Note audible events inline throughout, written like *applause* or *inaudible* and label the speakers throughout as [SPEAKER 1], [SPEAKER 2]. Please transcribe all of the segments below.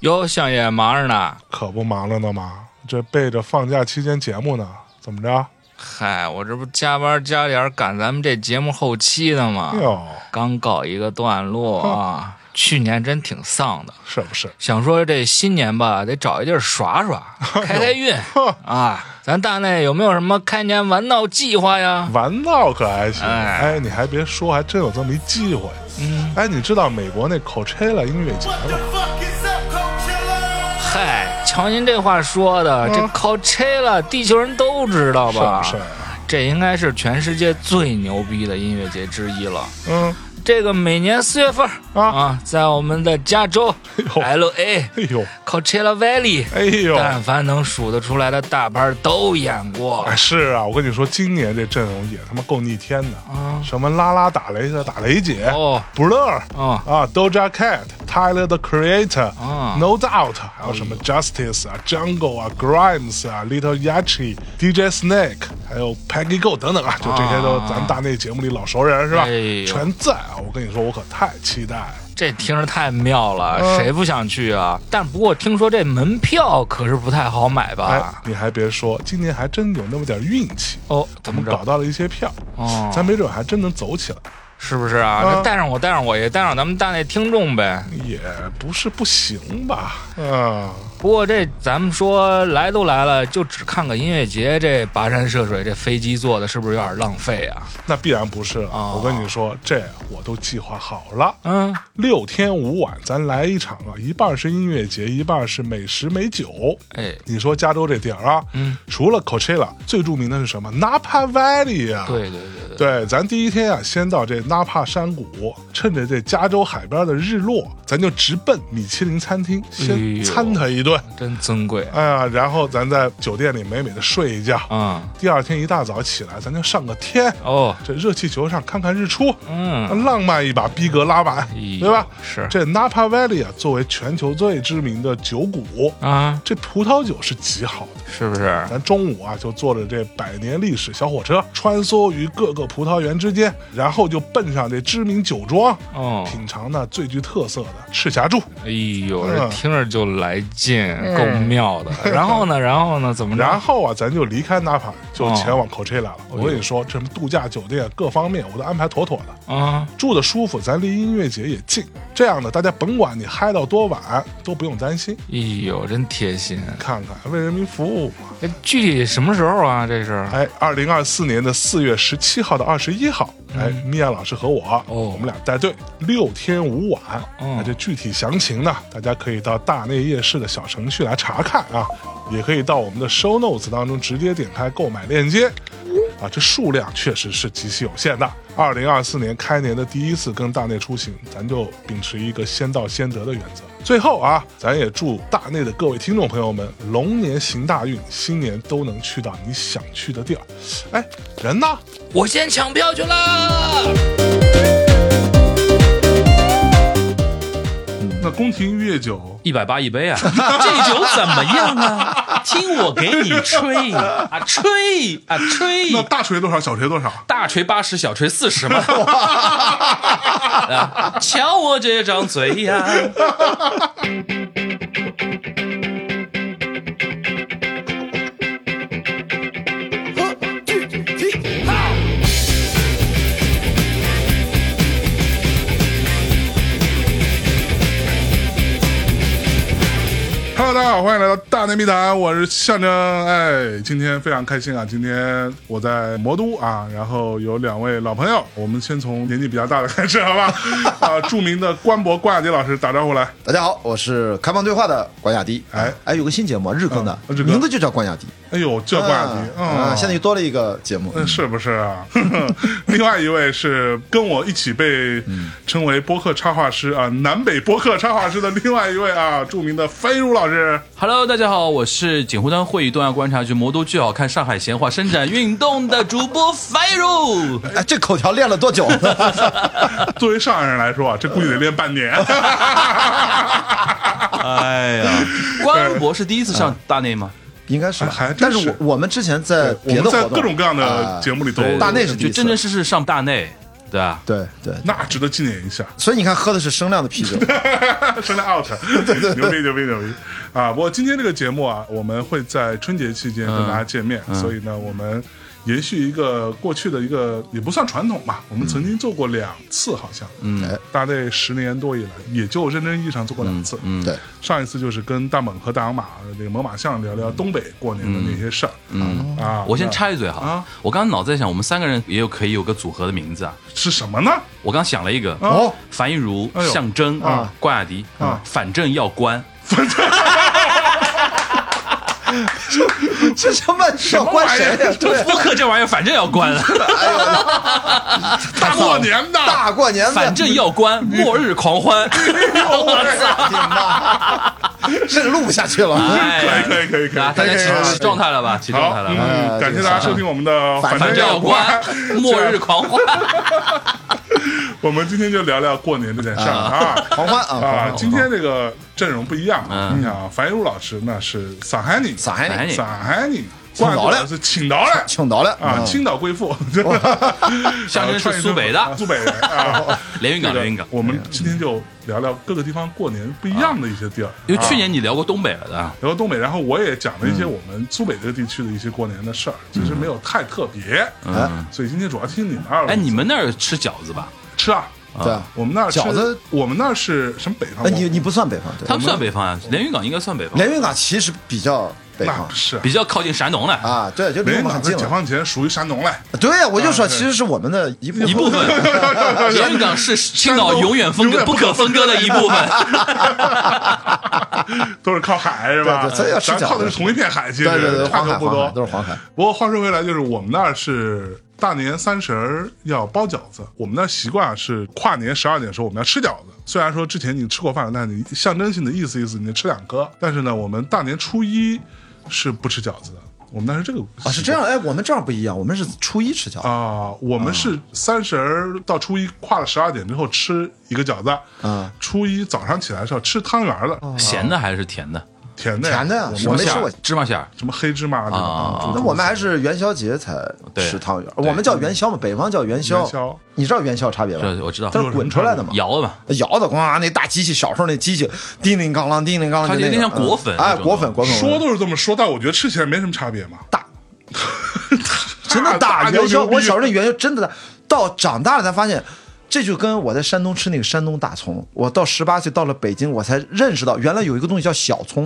[SPEAKER 1] 哟，相爷忙着呢。
[SPEAKER 2] 可不忙着呢吗？这备着放假期间节目呢，怎么着？
[SPEAKER 1] 嗨，我这不加班加点赶咱们这节目后期呢吗？
[SPEAKER 2] 哟，哦
[SPEAKER 1] 刚告一个段落啊。去年真挺丧的，
[SPEAKER 2] 是不是？
[SPEAKER 1] 想说这新年吧，得找一地儿耍
[SPEAKER 2] *laughs*
[SPEAKER 1] 耍，
[SPEAKER 2] 哎
[SPEAKER 1] 开开运啊。咱大内有没有什么开年玩闹计划呀？
[SPEAKER 2] 玩闹可还行？
[SPEAKER 1] 哎
[SPEAKER 2] 哎，你还别说，还真有这么一机会。嗯，哎，你知道美国那 Coachella 音乐节吗？
[SPEAKER 1] 嗨，瞧您这话说的，这 Coachella 地球人都知道
[SPEAKER 2] 是不
[SPEAKER 1] 吧？
[SPEAKER 2] 嗯是？
[SPEAKER 1] 这应该是全世界最牛逼的音乐节之一了。
[SPEAKER 2] 嗯，
[SPEAKER 1] 这个每年四月份儿
[SPEAKER 2] 啊
[SPEAKER 1] 在我们的加州
[SPEAKER 2] 呦
[SPEAKER 1] L A
[SPEAKER 2] 哎呦，
[SPEAKER 1] Coachella Valley，
[SPEAKER 2] 哎呦，
[SPEAKER 1] 但凡能数得出来的大牌儿都演过
[SPEAKER 2] 哎，。是啊，我跟你说，今年这阵容也他妈够逆天的，
[SPEAKER 1] 啊
[SPEAKER 2] 什么拉拉打雷的打雷姐、
[SPEAKER 1] 哦，
[SPEAKER 2] Blur
[SPEAKER 1] 哦
[SPEAKER 2] 啊，Doja Cat、Tyler the Creator、
[SPEAKER 1] 啊哎
[SPEAKER 2] No Doubt，还有什么 Justice 啊、Jungle 啊、Grimes 啊、Little Yachi、DJ Snake，还有 Peggy Go 等等啊，就这些都
[SPEAKER 1] 啊
[SPEAKER 2] 咱大内节目里老熟人是吧
[SPEAKER 1] 哎？呦
[SPEAKER 2] 全在啊！我跟你说，我可太期待了。
[SPEAKER 1] 这听着太妙了，
[SPEAKER 2] 嗯
[SPEAKER 1] 谁不想去啊？但不过听说这门票可是不太好买
[SPEAKER 2] 哎
[SPEAKER 1] 吧？，
[SPEAKER 2] 你还别说，今年还真有那么点运气，
[SPEAKER 1] 哦，
[SPEAKER 2] 咱
[SPEAKER 1] 怎
[SPEAKER 2] 们
[SPEAKER 1] 么
[SPEAKER 2] 搞
[SPEAKER 1] 着？
[SPEAKER 2] 到了一些票，
[SPEAKER 1] 哦，
[SPEAKER 2] 咱没准还真能走起来。
[SPEAKER 1] 是不是啊？
[SPEAKER 2] 嗯
[SPEAKER 1] 那带上我，带上我，也带上咱们大内听众呗。
[SPEAKER 2] 也不是不行吧？啊，
[SPEAKER 1] 不过这咱们说来都来了，就只看个音乐节，这跋山涉水，这飞机坐的是不是有点浪费啊？
[SPEAKER 2] 那必然不是了。
[SPEAKER 1] 哦
[SPEAKER 2] 我跟你说，这我都计划好了，
[SPEAKER 1] 嗯，
[SPEAKER 2] 六天五晚咱来一场啊，一半是音乐节，一半是美食美酒。
[SPEAKER 1] 哎，
[SPEAKER 2] 你说加州这地儿啊，
[SPEAKER 1] 嗯，
[SPEAKER 2] 除了 Coachella，最著名的是什么？Napa Valley 啊。。
[SPEAKER 1] 对对对对，
[SPEAKER 2] 对，咱第一天啊，先到这纳帕山谷，趁着这加州海边的日落，咱就直奔米其林餐厅，
[SPEAKER 1] 哎
[SPEAKER 2] 先
[SPEAKER 1] 呦
[SPEAKER 2] 餐它一顿。
[SPEAKER 1] 真尊贵。
[SPEAKER 2] 哎呀，然后咱在酒店里美美的睡一觉，
[SPEAKER 1] 嗯，
[SPEAKER 2] 第二天一大早起来，咱就上个天，
[SPEAKER 1] 哦，
[SPEAKER 2] 这热气球上看看日出，
[SPEAKER 1] 嗯，
[SPEAKER 2] 浪漫一把，逼格拉满，
[SPEAKER 1] 哎
[SPEAKER 2] 对吧？
[SPEAKER 1] 是
[SPEAKER 2] 这 Napa Valley 啊，作为全球最知名的酒谷，
[SPEAKER 1] 啊，
[SPEAKER 2] 这葡萄酒是极好的。
[SPEAKER 1] 是不是？
[SPEAKER 2] 咱中午啊，就坐着这百年历史小火车，穿梭于各个葡萄园之间，然后就奔上这知名酒庄，
[SPEAKER 1] 哦，
[SPEAKER 2] 品尝呢最具特色的赤霞珠。
[SPEAKER 1] 哎呦，
[SPEAKER 2] 嗯
[SPEAKER 1] 这听着就来劲，够妙的。然后呢，然后呢，怎么
[SPEAKER 2] 然
[SPEAKER 1] 着？
[SPEAKER 2] 后啊，咱就离开纳帕，就
[SPEAKER 1] 嗯哦
[SPEAKER 2] 前往 Coachella 了。我跟你说，这什么度假酒店各方面我都安排妥妥的。
[SPEAKER 1] 啊，
[SPEAKER 2] 住的舒服，咱离音乐节也近。这样呢，大家甭管你嗨到多晚，都不用担心。
[SPEAKER 1] 哎呦，真贴心。
[SPEAKER 2] 看看为人民服务嘛。
[SPEAKER 1] 这具体什么时候啊？这是？
[SPEAKER 2] 哎，二零二四年的四月十七号到二十一号，哎，米娅老师和我，
[SPEAKER 1] 哦
[SPEAKER 2] 我们俩带队，六天五晚。
[SPEAKER 1] 嗯
[SPEAKER 2] 那这具体详情呢，大家可以到大内夜市的小程序来查看啊，也可以到我们的 show notes 当中直接点开购买链接。啊，这数量确实是极其有限的。二零二四年开年的第一次跟大内出行，咱就秉持一个先到先得的原则。最后啊，咱也祝大内的各位听众朋友们龙年行大运，新年都能去到你想去的地儿。哎，人呢？
[SPEAKER 1] 我先抢票去了。
[SPEAKER 2] 那宫廷玉液酒
[SPEAKER 3] 一百八一杯啊，这酒怎么样啊？听我给你吹啊吹啊吹，
[SPEAKER 2] 那大锤多少，小锤多少？
[SPEAKER 3] 大锤八十，小锤四十嘛。啊，瞧我这张嘴呀、
[SPEAKER 2] *laughs* Hello，大家好，欢迎来到大内密谈，我是象征。哎，今天非常开心啊！今天我在魔都啊，然后有两位老朋友，我们先从年纪比较大的开始，好吧？啊，著名的官博关雅迪老师打招呼来。
[SPEAKER 4] 大家好，我是开放对话的关雅迪。
[SPEAKER 2] 哎
[SPEAKER 4] 哎，有个新节目，日更的，
[SPEAKER 2] 嗯日更
[SPEAKER 4] 名字就叫关雅迪。
[SPEAKER 2] 哎呦，这关雅迪，
[SPEAKER 4] 啊啊，
[SPEAKER 2] 嗯，
[SPEAKER 4] 现在又多了一个节目。
[SPEAKER 2] 嗯，是不是啊？ *laughs* 另外一位是跟我一起被称为播客插画师啊，南北播客插画师的另外一位啊，著名的飞如老师。
[SPEAKER 3] Hello，大家好，我是锦湖端会议东亚观察局魔都剧好看上海闲话伸展运动的主播 f i r o
[SPEAKER 4] 哎，这口条练了多
[SPEAKER 2] *laughs*
[SPEAKER 4] 久？
[SPEAKER 2] 作为上海人来说啊，这估计得练半年。 *laughs*
[SPEAKER 3] 哎呀， *laughs* 关博是第一次上大内吗？
[SPEAKER 4] 应该是吧。
[SPEAKER 2] 还还真
[SPEAKER 4] 但
[SPEAKER 2] 是
[SPEAKER 4] 是我我们之前在
[SPEAKER 2] 我
[SPEAKER 4] 别
[SPEAKER 2] 们
[SPEAKER 4] 的活
[SPEAKER 2] 在
[SPEAKER 4] 动，
[SPEAKER 2] 各种各样的
[SPEAKER 4] 啊
[SPEAKER 2] 节目里都
[SPEAKER 4] 大内是第
[SPEAKER 3] 就
[SPEAKER 4] 一次
[SPEAKER 3] 真真实实上大内。对吧？
[SPEAKER 4] 对对，
[SPEAKER 2] 那值得纪念一下。
[SPEAKER 4] 所以你看，喝的是生量的
[SPEAKER 2] *laughs*
[SPEAKER 4] 啤酒，
[SPEAKER 2] 生来 *laughs* out，牛逼牛逼牛逼啊！不过今天这个节目啊，我们会在春节期间跟大家见面，所以呢，我们延续一个过去的一个也不算传统吧，我们曾经做过两次，好像，
[SPEAKER 4] 哎
[SPEAKER 2] 嗯，大概十年多以来，也就认真意义上做过两次，嗯
[SPEAKER 4] 对，
[SPEAKER 2] 上一次就是跟大猛和大洋马这个猛犸象聊聊东北过年的那些事儿，嗯啊，
[SPEAKER 3] 我先
[SPEAKER 2] 那
[SPEAKER 3] 插一嘴哈，
[SPEAKER 2] 啊
[SPEAKER 3] 我刚刚脑子在想，我们三个人也有可以有个组合的名字啊。
[SPEAKER 2] 是什么呢？
[SPEAKER 3] 我刚想了一个，
[SPEAKER 4] 哦，
[SPEAKER 3] 樊一茹、
[SPEAKER 2] 哎呦
[SPEAKER 3] 象征、
[SPEAKER 2] 啊
[SPEAKER 3] 关雅迪，
[SPEAKER 2] 啊
[SPEAKER 3] 反正要关，
[SPEAKER 4] 这他妈是要关谁呀？
[SPEAKER 3] 这
[SPEAKER 4] 对，
[SPEAKER 3] 播客这玩意儿反正
[SPEAKER 2] *laughs*
[SPEAKER 3] 要关了，
[SPEAKER 2] 大过年的，
[SPEAKER 4] 大过年的，
[SPEAKER 3] 反
[SPEAKER 4] *laughs*
[SPEAKER 3] 正要关，
[SPEAKER 2] 嗯
[SPEAKER 3] 末日
[SPEAKER 2] *laughs*
[SPEAKER 3] 狂欢。
[SPEAKER 4] 我的妈，这录不下去了。
[SPEAKER 3] 哎呀
[SPEAKER 2] 可以可以可以可以
[SPEAKER 3] 啊大家起起状态了吧？起状
[SPEAKER 2] 好
[SPEAKER 3] 态，了吧？
[SPEAKER 2] 嗯，感谢大家收听我们的
[SPEAKER 4] 反
[SPEAKER 3] 反
[SPEAKER 2] 正
[SPEAKER 3] 正
[SPEAKER 2] 要
[SPEAKER 3] 要关，末日狂
[SPEAKER 2] *laughs*
[SPEAKER 3] 欢。
[SPEAKER 2] 我们今天就聊聊过年这件事儿啊。
[SPEAKER 4] 狂欢啊，
[SPEAKER 2] 啊，
[SPEAKER 4] 狂欢！
[SPEAKER 2] 今天这个阵容不一样啊！
[SPEAKER 3] 嗯
[SPEAKER 2] 你想，樊一茹老师那是上海人，
[SPEAKER 4] 上海人
[SPEAKER 2] 上海人，
[SPEAKER 4] 青
[SPEAKER 2] 关
[SPEAKER 4] 岛人
[SPEAKER 2] 老师是青岛人
[SPEAKER 4] 青岛了嗯
[SPEAKER 2] 啊，青岛贵妇， *laughs*
[SPEAKER 3] 象征是苏北的
[SPEAKER 2] 啊苏北人啊。
[SPEAKER 3] 连云港，
[SPEAKER 2] 这个
[SPEAKER 3] 连云港。
[SPEAKER 2] 我们今天就聊聊各个地方过年不一样的一啊些地儿，
[SPEAKER 3] 因为去
[SPEAKER 2] 啊
[SPEAKER 3] 年你聊过东北了的，
[SPEAKER 2] 聊东北，然后我也讲了一
[SPEAKER 4] 嗯
[SPEAKER 2] 些我们苏北这个地区的一些过年的事儿，其实没有太特别，
[SPEAKER 4] 哎，
[SPEAKER 2] 所以今天主要听你们二位
[SPEAKER 3] 哎，你们那儿吃饺子吧？
[SPEAKER 2] 吃啊。
[SPEAKER 4] 对啊，
[SPEAKER 2] 我们那儿吃
[SPEAKER 4] 饺子，
[SPEAKER 2] 我们那儿是什么北方？
[SPEAKER 4] 哎，你你不算北方，对
[SPEAKER 3] 他们算北方啊，连云港应该算北方，
[SPEAKER 4] 连云港其实比较北
[SPEAKER 2] 那
[SPEAKER 4] 方
[SPEAKER 2] 不是啊
[SPEAKER 3] 比较靠近山东的
[SPEAKER 4] 啊，对，就离
[SPEAKER 2] 连
[SPEAKER 4] 我
[SPEAKER 2] 云
[SPEAKER 4] 们
[SPEAKER 2] 港
[SPEAKER 4] 很
[SPEAKER 2] 在
[SPEAKER 4] 近
[SPEAKER 2] 解
[SPEAKER 4] 了。
[SPEAKER 2] 放前属于山东
[SPEAKER 4] *laughs*
[SPEAKER 2] 嘞， *laughs*
[SPEAKER 4] 对呀，我就说
[SPEAKER 2] 啊对
[SPEAKER 4] 其实是我们的一部
[SPEAKER 3] 一
[SPEAKER 2] *laughs*
[SPEAKER 3] 部分。连云港是青岛永远分
[SPEAKER 2] 永
[SPEAKER 3] 割
[SPEAKER 2] 远不
[SPEAKER 3] 不
[SPEAKER 2] 可
[SPEAKER 3] 可分割的一部分。
[SPEAKER 2] *laughs* 都是靠海是吧？
[SPEAKER 4] 对对所以要吃
[SPEAKER 2] 咱
[SPEAKER 4] 饺子
[SPEAKER 2] 靠的是同一片海，其
[SPEAKER 4] 对
[SPEAKER 2] 实
[SPEAKER 4] 对对，
[SPEAKER 2] 差
[SPEAKER 4] 黄海
[SPEAKER 2] 可不
[SPEAKER 4] 黄
[SPEAKER 2] 多
[SPEAKER 4] 海。都是黄海。
[SPEAKER 2] 不过话说回来，就是我们那儿是大年三十儿要包饺子，我们那儿习惯啊是跨年十二点的时候我们要吃饺子。虽然说之前你吃过饭，但你象征性的意思意思，你吃两颗。但是呢，我们大年初一是不吃饺子的，我们那儿是这个
[SPEAKER 4] 啊，是这样，哎，我们这样不一样，我们是初一吃饺子，
[SPEAKER 2] 啊，我们是三十儿到初一跨了十二点之后吃一个饺子，
[SPEAKER 4] 嗯
[SPEAKER 2] 初一早上起来是要吃汤圆儿的，
[SPEAKER 3] *laughs* 咸的还是甜的？
[SPEAKER 2] 甜的呀
[SPEAKER 4] 哦甜的呀
[SPEAKER 2] 我
[SPEAKER 4] 什么
[SPEAKER 2] 们
[SPEAKER 4] 没
[SPEAKER 3] 馅
[SPEAKER 4] 吃
[SPEAKER 3] 儿
[SPEAKER 4] 过，
[SPEAKER 3] 芝麻馅儿。
[SPEAKER 2] 什么黑芝麻这种
[SPEAKER 3] 啊
[SPEAKER 2] 啊
[SPEAKER 4] 那我们还是元宵节才
[SPEAKER 3] 对
[SPEAKER 4] 吃汤圆，
[SPEAKER 3] 对
[SPEAKER 4] 我们叫元宵嘛，北方叫元宵。
[SPEAKER 2] 元宵
[SPEAKER 4] 你知道元宵差别吧
[SPEAKER 3] 这？我知道
[SPEAKER 4] 它是滚出来的嘛，
[SPEAKER 3] 摇的嘛，
[SPEAKER 4] 摇的咣，那大机器，小时候那机器叮铃咣啷，叮铃咣啷，
[SPEAKER 3] 它
[SPEAKER 4] 就
[SPEAKER 3] 有
[SPEAKER 4] 那
[SPEAKER 3] 点
[SPEAKER 4] 个
[SPEAKER 3] 像果粉
[SPEAKER 4] 嗯
[SPEAKER 3] 那
[SPEAKER 4] 哎，
[SPEAKER 3] 种
[SPEAKER 4] 果粉果粉，
[SPEAKER 2] 说都是这么说，但我觉得吃起来没什么差别嘛。
[SPEAKER 4] 大，真的大
[SPEAKER 2] 就
[SPEAKER 4] 元宵。
[SPEAKER 2] 牛逼
[SPEAKER 4] 我小时候那元宵真的大，到长大了才发现，这就跟我在山东吃那个山东大葱，我到十八岁到了北京，我才认识到原来有一个东西叫小葱，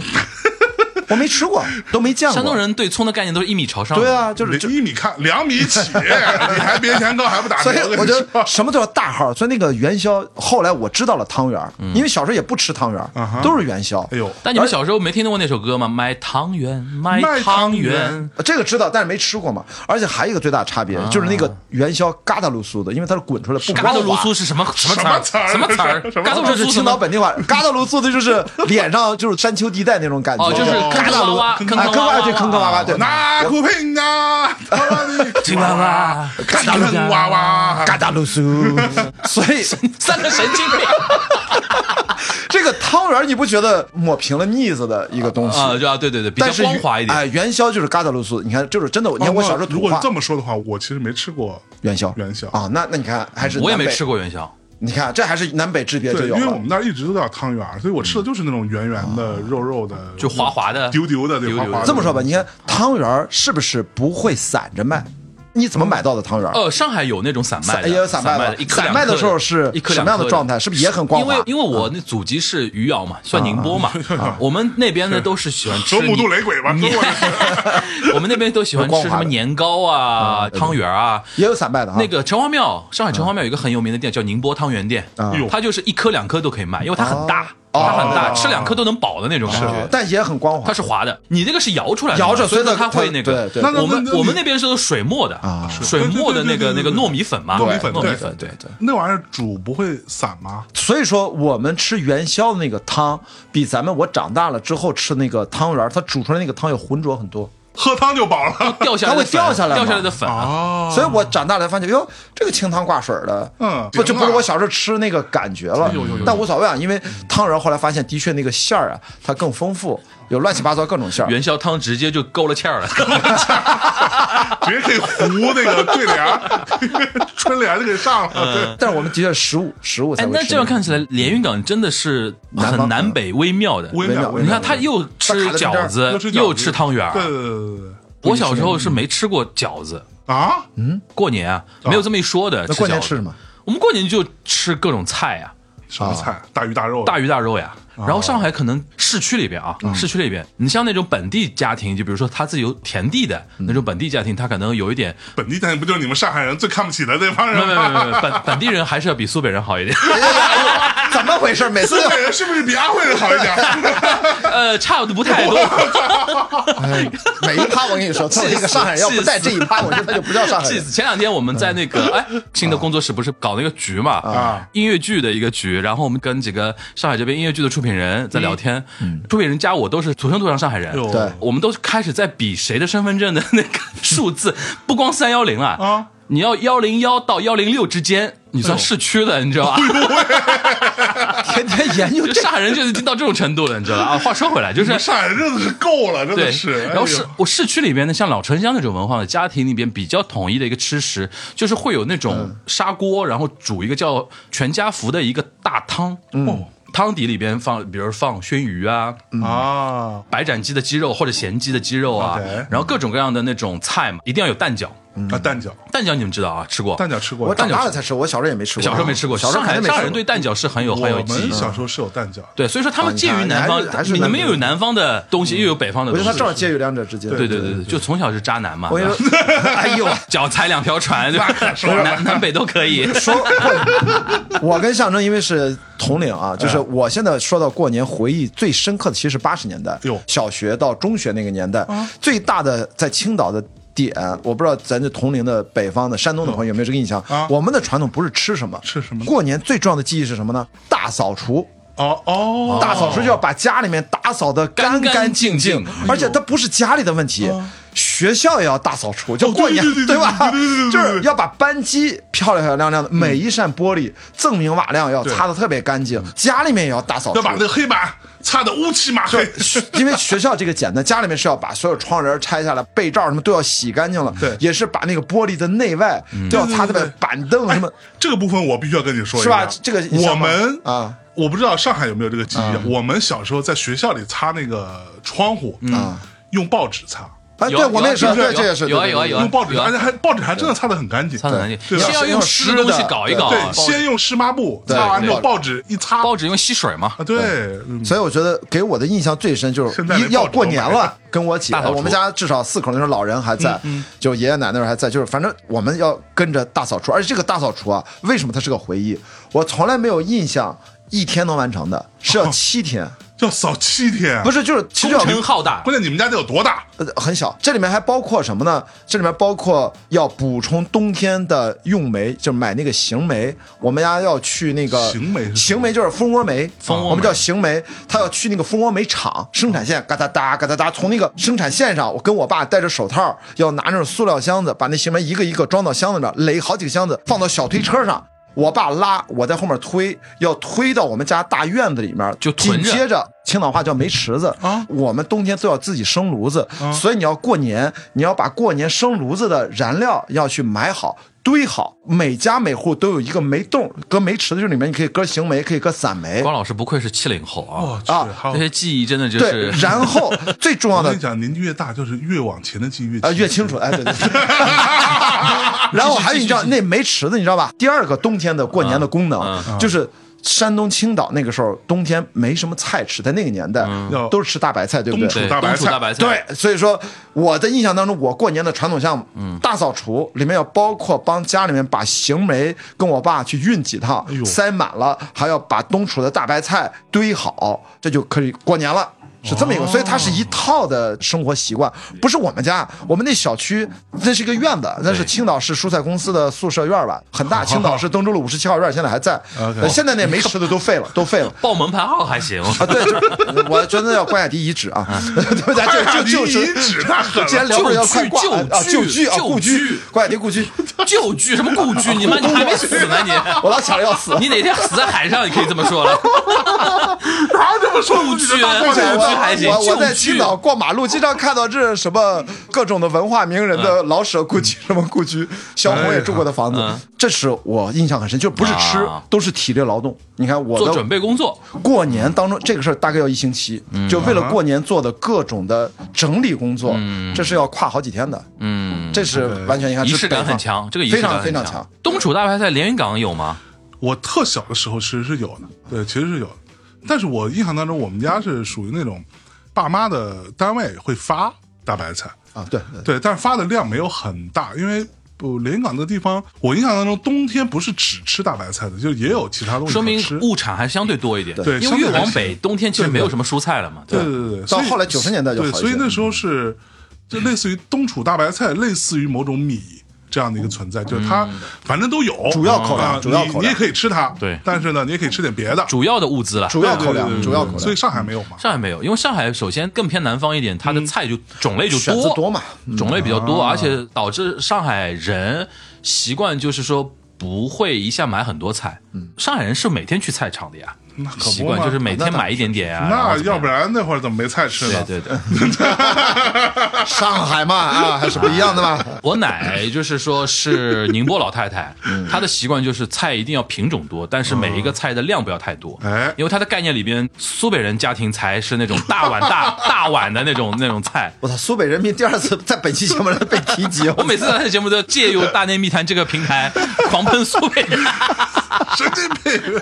[SPEAKER 4] *laughs* 我没吃过，都没见过。
[SPEAKER 3] 山东人对葱的概念都是一米朝上。
[SPEAKER 4] 对，啊，就是
[SPEAKER 2] 连
[SPEAKER 4] 就。
[SPEAKER 2] 一米看两米起，你还别嫌高还不打折
[SPEAKER 4] 所以，
[SPEAKER 2] 跟
[SPEAKER 4] 我
[SPEAKER 2] 你
[SPEAKER 4] 觉
[SPEAKER 2] 说
[SPEAKER 4] 得什么都要大号。所以那个元宵，后来我知道了汤圆儿，
[SPEAKER 3] 嗯
[SPEAKER 4] 因为小时候也不吃汤圆儿
[SPEAKER 2] 嗯哼，
[SPEAKER 4] 都是元宵。
[SPEAKER 2] 哎呦，
[SPEAKER 3] 但你们小时候没听到过那首歌吗？买汤圆，买
[SPEAKER 2] 卖汤
[SPEAKER 3] 汤
[SPEAKER 2] 圆
[SPEAKER 3] 圆，
[SPEAKER 4] 这个知道，但是没吃过嘛。而且还有一个最大差别，就是那个元宵嘎达鲁苏的，因为它是滚出来不
[SPEAKER 3] 嘎达
[SPEAKER 4] 光
[SPEAKER 3] 卢
[SPEAKER 4] 滑
[SPEAKER 3] 啊苏是什么什么词
[SPEAKER 2] 什么词儿
[SPEAKER 3] 儿？什么词儿
[SPEAKER 2] 这是什么？
[SPEAKER 3] 嘎达
[SPEAKER 4] 这
[SPEAKER 3] 卢
[SPEAKER 4] 是
[SPEAKER 3] 苏
[SPEAKER 4] 青岛本地话，嘎达卢苏的就是脸上就是山丘地带那种感觉，
[SPEAKER 3] 哦，就是
[SPEAKER 2] 哦
[SPEAKER 3] 坑
[SPEAKER 4] 嘎
[SPEAKER 3] 坑
[SPEAKER 4] 达
[SPEAKER 3] 洼
[SPEAKER 4] 卢
[SPEAKER 3] 洼，
[SPEAKER 4] 哎
[SPEAKER 3] 坑
[SPEAKER 4] 坑
[SPEAKER 3] 洼啊
[SPEAKER 4] 洼对坑坑洼洼对，
[SPEAKER 2] 那苦拼啊，青
[SPEAKER 3] 青蛙蛙
[SPEAKER 2] 嘎达愣娃娃，
[SPEAKER 4] 嘎达卢
[SPEAKER 3] *laughs*
[SPEAKER 4] 苏，所以
[SPEAKER 3] 三个神经
[SPEAKER 4] *laughs*
[SPEAKER 3] 病
[SPEAKER 4] 这个汤圆你不觉得抹平了腻子的一个东西？
[SPEAKER 3] 啊！对啊，对对对，比较
[SPEAKER 4] 但是
[SPEAKER 3] 光滑一点。
[SPEAKER 4] 哎，元宵就是嘎达卢苏，你看就是真的，你看我小时候
[SPEAKER 2] 哦如
[SPEAKER 4] 土
[SPEAKER 2] 果
[SPEAKER 4] 话
[SPEAKER 2] 这么说的话，我其实没吃过
[SPEAKER 4] 元宵
[SPEAKER 2] 元宵
[SPEAKER 4] 啊，那那你看还是
[SPEAKER 3] 我也
[SPEAKER 4] 南
[SPEAKER 3] 没
[SPEAKER 4] 北
[SPEAKER 3] 吃，过元宵，
[SPEAKER 4] 你看这还是南北之别就
[SPEAKER 2] 对，
[SPEAKER 4] 有啊
[SPEAKER 2] 因
[SPEAKER 4] 了，
[SPEAKER 2] 为我们那儿一直都叫汤圆啊儿，所以我吃的就是那种圆圆的、肉肉的，
[SPEAKER 3] 嗯就滑滑的，
[SPEAKER 2] 丢丢的，对，
[SPEAKER 3] 丢
[SPEAKER 2] 滑
[SPEAKER 3] 丢的
[SPEAKER 2] 滑的。
[SPEAKER 4] 这么说吧，你看汤圆儿是不是不会散着卖？你怎么买到的汤圆儿？
[SPEAKER 3] 呃，上海有那种散卖
[SPEAKER 4] 散
[SPEAKER 3] 的，
[SPEAKER 4] 也有散卖
[SPEAKER 3] 卖
[SPEAKER 4] 的
[SPEAKER 3] 的，一，颗
[SPEAKER 4] 散
[SPEAKER 3] 两
[SPEAKER 4] 卖
[SPEAKER 3] 颗
[SPEAKER 4] 的时候是
[SPEAKER 3] 一颗
[SPEAKER 4] 什
[SPEAKER 3] 两
[SPEAKER 4] 么样的
[SPEAKER 3] 颗
[SPEAKER 4] 状态？是不是也很光
[SPEAKER 3] 因为
[SPEAKER 4] 滑？嗯
[SPEAKER 3] 因为我那祖籍是余姚嘛，算宁波嘛，啊我们那边呢都是喜欢吃
[SPEAKER 2] 周母渡雷鬼吧，中国人
[SPEAKER 3] *laughs* 我们那边都喜欢吃什么年糕啊、汤圆啊。
[SPEAKER 4] 也有散卖的哈。
[SPEAKER 3] 那个城隍庙，上海城隍庙有一个很有名的店叫宁波汤圆店
[SPEAKER 4] 啊
[SPEAKER 2] 哎呦，
[SPEAKER 3] 它就是一颗两颗都可以卖，因为它很大，
[SPEAKER 4] 哦
[SPEAKER 3] 它很大，
[SPEAKER 2] 哦
[SPEAKER 3] 吃两颗都能饱的那种感
[SPEAKER 4] 啊
[SPEAKER 3] 觉。
[SPEAKER 4] 但也很光滑
[SPEAKER 3] 它。是滑的，你这个是摇出来的嘛，
[SPEAKER 4] 摇着
[SPEAKER 3] 所以
[SPEAKER 4] 所
[SPEAKER 3] 说
[SPEAKER 4] 以它
[SPEAKER 3] 它会那个。
[SPEAKER 4] 对对
[SPEAKER 2] 那那
[SPEAKER 3] 我们
[SPEAKER 2] 那
[SPEAKER 3] 我们那边是水磨的
[SPEAKER 4] 啊，
[SPEAKER 3] 水磨的那个
[SPEAKER 2] 对对对对
[SPEAKER 3] 那
[SPEAKER 2] 对
[SPEAKER 3] 个
[SPEAKER 2] 对
[SPEAKER 3] 糯米粉嘛，
[SPEAKER 2] 糯米粉
[SPEAKER 3] 糯米
[SPEAKER 2] 对
[SPEAKER 3] 粉，对
[SPEAKER 4] 对。
[SPEAKER 2] *laughs* 那玩意儿煮不会散吗？
[SPEAKER 4] 所以说，我们吃元宵的那个汤，比咱们我长大了之后吃那个汤圆儿，它煮出来那个汤要浑浊很多。
[SPEAKER 2] 喝汤就饱了。
[SPEAKER 3] *laughs* 掉下来的
[SPEAKER 4] 它会
[SPEAKER 3] 粉
[SPEAKER 4] 掉下来
[SPEAKER 3] 掉下
[SPEAKER 4] 嘛
[SPEAKER 3] 来的粉啊，
[SPEAKER 2] 哦，
[SPEAKER 4] 所以我长大了发现，哟，这个清汤挂水的，
[SPEAKER 2] 嗯
[SPEAKER 4] 不就
[SPEAKER 2] 行啊
[SPEAKER 4] 不是我小时候吃那个感觉了
[SPEAKER 2] 呦呦呦，
[SPEAKER 4] 但无所谓啊，因为汤圆后来发现的确那个馅儿啊，它更丰富，有乱七八糟各种馅儿。
[SPEAKER 3] 元宵汤直接就勾了
[SPEAKER 4] *laughs*
[SPEAKER 3] 芡儿了。
[SPEAKER 2] 直接可以糊那个对联儿，春联儿就给上
[SPEAKER 3] 嗯
[SPEAKER 2] 了。对，
[SPEAKER 4] 但是我们的确食物食物才
[SPEAKER 3] 哎，
[SPEAKER 4] 会吃。
[SPEAKER 3] 那这样看起来，连云港真的是
[SPEAKER 4] 南
[SPEAKER 3] 很
[SPEAKER 4] 方
[SPEAKER 3] 南北微妙的。
[SPEAKER 2] 微
[SPEAKER 4] 没有
[SPEAKER 2] 妙，
[SPEAKER 4] 没有
[SPEAKER 3] 你看，他又吃
[SPEAKER 4] 它卡在中间
[SPEAKER 3] 饺
[SPEAKER 4] 儿
[SPEAKER 3] 子
[SPEAKER 2] 又吃，饺子
[SPEAKER 3] 又吃汤圆儿。
[SPEAKER 2] 对对对对对
[SPEAKER 3] 我小时候是没吃过饺子，
[SPEAKER 2] 啊，
[SPEAKER 3] 过年啊没有这么一说的。
[SPEAKER 4] 那过年
[SPEAKER 3] 饺子
[SPEAKER 4] 吃什么？
[SPEAKER 3] 我们过年就吃各种菜啊，
[SPEAKER 2] 什么菜？大鱼大肉，
[SPEAKER 3] 大鱼大肉呀。
[SPEAKER 4] 哦
[SPEAKER 3] 然后上海可能市区里边啊，
[SPEAKER 4] 嗯
[SPEAKER 3] 市区里边，你像那种本地家庭，就比如说他自己有田地的
[SPEAKER 4] 嗯
[SPEAKER 3] 那种本地家庭，他可能有一点，
[SPEAKER 2] 本地人不就是你们上海人最看不起的那帮
[SPEAKER 3] 没
[SPEAKER 2] 人
[SPEAKER 3] 没没
[SPEAKER 2] 吗？
[SPEAKER 3] 没没，本 *laughs* 本地人还是要比苏北人好一点。 *laughs*
[SPEAKER 4] 怎么回事？每
[SPEAKER 2] *laughs*
[SPEAKER 4] 次
[SPEAKER 2] 苏北人是不是比安徽人好一点？
[SPEAKER 3] 呃，差的不太多。
[SPEAKER 4] *laughs* 每一趴我跟你说，作为一个上海人，要不在这一趴，我觉得他就不叫
[SPEAKER 2] 啊
[SPEAKER 4] 上海
[SPEAKER 3] 这
[SPEAKER 4] 人。
[SPEAKER 3] 次前两天我们在那个哎新的工作室不是搞那个局嘛
[SPEAKER 2] 嗯啊，
[SPEAKER 3] 音乐剧的一个局，然后我们跟几个上海这边音乐剧的出品人
[SPEAKER 2] 嗯
[SPEAKER 3] 在聊天，出品人加我都是土生土长上海人，
[SPEAKER 2] 哟
[SPEAKER 4] 对
[SPEAKER 3] 我们都开始在比谁的身份证的那个
[SPEAKER 2] *laughs*
[SPEAKER 3] 数字，不光三幺零了
[SPEAKER 2] 啊，嗯
[SPEAKER 3] 你要幺零幺到幺零六之间，你算市区的，你
[SPEAKER 2] *laughs*
[SPEAKER 3] 知道吧？
[SPEAKER 4] 天天研究
[SPEAKER 3] 就上海人就是已经到这种程度了，你知道吧？啊，话说回来，就是
[SPEAKER 2] *laughs* 上海人真的是够了，真
[SPEAKER 3] 对
[SPEAKER 2] 的，是。哎
[SPEAKER 3] 然后
[SPEAKER 2] 呦
[SPEAKER 3] 市我市区里边呢，像老城乡那种文化的家庭里边比较统一的一个吃食，就是会有那
[SPEAKER 4] 嗯
[SPEAKER 3] 种砂锅，然后煮一个叫全家福的一个大汤，嗯，汤底里边放，比如放熏鱼啊，
[SPEAKER 4] 嗯
[SPEAKER 2] 啊，
[SPEAKER 3] 白斩鸡的鸡肉或者咸鸡的鸡肉啊
[SPEAKER 2] OK，
[SPEAKER 3] 然后各种各样的那种菜嘛，一定要有蛋饺。
[SPEAKER 2] 啊蛋饺，
[SPEAKER 3] 蛋饺你们知道啊？吃过？
[SPEAKER 2] 蛋饺吃过
[SPEAKER 4] 我
[SPEAKER 2] 呀，
[SPEAKER 4] 长大了才吃，我小时候也没吃过。
[SPEAKER 3] 小时候没吃过，
[SPEAKER 4] 小时候
[SPEAKER 3] 上海
[SPEAKER 4] 肯定没
[SPEAKER 3] 上海
[SPEAKER 4] 吃
[SPEAKER 3] 人对
[SPEAKER 4] 过。
[SPEAKER 3] 蛋饺是很有很有
[SPEAKER 2] 我
[SPEAKER 3] 记
[SPEAKER 2] 们
[SPEAKER 3] 忆。
[SPEAKER 2] 小时候是有蛋饺，
[SPEAKER 3] 对，所以说他们
[SPEAKER 4] 哦你
[SPEAKER 3] 介于
[SPEAKER 4] 看
[SPEAKER 3] 南
[SPEAKER 4] 你
[SPEAKER 3] 方
[SPEAKER 4] 还是还，是
[SPEAKER 3] 你
[SPEAKER 4] 南
[SPEAKER 3] 们又
[SPEAKER 4] 北
[SPEAKER 3] 有南方的东西，又有北方的
[SPEAKER 4] 我
[SPEAKER 3] 东
[SPEAKER 4] 觉
[SPEAKER 3] 西。
[SPEAKER 4] 得他正好介于两者之间。
[SPEAKER 3] 对对对对，就从小就渣男嘛。
[SPEAKER 4] 我跟你说， *laughs* 哎呦，
[SPEAKER 3] 脚踩两条船，对吧？南南北都可以。
[SPEAKER 4] 说，我跟象征因为是同龄啊，
[SPEAKER 2] 哎
[SPEAKER 4] 就是我现在说到过年回忆最深刻的，其实是八十年代
[SPEAKER 2] 哟，
[SPEAKER 4] 小学到中学那个年代，最大的在青岛的。点，我不知道咱这同龄的北方的山东的朋友有没有这个印象？
[SPEAKER 2] 啊
[SPEAKER 4] 我们的传统不是吃什么，
[SPEAKER 2] 吃什么呢
[SPEAKER 4] 过年最重要的记忆是什么呢？大扫除。
[SPEAKER 2] 哦哦，
[SPEAKER 4] 大扫除就要把家里面打扫的干干净
[SPEAKER 3] 干干净净
[SPEAKER 4] 而且它不是家里的问题，学校也要大扫除，就过年
[SPEAKER 2] 哦对对对
[SPEAKER 4] 吧
[SPEAKER 2] 对对对对？
[SPEAKER 4] 就
[SPEAKER 2] 对
[SPEAKER 4] 是要把班级漂漂亮亮的，每一扇玻璃锃明瓦亮，要擦的特别干
[SPEAKER 2] 嗯
[SPEAKER 4] 净，家里面也要大扫除
[SPEAKER 2] 要。把那个黑板擦的乌漆嘛黑。
[SPEAKER 4] *laughs* 因为学校这个简单，家里面是要把所有窗帘拆下来，被罩什么都要洗干净了，
[SPEAKER 2] 对嗯
[SPEAKER 4] 也是把那个玻璃的内外都要擦特别
[SPEAKER 2] 对对对对
[SPEAKER 4] 板凳什么，
[SPEAKER 2] 哎这个部分我必须要跟你说一
[SPEAKER 4] 是
[SPEAKER 2] 下
[SPEAKER 4] 吧这个你
[SPEAKER 2] 我
[SPEAKER 4] 想吗
[SPEAKER 2] 们
[SPEAKER 4] 啊，嗯
[SPEAKER 2] 我不知道上海有没有这个记忆啊。我们小时候在学校里擦那个窗户，嗯，用报纸擦，
[SPEAKER 4] 哎，
[SPEAKER 3] 有
[SPEAKER 4] 对我们也是，
[SPEAKER 3] 有
[SPEAKER 4] 对，这也是
[SPEAKER 3] 有啊
[SPEAKER 4] 对
[SPEAKER 3] 有啊
[SPEAKER 4] 对
[SPEAKER 3] 有啊
[SPEAKER 2] 用报纸，
[SPEAKER 3] 有
[SPEAKER 2] 而且还报纸还真的擦的很干净，
[SPEAKER 3] 擦得很干净
[SPEAKER 2] 对
[SPEAKER 3] 先要用湿的东西搞一啊搞
[SPEAKER 2] 对，先用湿抹布
[SPEAKER 4] 对
[SPEAKER 2] 擦完之后，
[SPEAKER 4] 对
[SPEAKER 2] 报纸一擦，
[SPEAKER 3] 报纸用吸水嘛
[SPEAKER 2] 啊，，对，嗯
[SPEAKER 4] 所以我觉得给我的印象最深就是
[SPEAKER 2] 现在连
[SPEAKER 4] 一要
[SPEAKER 2] 报纸
[SPEAKER 4] 过
[SPEAKER 2] 都
[SPEAKER 4] 年
[SPEAKER 2] 买
[SPEAKER 4] 了，跟我姐
[SPEAKER 3] 大扫，除
[SPEAKER 4] 我们家至少四口那时候老人还在，就爷爷奶奶那时候还在，就是反正我们要跟着大扫除，而且这个大扫除啊，为什么它是个回忆？我从来没有印象一天能完成的，是要七天，
[SPEAKER 2] 要扫七天，啊
[SPEAKER 4] 不是就是其实
[SPEAKER 3] 工
[SPEAKER 4] 要
[SPEAKER 3] 程浩大。
[SPEAKER 2] 关键你们家得有多大？
[SPEAKER 4] 呃很小，这里面还包括什么呢？这里面包括要补充冬天的用煤，就买那个行煤。我们家要去那个
[SPEAKER 2] 行煤是什么
[SPEAKER 4] 行煤就是蜂窝煤，
[SPEAKER 3] 蜂窝煤
[SPEAKER 4] 我们叫行煤。他要去那个蜂窝煤厂生产线，嘎哒哒嘎哒哒，从那个生产线上，我跟我爸戴着手套，要拿那种塑料箱子，把那行煤一个一个装到箱子上，垒好几个箱子，放到小推车上。我爸拉，我在后面推，要推到我们家大院子里面，
[SPEAKER 3] 就囤着
[SPEAKER 4] 紧接着青岛话叫煤池子
[SPEAKER 2] 啊
[SPEAKER 4] 我们冬天都要自己生炉子，所以你要过年，你要把过年生炉子的燃料要去买好。堆好，每家每户都有一个煤洞，搁煤池子，这里面你可以搁行煤，可以搁散煤
[SPEAKER 3] 关老师不愧是七零后啊，
[SPEAKER 2] 我去，
[SPEAKER 4] 啊
[SPEAKER 2] 哦好
[SPEAKER 3] 这。些记忆真的就
[SPEAKER 4] 对
[SPEAKER 3] 是，
[SPEAKER 4] 然
[SPEAKER 3] *laughs*
[SPEAKER 4] 后最重要
[SPEAKER 2] 我
[SPEAKER 4] 的
[SPEAKER 2] 跟你讲，年纪越大，就是越往前的记忆越
[SPEAKER 4] 啊，
[SPEAKER 2] 清
[SPEAKER 4] 越清楚，哎，对
[SPEAKER 2] *laughs*
[SPEAKER 4] 对对。然后还有你知道那煤池子，你知道吧？第二个冬天的过年的功
[SPEAKER 3] 啊
[SPEAKER 4] 能就是。山东青岛那个时候冬天没什么菜吃，在那个年代、
[SPEAKER 2] 嗯
[SPEAKER 4] 都是吃大白菜，对不对？
[SPEAKER 2] 冬储
[SPEAKER 3] 对
[SPEAKER 2] 大白
[SPEAKER 3] 东楚
[SPEAKER 2] 菜
[SPEAKER 3] 大白菜，
[SPEAKER 4] 对，所以说我的印象当中，我过年的传统项目，大扫除里面要包括帮家里面把行煤跟我爸去运几趟，
[SPEAKER 2] 哎呦
[SPEAKER 4] 塞满了，还要把冬储的大白菜堆好，这就可以过年了。是这么一个，所以它是一套的生活习惯，不是我们家，我们那小区那是一个院子，那是青岛市蔬菜公司的宿舍院吧，很大。青岛市东洲路五十七号院现在还在，
[SPEAKER 2] OK
[SPEAKER 4] 呃现在那没吃的都废了，都废了。
[SPEAKER 3] 报门牌号还行， *laughs*
[SPEAKER 4] 啊，对，就是我觉得要关雅迪遗址啊，对，咱就就就
[SPEAKER 2] *laughs*
[SPEAKER 4] 是
[SPEAKER 2] 你指太狠
[SPEAKER 4] 既然
[SPEAKER 2] 了，
[SPEAKER 4] 聊会儿要快挂
[SPEAKER 3] 旧居
[SPEAKER 4] 啊，旧居啊，
[SPEAKER 3] 旧
[SPEAKER 4] 故居
[SPEAKER 3] 居，
[SPEAKER 4] 关雅迪故居，
[SPEAKER 3] 旧居什么故
[SPEAKER 4] *laughs*
[SPEAKER 3] 居，你妈你还没死呢你。
[SPEAKER 4] 我老想着要死。 *laughs*
[SPEAKER 3] 你哪天死在海上，你可以这么说了。
[SPEAKER 2] 哪有这么说自己的大
[SPEAKER 3] 不
[SPEAKER 2] 过
[SPEAKER 3] 去
[SPEAKER 2] 年
[SPEAKER 3] 这
[SPEAKER 2] 的？
[SPEAKER 3] 还行
[SPEAKER 4] 我我
[SPEAKER 3] 就
[SPEAKER 4] 在青岛过马路，经常看到这什么各种的文化名人的老舍故居，什么故居，萧红也住过的房子，这是我印象很深，就不是吃
[SPEAKER 3] 啊，
[SPEAKER 4] 都是体力劳动。你看我
[SPEAKER 3] 做
[SPEAKER 4] 的
[SPEAKER 3] 准备工作，
[SPEAKER 4] 过年当中这个事儿大概要一星期，就为了过年做的各种的整理工作，这是要跨好几天的，
[SPEAKER 3] 嗯，
[SPEAKER 4] 这是完全你看
[SPEAKER 3] 仪
[SPEAKER 4] 啊这是
[SPEAKER 3] 式感
[SPEAKER 4] 北方
[SPEAKER 3] 很强，这个仪
[SPEAKER 4] 非
[SPEAKER 3] 式
[SPEAKER 4] 常
[SPEAKER 3] 感
[SPEAKER 4] 非常
[SPEAKER 3] 很
[SPEAKER 4] 强。。
[SPEAKER 3] 东楚大排菜连云港有吗？
[SPEAKER 2] 我特小的时候其实是有的，对，其实是有的。但是我印象当中，我们家是属于那种爸妈的单位会发大白菜，
[SPEAKER 4] 啊，对，对
[SPEAKER 2] 对，但是发的量没有很大，因为不连云港这个地方，我印象当中冬天不是只吃大白菜的，就是也有其他东西
[SPEAKER 3] 说明
[SPEAKER 2] 可吃
[SPEAKER 3] 物产还相对多一点，
[SPEAKER 2] 对
[SPEAKER 3] 因为
[SPEAKER 2] 相
[SPEAKER 3] 越
[SPEAKER 2] 对还
[SPEAKER 3] 往
[SPEAKER 2] 行
[SPEAKER 3] 北，冬天其实没有什么蔬菜了嘛，
[SPEAKER 2] 对
[SPEAKER 3] 吧，
[SPEAKER 2] 对对，
[SPEAKER 4] 到
[SPEAKER 2] 所以
[SPEAKER 4] 后来90年代就好一
[SPEAKER 2] 对，
[SPEAKER 4] 些
[SPEAKER 2] 所以那时候是就类似于冬储大白菜，类似于某种米这样的一个存在，就是它反正都有
[SPEAKER 4] 主要口粮
[SPEAKER 2] 啊
[SPEAKER 4] 主要
[SPEAKER 2] 你
[SPEAKER 4] 口粮
[SPEAKER 2] 你也可以吃它，
[SPEAKER 3] 对
[SPEAKER 2] 但是呢，你也可以吃点别的，
[SPEAKER 3] 主要的物资了。
[SPEAKER 4] 主要口
[SPEAKER 2] 对对对
[SPEAKER 4] 粮，
[SPEAKER 2] 对
[SPEAKER 4] 主要口
[SPEAKER 2] 所以
[SPEAKER 4] 粮，
[SPEAKER 2] 上海没有嘛，
[SPEAKER 3] 上海没有，因为上海首先更偏南方一点，
[SPEAKER 2] 嗯
[SPEAKER 3] 它的菜就种类就
[SPEAKER 4] 选择多嘛，
[SPEAKER 3] 种类比较
[SPEAKER 2] 啊
[SPEAKER 3] 多，而且导致上海人习惯就是说不会一下买很多菜。上海人是每天去菜场的呀，
[SPEAKER 2] 嗯那可
[SPEAKER 3] 习
[SPEAKER 2] 不
[SPEAKER 3] 惯
[SPEAKER 2] 嘛
[SPEAKER 3] 就是每天买一点点呀。然后
[SPEAKER 2] 那
[SPEAKER 3] 怎么样
[SPEAKER 2] 要不然那会儿怎么没菜吃呢？
[SPEAKER 3] 对对对，
[SPEAKER 4] 上海嘛啊，还是不一样的嘛。
[SPEAKER 3] 我奶就是说是宁波老
[SPEAKER 2] *laughs*
[SPEAKER 3] 太太，
[SPEAKER 2] 嗯
[SPEAKER 3] 她的习惯就是菜一定要品种多，但是每一个菜的量不要太多。
[SPEAKER 2] 哎
[SPEAKER 3] 因为她的概念里边，苏北人家庭才是那种大碗
[SPEAKER 2] *laughs*
[SPEAKER 3] 大大碗的那种那种菜。
[SPEAKER 4] *laughs* 我操，苏北人民第二次在本期节目里被提 *laughs* 及，
[SPEAKER 3] 我每次在节目都要借用《大内密谈》这个平台狂喷苏北人，
[SPEAKER 2] 哦神经病，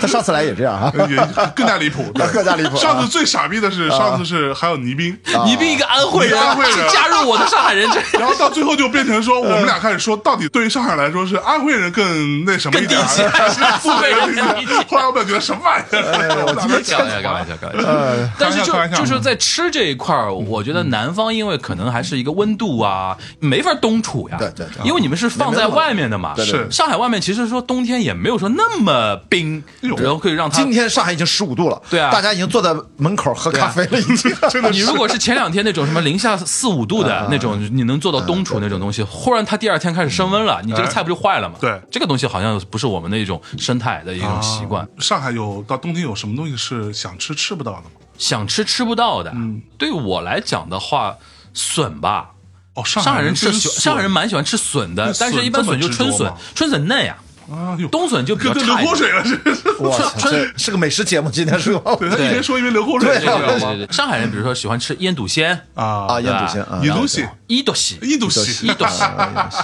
[SPEAKER 4] 他上次来也这样啊。
[SPEAKER 2] 也 *laughs* 更加离谱，啊对
[SPEAKER 4] 更加离谱啊
[SPEAKER 2] 上次最傻逼的是，上次是还有倪斌，
[SPEAKER 3] 你并一个安徽人
[SPEAKER 2] 安徽人啊
[SPEAKER 3] 是 *laughs* 加入我的上海人这。
[SPEAKER 2] 然后到最后就变成说，我们俩开始说，到底对于上海来说是安徽人更那什么一点，
[SPEAKER 3] *laughs* 更低级还是苏北人更低级
[SPEAKER 2] 后来我们俩觉得什么玩意儿？哎 *laughs*
[SPEAKER 3] 哎
[SPEAKER 2] 我们俩
[SPEAKER 3] 开玩笑，开玩笑，开玩笑。但是就
[SPEAKER 2] 哎开玩笑嗯
[SPEAKER 3] 就是在吃这一块儿，我觉得南方因为可能还是一个温度啊，没法冬储呀。
[SPEAKER 4] 对对对
[SPEAKER 3] 因为你们是放在外面的嘛。
[SPEAKER 4] 对
[SPEAKER 2] 对对是
[SPEAKER 3] 上海外面其实说冬天也没有说那么冰，
[SPEAKER 2] 哎呦
[SPEAKER 3] 然后可以让它
[SPEAKER 4] *laughs* 今。天上海已经十五度了，
[SPEAKER 3] 对啊
[SPEAKER 4] 大家已经坐在门口喝咖啡了，已 *laughs* 经。
[SPEAKER 2] 真的嗯
[SPEAKER 3] 你
[SPEAKER 2] 是
[SPEAKER 3] 如果是前两天那种什么零下四五度的那种，你能做到冬储那种东西，忽然它第二天开始升温了，你这个菜不就坏了吗？
[SPEAKER 2] 哎对啊
[SPEAKER 3] 这个东西好像不是我们的一种生态的一种习惯。
[SPEAKER 2] 上海有到冬天有什么东西是想吃吃不到的吗？
[SPEAKER 3] 想吃吃不到的。
[SPEAKER 2] 嗯
[SPEAKER 3] 对我来讲的话，笋吧，
[SPEAKER 2] 哦，
[SPEAKER 3] 上
[SPEAKER 2] 海
[SPEAKER 3] 人吃
[SPEAKER 2] 真
[SPEAKER 3] 喜，
[SPEAKER 2] 是
[SPEAKER 3] 上海人蛮喜欢吃笋的
[SPEAKER 2] 那，
[SPEAKER 3] 但是
[SPEAKER 2] 笋
[SPEAKER 3] 一般
[SPEAKER 2] 这么
[SPEAKER 3] 笋就
[SPEAKER 2] 执
[SPEAKER 3] 春
[SPEAKER 2] 着
[SPEAKER 3] 笋
[SPEAKER 2] 吗，
[SPEAKER 3] 春笋嫩呀，
[SPEAKER 2] 啊，哟，
[SPEAKER 3] 冬笋就比
[SPEAKER 2] 这
[SPEAKER 3] 较
[SPEAKER 2] 这流
[SPEAKER 3] 差一
[SPEAKER 2] 口
[SPEAKER 3] 点。
[SPEAKER 2] 水了，这是。
[SPEAKER 4] 我操，这是个美食节目，今天是吧？
[SPEAKER 2] 对他一边说一边流口水，
[SPEAKER 4] 对
[SPEAKER 2] 你
[SPEAKER 3] 对
[SPEAKER 2] 知道
[SPEAKER 3] 对
[SPEAKER 2] 吗
[SPEAKER 3] 对对，上海人比如说喜欢吃腌笃鲜、
[SPEAKER 2] 啊
[SPEAKER 4] *laughs* 啊，
[SPEAKER 3] 对
[SPEAKER 4] 腌
[SPEAKER 3] 吧
[SPEAKER 4] 笃鲜啊，啊
[SPEAKER 2] 一东西，
[SPEAKER 3] 伊笃西、
[SPEAKER 2] 一东
[SPEAKER 4] 西
[SPEAKER 2] 西， *laughs*
[SPEAKER 3] 伊笃西、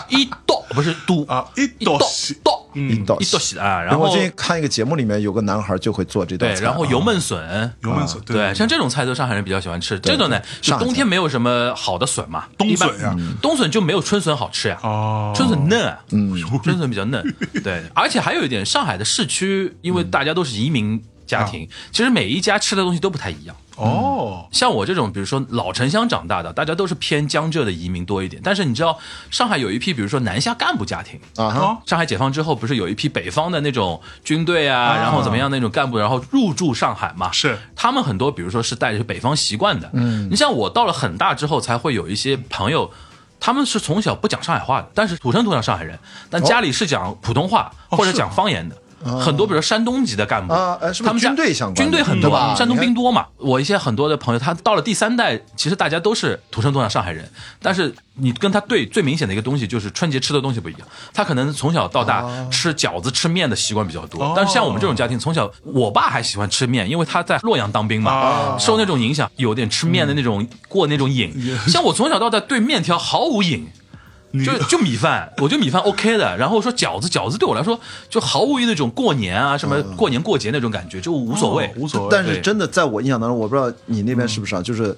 [SPEAKER 3] 伊笃不是笃
[SPEAKER 2] 啊一嗯
[SPEAKER 3] 伊
[SPEAKER 2] 笃西
[SPEAKER 3] 西、笃
[SPEAKER 4] 一
[SPEAKER 3] 伊
[SPEAKER 4] 道
[SPEAKER 3] 笃西啊，然
[SPEAKER 4] 然后我
[SPEAKER 3] 后
[SPEAKER 4] 最近看一个节目，里面有个男孩就会做这道
[SPEAKER 3] 对，
[SPEAKER 4] 菜啊，
[SPEAKER 3] 然后油焖笋。
[SPEAKER 2] 油焖笋，
[SPEAKER 3] 对，像这种菜都上海人比较喜欢吃。这种呢，是
[SPEAKER 4] 上海
[SPEAKER 3] 冬
[SPEAKER 4] 菜
[SPEAKER 3] 天没有什么好的笋嘛，
[SPEAKER 2] 冬
[SPEAKER 3] 一般
[SPEAKER 2] 笋呀，
[SPEAKER 3] 冬笋就没有春笋好吃呀。
[SPEAKER 2] 哦，
[SPEAKER 3] 春笋嫩，嗯，春笋比较嫩，对，而且还有一点，上海的市区，因为大家都是移民家庭，其实每一家吃的东西都不太一样。
[SPEAKER 2] 哦，
[SPEAKER 3] 像我这种，比如说老城乡长大的，大家都是偏江浙的移民多一点。但是你知道，上海有一批，比如说南下干部家庭，
[SPEAKER 4] 啊哈，
[SPEAKER 3] 上海解放之后，不是有一批北方的那种军队啊，然后怎么样那种干部，然后入驻上海嘛？
[SPEAKER 2] 是
[SPEAKER 3] 他们很多，比如说是带着北方习惯的。嗯，你像我到了很大之后，才会有一些朋友，他们是从小不讲上海话的，但是土生土长上海人，
[SPEAKER 4] 哦
[SPEAKER 3] 但家里是讲普通话、或者讲方言的。很多，比如说山东籍的干部
[SPEAKER 4] 啊呃是不是
[SPEAKER 3] 他们家
[SPEAKER 4] 军队相关的
[SPEAKER 3] 军队很
[SPEAKER 4] 对
[SPEAKER 3] 多
[SPEAKER 4] 吧
[SPEAKER 3] 啊，山东
[SPEAKER 4] 你看
[SPEAKER 3] 兵多嘛。我一些很多的朋友，他到了第三代，其实大家都是土生土长上海人，但是你跟他对最明显的一个东西就是春节吃的东西不一样。他可能从小到大
[SPEAKER 2] 哦
[SPEAKER 3] 吃饺子、吃面的习惯比较多，但是像我们这种家庭，从小我爸还喜欢吃面，因为他在洛阳当兵嘛，
[SPEAKER 2] 啊
[SPEAKER 3] 受那种影响，有点吃面的那种过那种瘾。
[SPEAKER 2] 嗯
[SPEAKER 3] 像我从小到大对面条毫无瘾。就就米饭，我觉得米饭 OK 的。然后说饺子，饺子对我来说就毫无那种过年啊什么过年过节那种感觉，就无所谓，
[SPEAKER 2] 嗯哦无所谓，
[SPEAKER 4] 但是真的，在我印象当中，我不知道你那边是不是啊，就是。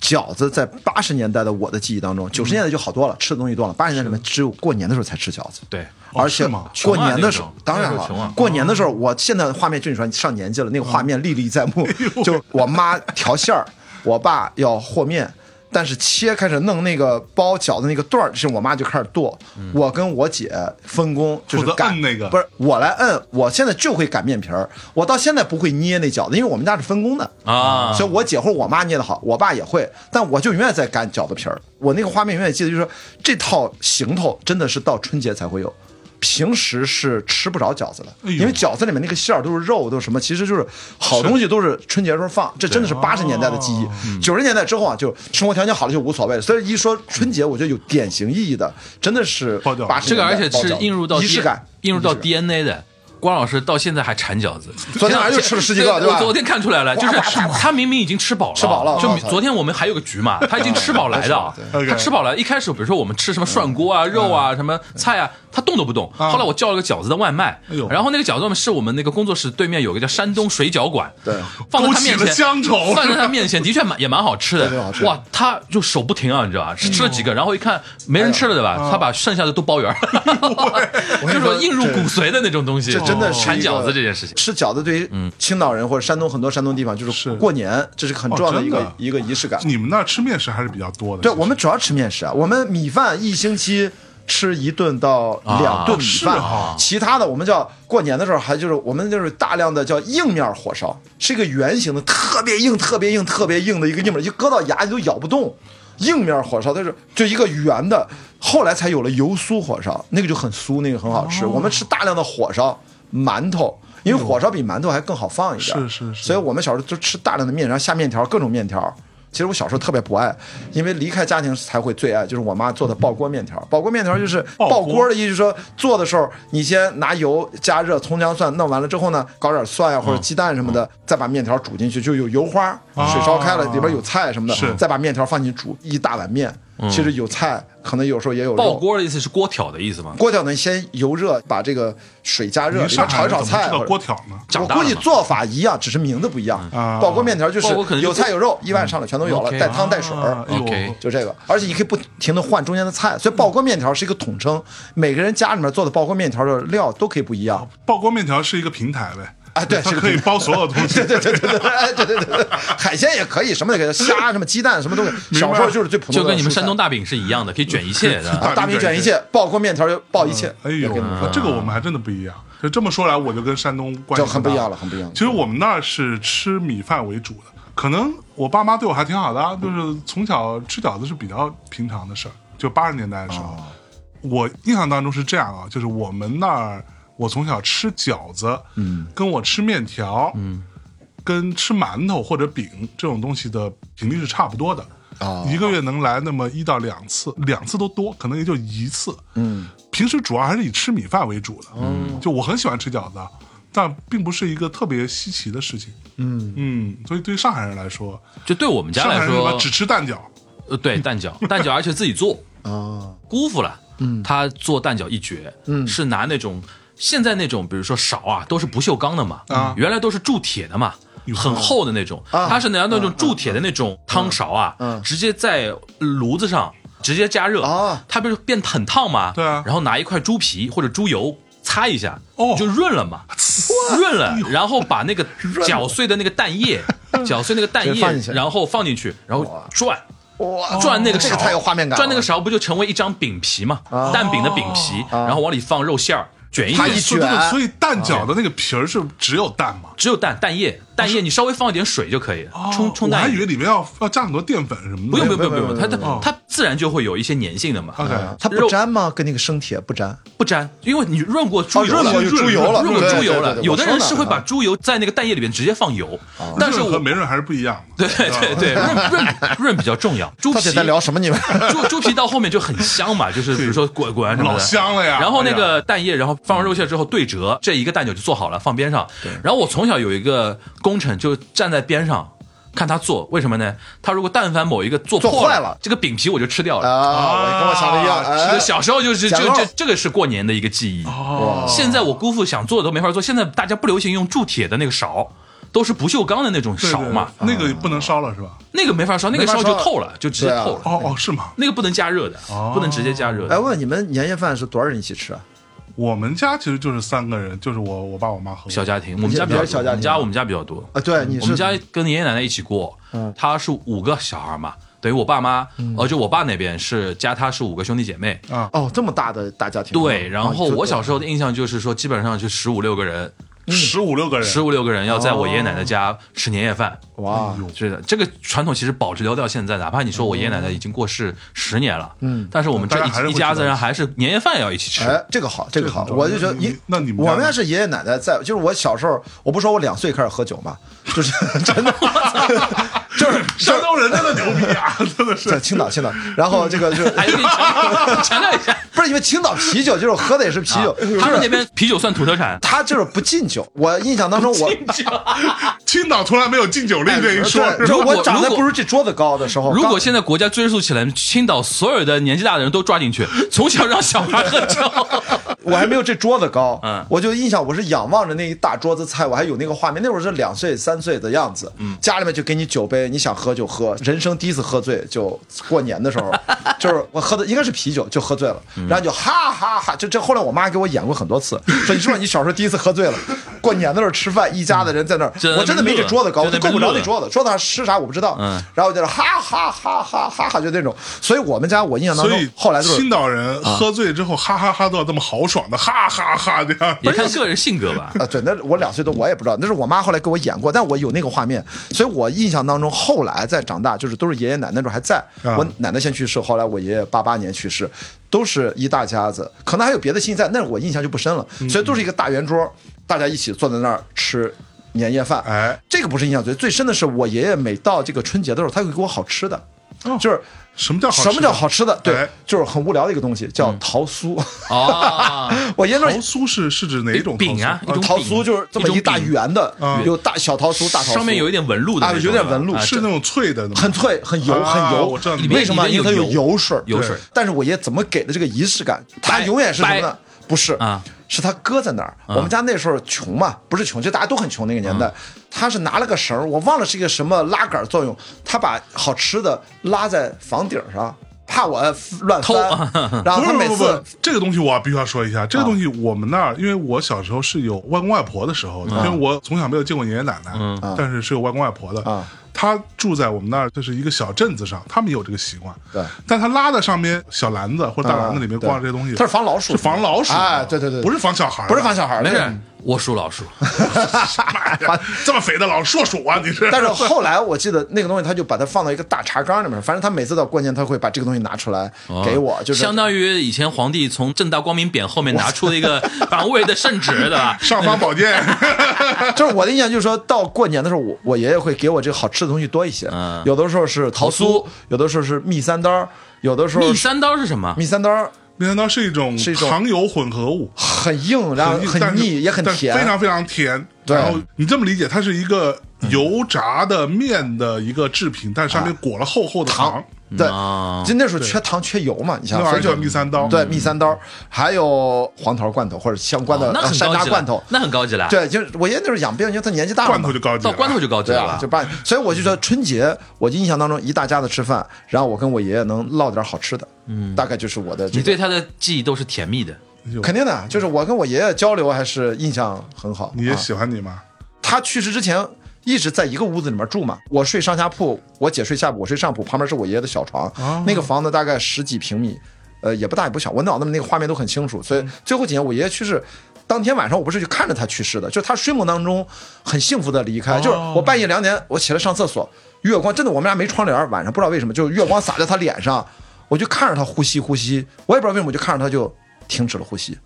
[SPEAKER 4] 饺子在八十年代的我的记忆当中，九十年代就好多了，吃的东西多了。八十年代里面只有过年的时候才吃饺子，
[SPEAKER 3] 对。
[SPEAKER 2] 哦
[SPEAKER 4] 而且
[SPEAKER 2] 是吗
[SPEAKER 4] 过年的时
[SPEAKER 3] 穷
[SPEAKER 4] 候
[SPEAKER 3] 啊那种，
[SPEAKER 4] 当然
[SPEAKER 2] 哎
[SPEAKER 3] 那时候穷
[SPEAKER 4] 了
[SPEAKER 3] 啊，
[SPEAKER 4] 过年的时
[SPEAKER 2] 哦
[SPEAKER 4] 候，我现在画面就你说你上年纪了，那
[SPEAKER 2] 嗯
[SPEAKER 4] 个画面历历在目，
[SPEAKER 2] 哎
[SPEAKER 4] 就我妈调馅儿，我爸要和面。但是切开始弄那个包饺子那个段儿，是我妈就开始剁，我跟我姐分工就是
[SPEAKER 2] 嗯负责
[SPEAKER 4] 擀
[SPEAKER 2] 摁那个
[SPEAKER 4] 不是我来摁，我现在就会擀面皮儿，我到现在不会捏那饺子，因为我们家是分工的
[SPEAKER 3] 啊
[SPEAKER 4] 所以我姐或者我妈捏的好，我爸也会，但我就永远在擀饺子皮儿。我那个画面永远记得，就是说这套行头真的是到春节才会有，平时是吃不着饺子的，
[SPEAKER 2] 哎呦
[SPEAKER 4] 因为饺子里面那个馅儿都是肉，都是什么，其实就是好东西都是春节时候放，这真的是八十年代的记忆。九十年代之后啊，就生活条件好了就无所谓了。所以一说春节，我觉得有典型意义的，真的是
[SPEAKER 2] 包饺子
[SPEAKER 4] 八十
[SPEAKER 3] 这个而且是映入到
[SPEAKER 4] 仪式
[SPEAKER 3] D-
[SPEAKER 4] 感，
[SPEAKER 3] 映入到
[SPEAKER 4] 仪式感
[SPEAKER 3] DNA 的。关老师到现在还馋饺子，
[SPEAKER 4] 昨天晚上又吃了十几个
[SPEAKER 3] 我
[SPEAKER 4] 对吧
[SPEAKER 3] 昨天看出来了，就是他明明已经吃饱了，
[SPEAKER 4] 吃饱了
[SPEAKER 3] 就
[SPEAKER 4] 我操
[SPEAKER 3] 昨天我们还有个局嘛，他已经吃饱来的
[SPEAKER 2] 对，
[SPEAKER 3] 他吃饱了。一开始比如说我们吃什么涮锅
[SPEAKER 4] 嗯
[SPEAKER 3] 啊、肉啊、什么菜啊，他动都不动。后来我叫了个饺子的外卖
[SPEAKER 2] 哎呦，
[SPEAKER 3] 然后那个饺子是我们那个工作室对面有个叫山东水饺馆，
[SPEAKER 4] 对，
[SPEAKER 3] 放在
[SPEAKER 2] 勾
[SPEAKER 3] 他
[SPEAKER 2] 起
[SPEAKER 3] 面
[SPEAKER 2] 了
[SPEAKER 3] 前，
[SPEAKER 2] 乡愁，
[SPEAKER 3] 放在他面前，的确蛮也蛮好吃
[SPEAKER 4] 对对
[SPEAKER 3] 的
[SPEAKER 4] 好吃。嗯
[SPEAKER 3] 哇，他就手不停啊，你知道吧？吃了几个，然后一看没人吃了，对
[SPEAKER 4] 哎
[SPEAKER 3] 吧？他把剩下的都包圆儿，*laughs*
[SPEAKER 4] 嗯
[SPEAKER 3] 就是说映入骨髓的那种东西。
[SPEAKER 4] 这真的是
[SPEAKER 3] 馋
[SPEAKER 4] 一个
[SPEAKER 3] 饺子这件事情。
[SPEAKER 4] 吃饺子对于青岛人或者山东很多山东地方就是过年，这是个很重要的一
[SPEAKER 2] 哦
[SPEAKER 4] 个、
[SPEAKER 2] 真的
[SPEAKER 4] 一个仪式感。
[SPEAKER 2] 你们那儿吃面食还是比较多的。
[SPEAKER 4] 对，
[SPEAKER 2] 其实
[SPEAKER 4] 我们主要吃面食啊，我们米饭一星期吃一顿到两顿米饭，
[SPEAKER 2] 啊是哈
[SPEAKER 4] 其他的我们叫过年的时候还就是我们就是大量的叫硬面火烧，是一个圆形的，特别硬、特别硬、特别硬的一个硬面，一搁到牙里都咬不动。硬面火烧，它是就一个圆的，后来才有了油酥火烧，那个就很酥，那个很好吃。我们吃大量的火烧、馒头，因为火烧比馒头还更好放一点，
[SPEAKER 2] 是是是
[SPEAKER 4] 所以我们小时候就吃大量的面，然后下面条，各种面条。其实我小时候特别不爱，因为离开家庭才会最爱，就是我妈做的爆锅面条。爆锅面条就是
[SPEAKER 2] 爆锅
[SPEAKER 4] 爆锅的意思，就是说做的时候你先拿油加热，葱姜蒜弄完了之后呢，搞点蒜啊呀或
[SPEAKER 2] 嗯
[SPEAKER 4] 者鸡蛋什么的，再把面条煮进去，就有油花，水烧开了，里边有菜什么
[SPEAKER 2] 啊是嗯
[SPEAKER 4] 的，再把面条放进去煮，一大碗面。其实有菜，可能有时候也有
[SPEAKER 3] 爆
[SPEAKER 4] 肉。
[SPEAKER 3] 锅的意思是锅挑的意思吗？
[SPEAKER 4] 锅条呢，先油热，把这个水加热，
[SPEAKER 2] 你
[SPEAKER 4] 里边
[SPEAKER 2] 上
[SPEAKER 4] 炒
[SPEAKER 2] 海
[SPEAKER 4] 一炒
[SPEAKER 2] 人怎么
[SPEAKER 4] 菜
[SPEAKER 2] 知道
[SPEAKER 4] 或者
[SPEAKER 2] 锅条呢？
[SPEAKER 3] 长
[SPEAKER 4] 我
[SPEAKER 3] 大了
[SPEAKER 4] 估计
[SPEAKER 3] 嘛
[SPEAKER 4] 做法一样，只是名字不一样。
[SPEAKER 2] 啊
[SPEAKER 4] 爆锅面条就
[SPEAKER 3] 爆锅可
[SPEAKER 4] 是
[SPEAKER 3] 能就
[SPEAKER 4] 有菜有肉，一碗上了全都有了，
[SPEAKER 3] 嗯 OK
[SPEAKER 4] 带汤带水儿嗯
[SPEAKER 2] 啊。哎呦
[SPEAKER 3] OK
[SPEAKER 4] 就这个，而且你可以不停的换中间的菜，所以爆锅面条是一个统
[SPEAKER 3] 嗯
[SPEAKER 4] 称，每个人家里面做的爆锅面条的料都可以不
[SPEAKER 3] *laughs*
[SPEAKER 4] 一样。
[SPEAKER 2] 爆锅面条是一个平台呗？
[SPEAKER 4] 啊对
[SPEAKER 2] 它
[SPEAKER 4] 是个
[SPEAKER 2] 可以包所有东
[SPEAKER 4] *laughs*
[SPEAKER 2] 西。
[SPEAKER 4] 对对对对对哎对对对，对海鲜也可以，什么也可以，虾什么鸡蛋什么东西。
[SPEAKER 2] 明白
[SPEAKER 4] 小时候就是最普通的蔬菜，
[SPEAKER 3] 就跟你们山东大饼是一样的，可以卷一切的。
[SPEAKER 4] 啊大饼卷一切，爆锅面条就爆一切。
[SPEAKER 3] 嗯
[SPEAKER 2] 哎呦
[SPEAKER 4] 我跟你们，
[SPEAKER 2] 这个我们还真的不一样。就这么说来，我就跟山东关系
[SPEAKER 4] 就很不
[SPEAKER 2] 大
[SPEAKER 4] 一样了很不一样了
[SPEAKER 2] 其实我们那儿是吃米饭为主的，可能我爸妈对我还挺好的、啊，就是从小吃饺子是比较平常的事儿。就八十年代的时候，
[SPEAKER 4] 哦
[SPEAKER 2] 我印象当中是这样啊，就是我们那儿我从小吃饺子，嗯，跟我吃面条，嗯，跟吃馒头或者饼这种东西的频率是差不多的。
[SPEAKER 4] 哦
[SPEAKER 2] 一个月能来那么一到两次，两次都多，可能也就一次。嗯，平时主要还是以吃米饭为主的。嗯，就我很喜欢吃饺子，但并不是一个特别稀奇的事情。嗯嗯，所以对于上海人来说，
[SPEAKER 3] 就对我们家
[SPEAKER 2] 上海
[SPEAKER 3] 来
[SPEAKER 2] 人一般
[SPEAKER 3] 说，
[SPEAKER 2] 只吃蛋饺，
[SPEAKER 3] 呃，对蛋饺，蛋饺而且自己做，
[SPEAKER 4] 啊，
[SPEAKER 3] 姑父了。嗯，他做蛋饺一绝，嗯，是拿那种现在那种，比如说勺啊，都是不锈钢的嘛，
[SPEAKER 2] 啊
[SPEAKER 3] 原来都是铸铁的嘛，很厚的那种，
[SPEAKER 4] 啊
[SPEAKER 3] 他是拿那种铸铁的那种汤勺啊，
[SPEAKER 4] 嗯
[SPEAKER 3] 直接在炉子上直接加热，
[SPEAKER 4] 啊
[SPEAKER 3] 它不是变很烫嘛，
[SPEAKER 2] 对啊
[SPEAKER 3] 然后拿一块猪皮或者猪油擦一下，
[SPEAKER 2] 哦
[SPEAKER 3] 就润了嘛，润了，然后把
[SPEAKER 4] *laughs*
[SPEAKER 3] 那个搅碎的那个蛋液，搅碎那个蛋
[SPEAKER 4] 直接
[SPEAKER 3] 液
[SPEAKER 4] 嗯放进，去
[SPEAKER 3] 然后放进去，然后转。
[SPEAKER 4] 哇，
[SPEAKER 3] 转那个勺，
[SPEAKER 4] 这个太有画面感了，
[SPEAKER 3] 转那个勺不就成为一张饼皮嘛？蛋饼的饼皮，然后往里放肉馅儿，卷一
[SPEAKER 4] 啊它一
[SPEAKER 2] 所以
[SPEAKER 3] 卷，啊
[SPEAKER 4] 卷
[SPEAKER 2] 这个所以蛋饺的那个皮儿是只有蛋嘛？
[SPEAKER 3] 只有蛋蛋液，蛋液你稍微放一点水就可以，冲冲
[SPEAKER 2] 哦我还
[SPEAKER 3] 蛋
[SPEAKER 2] 以为哦
[SPEAKER 3] 液。
[SPEAKER 2] 里面要要加很多淀粉什么的。
[SPEAKER 3] 不用不用不
[SPEAKER 4] 没有
[SPEAKER 3] 用不用，
[SPEAKER 4] 没
[SPEAKER 3] 它
[SPEAKER 4] 有
[SPEAKER 3] 它嗯
[SPEAKER 4] 没
[SPEAKER 2] 有
[SPEAKER 3] 它自然就会有一些粘性的嘛，
[SPEAKER 2] OK，
[SPEAKER 4] 它不
[SPEAKER 3] 肉
[SPEAKER 4] 粘吗？跟那个生铁不粘。
[SPEAKER 3] 不粘，因为你润过猪油
[SPEAKER 4] 哦
[SPEAKER 3] 了，
[SPEAKER 4] 润过猪油了
[SPEAKER 3] 润过猪油
[SPEAKER 4] 对对对
[SPEAKER 3] 了。
[SPEAKER 4] 对
[SPEAKER 3] 有的人
[SPEAKER 4] 我说呢啊
[SPEAKER 3] 是会把猪油在那个蛋液里边直接放油，但是
[SPEAKER 2] 润和
[SPEAKER 3] 我
[SPEAKER 2] 没润还是不一样的。
[SPEAKER 3] *laughs* 对对对润润润比较重要，猪
[SPEAKER 4] 到
[SPEAKER 3] 皮
[SPEAKER 4] 底在聊什么？你们？
[SPEAKER 3] 猪猪皮到后面就很香嘛，就是比如说滚滚啊什么
[SPEAKER 2] 老
[SPEAKER 3] 的，
[SPEAKER 2] 香了哎呀
[SPEAKER 3] 然后那个蛋液，然后放上肉馅之后对折，这一个蛋饺就做好了，放边上。然后我从小有一个工程，就站在边上看他做，为什么呢？他如果但凡某一个做
[SPEAKER 4] 做
[SPEAKER 3] 破
[SPEAKER 4] 坏了
[SPEAKER 3] 这个饼皮我就吃掉了。
[SPEAKER 4] 啊，我跟我想的一样，
[SPEAKER 2] 啊
[SPEAKER 4] 哎
[SPEAKER 3] 是的，小时候就是就
[SPEAKER 4] 假肉
[SPEAKER 3] 这这个是过年的一个记忆。
[SPEAKER 2] 哦，
[SPEAKER 3] 现在我姑父想做的都没法做，现在大家不流行用铸铁的那个勺。都是不锈钢的那种
[SPEAKER 2] 对
[SPEAKER 3] 勺
[SPEAKER 2] 对
[SPEAKER 3] 嘛，嗯
[SPEAKER 2] 那个不能烧了是吧？
[SPEAKER 3] 那个没法烧，那个
[SPEAKER 4] 没法
[SPEAKER 3] 烧就
[SPEAKER 4] 烧
[SPEAKER 3] 透了，就直接
[SPEAKER 4] 对啊
[SPEAKER 3] 透了。
[SPEAKER 2] 哦哦，是吗？
[SPEAKER 3] 那个不能加热的，
[SPEAKER 2] 哦
[SPEAKER 3] 不能直接加热的。
[SPEAKER 4] 哎，问你们年夜饭是多少人一起吃啊？
[SPEAKER 2] 我们家其实就是三个人，就是我、我爸、我妈和我。
[SPEAKER 3] 小家庭，我们家比较
[SPEAKER 4] 比较小家庭
[SPEAKER 3] 我们家我们家比较多。
[SPEAKER 4] 啊，对，你
[SPEAKER 3] 我们
[SPEAKER 4] 是嗯
[SPEAKER 3] 家跟爷爷奶奶一起过，他是五个小孩嘛，等于我爸妈，呃，就我爸那边是加他是五个兄弟姐妹。
[SPEAKER 4] 哦，这么大的大家庭。
[SPEAKER 3] 对，然后我小
[SPEAKER 4] 时
[SPEAKER 3] 时候的印象就是说，基本上就十五六个人
[SPEAKER 2] 十五六个人，哎
[SPEAKER 3] 十五六个人
[SPEAKER 4] 哦
[SPEAKER 3] 要在我爷爷奶奶家吃年夜饭。
[SPEAKER 4] 哇，
[SPEAKER 3] 是的，这个传统其实保持留到现在，哪怕你说我爷爷奶奶已经过世十年了，嗯，但是我们这
[SPEAKER 2] 大家还是会
[SPEAKER 3] 一一家
[SPEAKER 2] 聚
[SPEAKER 3] 子
[SPEAKER 2] 到
[SPEAKER 3] 人还是年夜饭要一起吃。
[SPEAKER 4] 哎，这个好，这个好，
[SPEAKER 2] 这个很重要
[SPEAKER 4] 我就觉得一，
[SPEAKER 2] 那你们家
[SPEAKER 4] 我们
[SPEAKER 2] 呢
[SPEAKER 4] 家是爷爷奶奶在，就是我小时候，我不说我两岁开始喝酒嘛，就是 *laughs* 真的，就是
[SPEAKER 2] 山东人真的牛逼啊， *laughs* 真的是
[SPEAKER 4] 在青岛，青岛，然后这个就是
[SPEAKER 3] *laughs* 哎，给你强 *laughs* 强调一
[SPEAKER 4] *laughs*
[SPEAKER 3] 下，
[SPEAKER 4] 不是因为青岛啤酒，就是我喝的也是啤酒，
[SPEAKER 3] 他们那边啤酒算土特产。
[SPEAKER 4] 他就是不禁酒。我印象当中我，
[SPEAKER 2] 青岛从来没有禁酒令这一说，
[SPEAKER 4] 哎对，
[SPEAKER 2] 是吧
[SPEAKER 4] 就
[SPEAKER 3] 如果
[SPEAKER 4] 我长得
[SPEAKER 3] 如果
[SPEAKER 4] 不如这桌子高的时候，
[SPEAKER 3] 如果
[SPEAKER 4] 哦刚
[SPEAKER 3] 现在国家追溯起来，青岛所有的年纪大的人都抓进
[SPEAKER 4] *laughs*
[SPEAKER 3] 去，从小让小孩喝酒。
[SPEAKER 4] 我还没有这桌子高，
[SPEAKER 3] 嗯
[SPEAKER 4] 我就印象我是仰望着那一大桌子菜，我还有那个画面，那会儿是两岁三岁的样子，嗯，家里面就给你酒杯，你想喝就喝，人生第一次喝醉就过年的时候，就是我喝的应该是啤酒就喝醉了，然后就哈哈哈，就这后来我妈给我演过很多次，说你是不是你小时候第一次喝醉了，过年的时候吃饭，一家子人在那儿，
[SPEAKER 3] 在那边
[SPEAKER 4] 嗯我真的没这
[SPEAKER 3] 乐
[SPEAKER 4] 桌子高，我
[SPEAKER 3] 就在
[SPEAKER 4] 就
[SPEAKER 3] 那
[SPEAKER 4] 够
[SPEAKER 3] 边
[SPEAKER 4] 不着
[SPEAKER 3] 乐
[SPEAKER 4] 那桌子，桌子上吃啥我不知道，
[SPEAKER 3] 嗯，
[SPEAKER 4] 然后我就哈哈哈哈哈哈就那种，所以我们家我印象当
[SPEAKER 2] 所
[SPEAKER 4] 中
[SPEAKER 2] 以
[SPEAKER 4] 后来就是啊
[SPEAKER 2] 青岛人喝醉之后哈哈哈都要这么豪爽的哈哈哈这样。
[SPEAKER 3] 也看个人性格
[SPEAKER 4] *laughs*
[SPEAKER 3] 吧。
[SPEAKER 4] 啊，对，那我两岁多，我也不知道，那是我妈后来给我演过，但我有那个画面，所以我印象当中，后来再长大，就是都是爷爷奶奶那时候还在，
[SPEAKER 2] 啊
[SPEAKER 4] 我奶奶先去世，后来我爷爷八八年去世，都是一大家子，可能还有别的亲戚在，那我印象就不深了，
[SPEAKER 2] 嗯
[SPEAKER 4] 所以都是一个大圆桌，大家一起坐在那儿吃年夜饭，
[SPEAKER 2] 哎，
[SPEAKER 4] 这个不是印象最最深的是我爷爷每到这个春节的时候，他会给我好吃的，就是。
[SPEAKER 2] 什么叫哦好吃
[SPEAKER 4] 什
[SPEAKER 2] 的
[SPEAKER 4] 么叫好吃的？对，
[SPEAKER 2] 哎嗯
[SPEAKER 4] 就是很无聊的一个东西，叫桃酥。 *laughs*
[SPEAKER 3] 哦，
[SPEAKER 4] 我爷爷那
[SPEAKER 2] 桃
[SPEAKER 4] 儿
[SPEAKER 2] 酥是是指哪种桃酥
[SPEAKER 3] 饼啊，一种
[SPEAKER 4] 桃酥
[SPEAKER 3] 饼
[SPEAKER 4] 就是这么一大
[SPEAKER 3] 种饼
[SPEAKER 4] 圆的
[SPEAKER 2] 嗯，
[SPEAKER 4] 有大小桃酥、大桃酥，
[SPEAKER 3] 上面有一点纹路的
[SPEAKER 4] 啊
[SPEAKER 3] 那种
[SPEAKER 4] 有点纹路
[SPEAKER 3] 啊
[SPEAKER 2] 是
[SPEAKER 3] 这
[SPEAKER 2] 那种脆的吗，
[SPEAKER 4] 很脆、很油、
[SPEAKER 2] 啊
[SPEAKER 4] 很油。
[SPEAKER 2] 我知道
[SPEAKER 3] 里面
[SPEAKER 4] 为什么？
[SPEAKER 3] 里面
[SPEAKER 4] 因为它
[SPEAKER 3] 有
[SPEAKER 4] 有
[SPEAKER 3] 油
[SPEAKER 4] 油水儿，
[SPEAKER 3] 油
[SPEAKER 4] 对
[SPEAKER 3] 水儿
[SPEAKER 4] 但是我爷怎么给的这个仪式感？他
[SPEAKER 3] 掰
[SPEAKER 4] 永远是什么呢
[SPEAKER 3] 掰？
[SPEAKER 4] 不是
[SPEAKER 3] 啊，
[SPEAKER 4] 是他搁在那儿。
[SPEAKER 2] 啊
[SPEAKER 4] 我们家那时候穷嘛，不是穷，就大家都很穷那个年代。他是拿了个绳儿，我忘了是一个什么拉杆儿作用，他把好吃的拉在房顶上，怕我乱
[SPEAKER 3] 偷
[SPEAKER 4] 翻。
[SPEAKER 2] *laughs*
[SPEAKER 4] 然
[SPEAKER 2] 不
[SPEAKER 4] 后啊他
[SPEAKER 2] 是
[SPEAKER 4] 每
[SPEAKER 2] 不是
[SPEAKER 4] 次
[SPEAKER 2] 不是这个东西我必须要说一下，这个东西我们那儿，因为我小时候是有外公外婆的时候的，因为我从小没有见过爷爷奶奶，
[SPEAKER 4] 嗯
[SPEAKER 2] 但是是有外公外婆的。
[SPEAKER 4] 啊
[SPEAKER 2] 他住在我们那儿，就是一个小镇子上，他们也有这个习惯。
[SPEAKER 4] 对嗯
[SPEAKER 2] 但他拉在上面小篮子或者大篮子里面
[SPEAKER 4] 对
[SPEAKER 2] 挂这些东西，
[SPEAKER 4] 它是防老鼠
[SPEAKER 2] 是防老鼠的。
[SPEAKER 4] 哎对对对
[SPEAKER 2] 不是防小孩儿的，啊
[SPEAKER 4] 不是
[SPEAKER 2] *laughs*
[SPEAKER 4] 防小孩儿的，嗯
[SPEAKER 3] 没事，我属老鼠，
[SPEAKER 2] 妈
[SPEAKER 4] *laughs*
[SPEAKER 2] 呀，啊这么肥的老硕鼠啊，你是？
[SPEAKER 4] 但是后来我记得那个东西，他就把它放到一个大茶缸里面，反正他每次到过年，他会把这个东西拿出来
[SPEAKER 3] 哦
[SPEAKER 4] 给我，就是
[SPEAKER 3] 啊相当于以前皇帝从正大光明匾后面拿出了一
[SPEAKER 4] *laughs*
[SPEAKER 3] 个防卫的圣旨，对吧？
[SPEAKER 2] 尚方宝剑，
[SPEAKER 4] 就是我的印象就是说到过年的时候，我我爷爷会给我这个好吃的东西多一些，
[SPEAKER 3] 嗯
[SPEAKER 4] 有的时候是桃酥
[SPEAKER 3] 桃酥，
[SPEAKER 4] 有的时候是蜜三刀，有的时候
[SPEAKER 3] 蜜三刀是什么？
[SPEAKER 4] 蜜三刀
[SPEAKER 2] 面刀是一种
[SPEAKER 4] 是一种
[SPEAKER 2] 糖油混合物。
[SPEAKER 4] 很硬，然后
[SPEAKER 2] 很啊但
[SPEAKER 4] 很
[SPEAKER 2] 是
[SPEAKER 4] 腻也很
[SPEAKER 2] 但是
[SPEAKER 4] 甜，
[SPEAKER 2] 非常非常甜。
[SPEAKER 4] 对
[SPEAKER 2] 然后你这么理解，它是一个油炸的面的一个制品，但是上面裹了厚厚的糖，
[SPEAKER 4] 对
[SPEAKER 3] 啊，
[SPEAKER 4] 就那时候缺糖缺油嘛，你
[SPEAKER 2] 那
[SPEAKER 4] 想，
[SPEAKER 2] 玩意
[SPEAKER 4] 所
[SPEAKER 2] 儿
[SPEAKER 4] 以
[SPEAKER 2] 叫
[SPEAKER 4] 就
[SPEAKER 2] 蜜三刀。
[SPEAKER 4] 对蜜三刀，还有黄桃罐头或者相关
[SPEAKER 2] 哦
[SPEAKER 4] 的
[SPEAKER 3] 那很
[SPEAKER 4] 呃山
[SPEAKER 3] 高
[SPEAKER 4] 楂
[SPEAKER 3] 级
[SPEAKER 4] 罐头
[SPEAKER 3] 了，，那很高级了。
[SPEAKER 4] 对，就是我爷爷那时候养病，因为他年纪大了
[SPEAKER 2] 罐
[SPEAKER 4] 嘛
[SPEAKER 2] 头就高级
[SPEAKER 3] 到
[SPEAKER 2] 了，
[SPEAKER 3] 关哦头就高级
[SPEAKER 4] 对
[SPEAKER 3] 了
[SPEAKER 4] 啊，
[SPEAKER 3] 吧
[SPEAKER 4] 就。办，所以我就说春节，我印象当中一大家子吃饭，然后我跟我爷爷能唠点好吃的，嗯，大概就是我的这
[SPEAKER 3] 你
[SPEAKER 4] 个
[SPEAKER 3] 对。他的记忆都是甜蜜的，
[SPEAKER 2] 哎
[SPEAKER 4] 肯定的，就是我跟我爷爷交流还是印象很好。
[SPEAKER 2] 你也
[SPEAKER 4] 啊
[SPEAKER 2] 喜欢你吗？
[SPEAKER 4] 他去世之前一直在一个屋子里面住嘛，我睡上下铺，我姐睡下铺，我睡上铺，旁边是我爷爷的小床，那个房子大概十几平米，呃，也不大也不小，我脑子里那个画面都很清楚，所以最后几年我爷爷去世。当天晚上我不是去看着他去世的，就是他睡梦当中很幸福的离开，就是我半夜两点我起来上厕所，月光真的我们俩没窗帘儿，晚上不知道为什么就是月光洒在他脸上，我就看着他呼吸呼吸，我也不知道为什么我就看着他就停止了呼吸，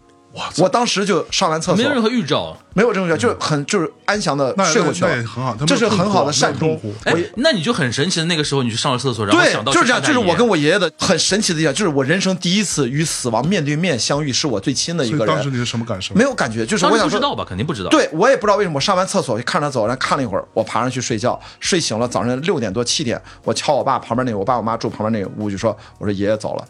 [SPEAKER 4] 我当时就上完厕所，
[SPEAKER 3] 没有任何预兆。
[SPEAKER 4] 没有这种感觉，就是很就是安详的
[SPEAKER 2] 嗯那
[SPEAKER 4] 睡过去
[SPEAKER 2] 那
[SPEAKER 4] 了
[SPEAKER 2] 那也很好他没有
[SPEAKER 4] 这是很好的善
[SPEAKER 2] 痛
[SPEAKER 4] 终
[SPEAKER 2] 苦。
[SPEAKER 3] 哎
[SPEAKER 4] 我也，
[SPEAKER 3] 那你就很神奇的，那个时候你去上了厕所，然后
[SPEAKER 4] 对
[SPEAKER 3] 想，到
[SPEAKER 4] 就是这样，就是我跟
[SPEAKER 3] 我
[SPEAKER 4] 我爷爷的很神奇的一样，就是我人生第一次与死亡面对面相遇，是我最亲的一
[SPEAKER 2] 所
[SPEAKER 4] 个
[SPEAKER 2] 以当时
[SPEAKER 4] 人，
[SPEAKER 2] 你是什么感受？
[SPEAKER 4] 没有感觉，就是
[SPEAKER 3] 当
[SPEAKER 4] 我
[SPEAKER 3] 时
[SPEAKER 4] 想
[SPEAKER 3] 不知
[SPEAKER 4] 说。
[SPEAKER 3] 道吧，肯定不知道。，
[SPEAKER 4] 对，我也不知道为什么，我上完厕所就看着走，然后看了一会儿，我爬上去睡觉，睡醒了，早上六点多七点，我敲我爸旁边那个，我爸我妈住旁边那个屋，就说，我说爷爷走了。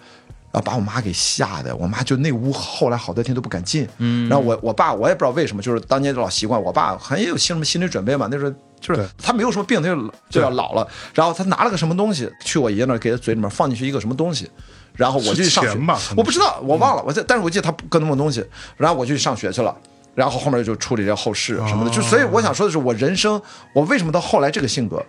[SPEAKER 4] 然后把我妈给吓的，我妈就那屋后来好多天都不敢进。嗯，然后我我爸我也不知道为什么，就是当年老习惯，我爸好像也有心什么心理准备嘛，那时候就是
[SPEAKER 2] 对
[SPEAKER 4] 他没有什么病，他就就要老了。然后他拿了个什么东西去我爷爷那儿，给他嘴里面放进去一个什么东西，然后我就去上学
[SPEAKER 2] 是钱吧可能
[SPEAKER 4] 我不知道，我忘了，我在，但是我记得他不跟那么东西，然后我就去上学去了。然后后面就处理这后事什么的，就所以我想说的是，我人生我为什么到后来这个性格，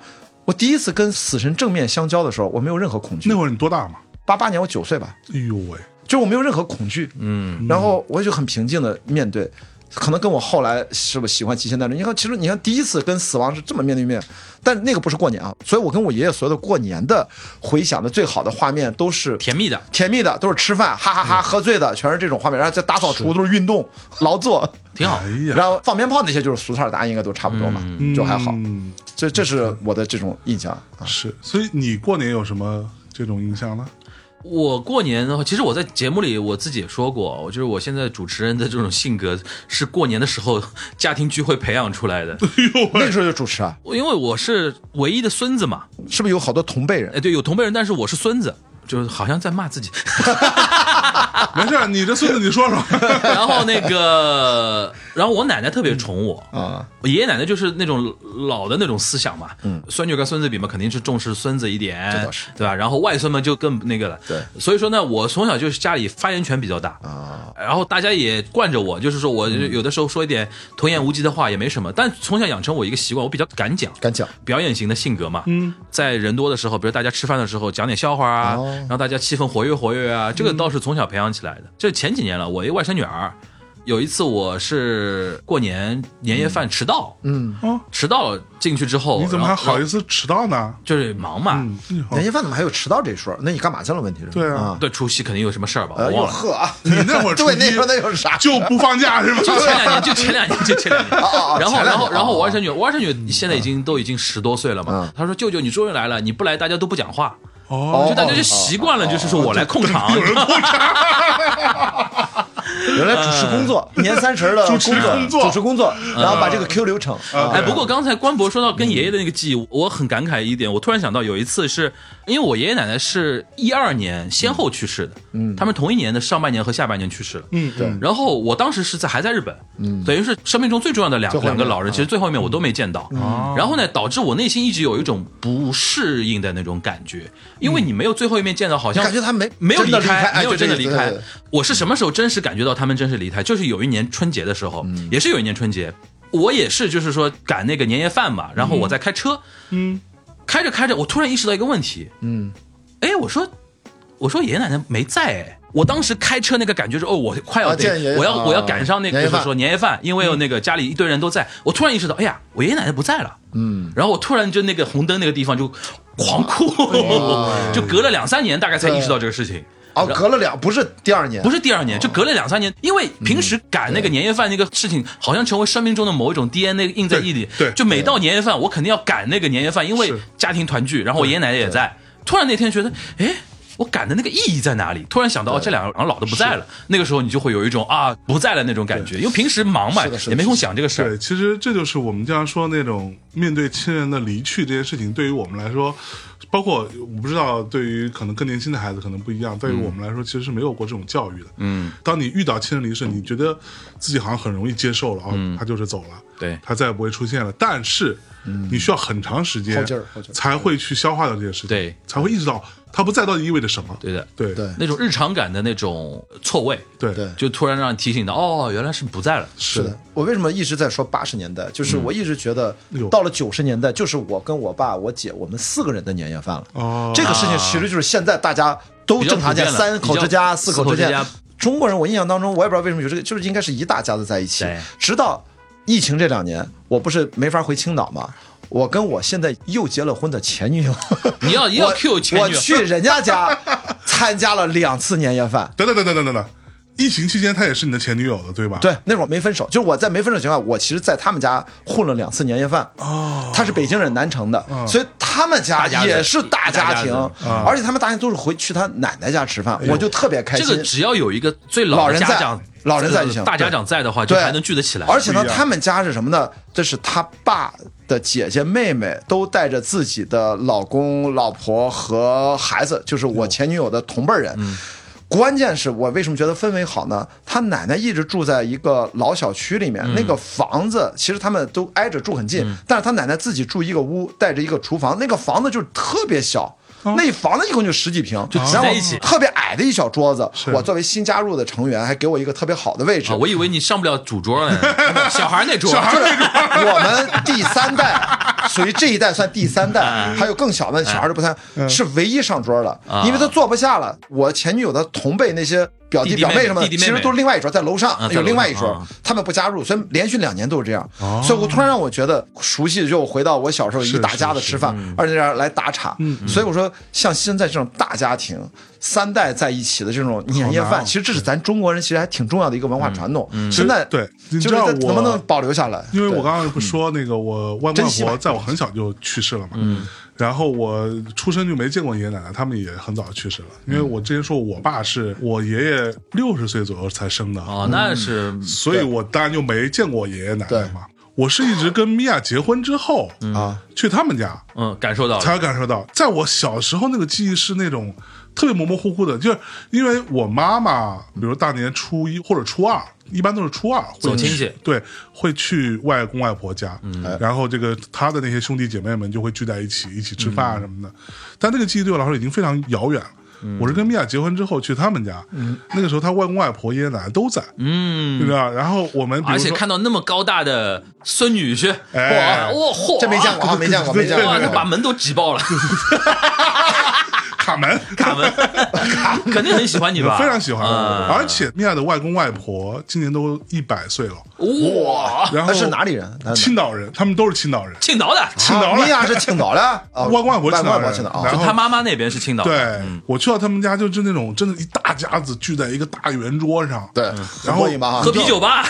[SPEAKER 4] 我第一次跟死神正面相交的时候，我没有任何恐惧
[SPEAKER 2] 那。会儿你多大嘛？
[SPEAKER 4] 八八年我九岁吧，
[SPEAKER 2] 哎呦喂，
[SPEAKER 4] 就是我没有任何恐惧，嗯，然后我就很平静的面对。可能跟我后来是不是喜欢极限战争？你看，其实你看第一次跟死亡是这么面对面，但那个不是过年啊，所以我跟我爷爷所有的过年的回想的最好的画面都是
[SPEAKER 3] 甜蜜的。
[SPEAKER 4] 甜蜜的，都是吃饭，哈哈
[SPEAKER 2] 嗯
[SPEAKER 4] 哈喝醉的，全是这种画面，然后再打扫除都是运动劳作，
[SPEAKER 3] 挺好
[SPEAKER 2] 哎呀，
[SPEAKER 4] 然后放鞭炮那些就是俗套的，大家应该都差不多嘛，就还好。
[SPEAKER 2] 嗯，
[SPEAKER 4] 这这是我的这种印象啊，
[SPEAKER 2] 是。所以你过年有什么这种印象呢？ *laughs*
[SPEAKER 3] 我过年的话，其实我在节目里我自己也说过，我就是我现在主持人的这种性格是过年的时候 *laughs* 家庭聚会培养出来的，
[SPEAKER 4] 那个时候就主持啊，
[SPEAKER 3] 因为我是唯一的孙子嘛，
[SPEAKER 4] 是不是有好多同辈人？
[SPEAKER 3] 哎，对，有同辈人，但是我是孙子，就是好像在骂自己。
[SPEAKER 2] 没事，你这孙子你说
[SPEAKER 4] *laughs*
[SPEAKER 2] 说。
[SPEAKER 3] *laughs* 然后那个，然后我奶奶特别宠我
[SPEAKER 4] 啊，
[SPEAKER 3] 我爷爷奶奶就是那种老的那种思想嘛，嗯，孙女跟孙子比嘛，肯定是重视孙子一点，
[SPEAKER 4] 这倒是
[SPEAKER 3] 对吧？然后外孙们就更那个了，
[SPEAKER 4] 对
[SPEAKER 3] 所以说呢，我从小就是家里发言权比较大啊，然后大家也惯着我，就是说我有的时候说一点童言无忌的话也没什么，但从小养成我一个习惯，我比较敢讲，
[SPEAKER 4] 敢讲，
[SPEAKER 3] 表演型的性格嘛，嗯，在人多的时候，比如大家吃饭的时候讲点笑话啊，
[SPEAKER 4] 哦嗯
[SPEAKER 3] 让大家气氛活跃活跃啊，这个倒是从小培养起来的。这前几年了，我一外甥女儿，有一次我是过年年夜饭迟到，
[SPEAKER 4] 嗯，
[SPEAKER 2] 哦，
[SPEAKER 3] 迟到了进去之后，
[SPEAKER 2] 你怎么还
[SPEAKER 3] 然后
[SPEAKER 2] 好意？思迟到呢？
[SPEAKER 3] 就是忙嘛，
[SPEAKER 2] 嗯，哎呦
[SPEAKER 4] 年夜饭怎么还有迟到这一说？那你干嘛去了？问题是？
[SPEAKER 2] 对啊
[SPEAKER 4] 啊，
[SPEAKER 3] 对，除夕肯定有什么事儿吧，我
[SPEAKER 4] 呃，
[SPEAKER 3] 忘
[SPEAKER 4] 又
[SPEAKER 3] 了。
[SPEAKER 4] 喝啊，
[SPEAKER 2] 你那
[SPEAKER 4] *laughs*
[SPEAKER 2] 会儿初
[SPEAKER 4] 对
[SPEAKER 2] 一
[SPEAKER 4] 那时候那有啥？
[SPEAKER 2] 就不放假是吧？
[SPEAKER 3] 就前两年，就前两
[SPEAKER 4] *laughs*
[SPEAKER 3] 年，就前两年。
[SPEAKER 4] 哦哦
[SPEAKER 3] 然后，
[SPEAKER 4] 前两年
[SPEAKER 3] 然后，然后
[SPEAKER 4] 哦哦
[SPEAKER 3] 我外甥女，我外甥女现在已经都已经十多岁了嘛
[SPEAKER 4] 嗯。
[SPEAKER 3] 她说：“舅舅，你终于来了，你不来大家都不讲话，
[SPEAKER 2] 哦，
[SPEAKER 3] 就大家就习惯了，就是说我来控场。”
[SPEAKER 4] 原来主持工作，年三十的
[SPEAKER 2] 嗯主持工作嗯
[SPEAKER 4] 主持工作，然后把这个 Q 流程，啊
[SPEAKER 3] 哎，不过刚才官博说到跟爷爷的那个记忆，我很感慨一点，我突然想到有一次是因为我爷爷奶奶是一二年先后去世的，嗯，他们同一年的上半年和下半年去世了，嗯，
[SPEAKER 4] 对
[SPEAKER 3] 然后我当时是在还在日本，嗯，等于是生命中最重要的两
[SPEAKER 4] 最后一
[SPEAKER 3] 两
[SPEAKER 4] 面
[SPEAKER 3] 个嗯老人，其实最后一面我都没见到，然后呢，导致我内心一直有一种不适应的那种感觉，因为你没有最后一面见到，好像
[SPEAKER 4] 感觉他没
[SPEAKER 3] 没有
[SPEAKER 4] 真的离开
[SPEAKER 3] 开，
[SPEAKER 4] 哎
[SPEAKER 3] 没有
[SPEAKER 4] 就
[SPEAKER 3] 真的
[SPEAKER 4] 这
[SPEAKER 3] 离
[SPEAKER 4] 个
[SPEAKER 3] 开
[SPEAKER 4] 对对对。
[SPEAKER 3] 我是什么时候真实感觉到他们真是离开？就是有一年春节的时候，
[SPEAKER 4] 嗯
[SPEAKER 3] 也是有一年春节，我也是就是说赶那个年夜饭嘛，然后我在开车，
[SPEAKER 2] 嗯，
[SPEAKER 3] 开着开着，我突然意识到一个问题，嗯，哎，我说我说爷爷奶奶没在哎。我当时开车那个感觉是，哦，我快要
[SPEAKER 4] 啊
[SPEAKER 3] 得
[SPEAKER 4] 见爷爷，
[SPEAKER 3] 我要
[SPEAKER 4] 啊
[SPEAKER 3] 我要赶上那个，
[SPEAKER 4] 年夜
[SPEAKER 3] 就
[SPEAKER 4] 饭
[SPEAKER 3] 是说年夜饭，因为那个家里一堆人都在，我突然意识到，哎呀，我爷爷奶奶不在了，嗯，然后我突然就那个红灯那个地方就狂哭， *laughs* 就隔了两三年大概才意识到这个事情，
[SPEAKER 4] 哦，隔了两不是第二年，
[SPEAKER 3] 不
[SPEAKER 4] 是
[SPEAKER 3] 是第二年，就隔了两三年，因为平时
[SPEAKER 4] 嗯
[SPEAKER 3] 赶那个年夜饭那个事情，好像成为生命中的某一种 DNA 印在
[SPEAKER 2] 对
[SPEAKER 3] 意里。
[SPEAKER 2] 对
[SPEAKER 3] 就每到年夜饭，我肯定要赶那个年夜饭，因为
[SPEAKER 2] 是
[SPEAKER 3] 家庭团聚，然后我爷爷奶奶也在。突然那天觉得，哎。我赶的那个意义在哪里？突然想到，哦，这两个老的不在了，那个时候你就会有一种啊不在了那种感觉，因为平时忙嘛
[SPEAKER 4] 是的是，的
[SPEAKER 3] 也没空想这个事儿
[SPEAKER 2] 对，。其实这就是我们经常说那种面对亲人的离去这件事情，对于我们来说，包括我不知道，对于可能更年轻的孩子可能不一样，对于我
[SPEAKER 4] 嗯
[SPEAKER 2] 们来说，其实是没有过这种教育的。嗯，当你遇到亲人离世，你觉得自己好像很容易接受了，
[SPEAKER 4] 嗯
[SPEAKER 2] 哦，他就是走了，
[SPEAKER 3] 对
[SPEAKER 2] 他再也不会出现了。但是你需要很长时间
[SPEAKER 4] 嗯后劲儿后劲儿
[SPEAKER 2] 才会去消化掉这件事情，
[SPEAKER 3] 对，
[SPEAKER 2] 才会意识到他不在到底意味着什么。
[SPEAKER 3] 对的，
[SPEAKER 2] 对
[SPEAKER 4] 对
[SPEAKER 3] 那种日常感的那种错位，
[SPEAKER 2] 对
[SPEAKER 4] 对
[SPEAKER 3] 就突然让你提醒到，哦，原来是嗯不在了。
[SPEAKER 2] 是
[SPEAKER 4] 是的。我为什么一直在说八十年代？就是我一直觉得
[SPEAKER 3] 哎
[SPEAKER 2] 呦
[SPEAKER 4] 到了九十年代，就是我跟我爸、我姐我们四个人的年夜饭了。
[SPEAKER 2] 哦，
[SPEAKER 4] 这个事情其实就是现在大家都正常见，
[SPEAKER 3] 啊比较普遍了
[SPEAKER 4] 三口之家、
[SPEAKER 3] 比较
[SPEAKER 4] 四口
[SPEAKER 3] 四口
[SPEAKER 4] 之家
[SPEAKER 3] 之家。
[SPEAKER 4] 中国人，我印象当中，我也不知道为什么有这个，就是应该是一大家子在一起
[SPEAKER 3] 对。
[SPEAKER 4] 直到疫情这两年，我不是没法回青岛嘛，我跟我现在又结了婚的前女友，
[SPEAKER 3] 你要你要
[SPEAKER 4] 我
[SPEAKER 3] cue 前
[SPEAKER 4] 我
[SPEAKER 3] 女友
[SPEAKER 4] 去人家家参加了两次年夜饭。
[SPEAKER 2] 等等等等等等等，疫情期间他也是你的前女友的，对吧？
[SPEAKER 4] 对，那会儿没分手，就是我在没分手的情况下，我其实在他们家混了两次年夜饭。哦，他是北京人，南城的，所以他们
[SPEAKER 3] 嗯大
[SPEAKER 4] 家
[SPEAKER 3] 家子
[SPEAKER 4] 也是大
[SPEAKER 3] 大
[SPEAKER 4] 家
[SPEAKER 3] 家
[SPEAKER 4] 庭，
[SPEAKER 3] 子
[SPEAKER 4] 而且他们大家都是回去他奶奶家吃饭，我就特别开
[SPEAKER 3] 这
[SPEAKER 4] 心。
[SPEAKER 3] 个只要有一个最老
[SPEAKER 4] 老
[SPEAKER 3] 的
[SPEAKER 4] 人
[SPEAKER 3] 家
[SPEAKER 4] 在
[SPEAKER 3] 长，
[SPEAKER 4] 老人在就
[SPEAKER 3] 呃
[SPEAKER 4] 行
[SPEAKER 3] 大家长在的话，就
[SPEAKER 4] 对，
[SPEAKER 3] 还能聚得起来。
[SPEAKER 4] 而且呢
[SPEAKER 2] 不一，样
[SPEAKER 4] 他们家是什么呢？这是他爸的姐姐、妹妹都带着自己的老公、老婆和孩子，就是我前女友的同辈人。
[SPEAKER 3] 嗯
[SPEAKER 4] 关键是我为什么觉得氛围好呢？他奶奶一直住在一个老小区里
[SPEAKER 3] 嗯
[SPEAKER 4] 面，那个房子其实他们都挨着住很近，但是他奶奶自己住一个屋，带着一个厨房，那个房子就是特别小。
[SPEAKER 2] 哦
[SPEAKER 4] 那一房子一共就十几平，就
[SPEAKER 3] 挤在一起
[SPEAKER 4] 特别矮的一小桌子。我作为新加入的成员，还给我一个特别好的位置
[SPEAKER 3] 啊，。我以为你上不了主桌呢，小孩那桌，
[SPEAKER 4] 我们第三代属于这一代算第三
[SPEAKER 3] 哎
[SPEAKER 4] 代，还有更小的小孩都不太
[SPEAKER 2] 嗯
[SPEAKER 4] 是唯一上桌的，
[SPEAKER 3] 啊
[SPEAKER 4] 因为他坐不下了。我前女友的同辈那些表弟
[SPEAKER 3] 弟弟
[SPEAKER 4] 表
[SPEAKER 3] 妹
[SPEAKER 4] 妹什么的，
[SPEAKER 3] 弟
[SPEAKER 4] 其
[SPEAKER 3] 弟妹妹
[SPEAKER 4] 实都是另外一桌，在楼上
[SPEAKER 3] 啊在
[SPEAKER 4] 有
[SPEAKER 3] 楼
[SPEAKER 4] 另外一
[SPEAKER 3] 上
[SPEAKER 4] 桌
[SPEAKER 3] 啊，
[SPEAKER 4] 他们不加入，所以连续两年都是这样。所以我突然让我觉得熟悉，就回到我小时候一
[SPEAKER 2] 哦是
[SPEAKER 4] 大
[SPEAKER 2] 是
[SPEAKER 4] 家子
[SPEAKER 2] 是嗯
[SPEAKER 4] 吃饭，而且这样来打岔。所以我说，像现在这种大家庭。三代在一起的这种年夜
[SPEAKER 2] 好难
[SPEAKER 4] 饭，
[SPEAKER 2] 哦
[SPEAKER 4] 其实这是咱中国人其实还挺重要的一个文化
[SPEAKER 3] 嗯
[SPEAKER 4] 传统。现在
[SPEAKER 2] 对你
[SPEAKER 4] 就是
[SPEAKER 2] 知道
[SPEAKER 4] 它
[SPEAKER 2] 我
[SPEAKER 4] 能不能保留下来？
[SPEAKER 2] 因为我
[SPEAKER 4] 对
[SPEAKER 2] 刚刚不是说那个我外
[SPEAKER 4] 珍
[SPEAKER 2] 外
[SPEAKER 4] 惜吧嗯
[SPEAKER 2] 婆在我很小就去世了嘛，然后我出生就没见过爷爷奶奶，他们也很早就去世了。因为
[SPEAKER 4] 嗯
[SPEAKER 2] 我之前说我爸是我爷爷六十岁左右才生的，
[SPEAKER 3] 哦，那是
[SPEAKER 2] 所以我当然就没见过爷爷奶
[SPEAKER 4] 对
[SPEAKER 2] 奶嘛。我是一直跟米娅结婚之后
[SPEAKER 4] 啊，
[SPEAKER 2] 去他们家
[SPEAKER 3] 嗯，感受到
[SPEAKER 2] 才
[SPEAKER 3] 了
[SPEAKER 2] 会感受到，在我小时候那个记忆是那种特别模模糊糊的，就是因为我妈妈，比如大年初一或者初二，一般都是初二会
[SPEAKER 3] 走亲
[SPEAKER 2] 去
[SPEAKER 3] 戚嗯
[SPEAKER 2] 对，会去外公外婆家，然后这个她的那些兄弟姐妹们就会聚在一起一
[SPEAKER 3] 嗯
[SPEAKER 2] 起吃饭啊什么的，但那个记忆对我来说已经非常遥远了。
[SPEAKER 3] 嗯
[SPEAKER 2] 我是跟米娅结婚之后去他们家，那个时候她外公外婆、爷爷奶奶都在，嗯，对吧？然后我们比如
[SPEAKER 3] 而且
[SPEAKER 2] 说
[SPEAKER 3] 看到那么高大的孙女婿，
[SPEAKER 2] 哎
[SPEAKER 3] 哇，哇嚯，
[SPEAKER 4] 这没见过，啊，没见过，没见过啊
[SPEAKER 3] 哇，。他把门都挤爆了，
[SPEAKER 2] 卡门，
[SPEAKER 3] 卡门，肯定很喜欢你吧？
[SPEAKER 2] 非常喜欢，
[SPEAKER 3] 嗯
[SPEAKER 2] 而且米娅的外公外婆今年都一百岁了，
[SPEAKER 3] 哇，
[SPEAKER 2] 然后
[SPEAKER 4] 他是哪里人？他是
[SPEAKER 2] 青岛人，他们都是青岛人，
[SPEAKER 3] 青岛的，
[SPEAKER 2] 青岛
[SPEAKER 4] 啊米
[SPEAKER 2] 人，
[SPEAKER 4] 娅是青岛的啊，
[SPEAKER 2] 外公外婆
[SPEAKER 4] 外
[SPEAKER 2] 青
[SPEAKER 4] 公
[SPEAKER 2] 岛
[SPEAKER 4] 外
[SPEAKER 2] 人嗯
[SPEAKER 4] 婆青岛
[SPEAKER 2] 然
[SPEAKER 4] 啊。
[SPEAKER 2] 后
[SPEAKER 3] 他妈妈那边是青岛的，
[SPEAKER 2] 对
[SPEAKER 4] 嗯
[SPEAKER 2] 我去到他们家，就是那种真的，一大家子聚在一个大圆桌上，
[SPEAKER 4] 对，
[SPEAKER 2] 嗯然
[SPEAKER 4] 很
[SPEAKER 2] 后
[SPEAKER 4] 过瘾吧？
[SPEAKER 3] 喝啤酒吧，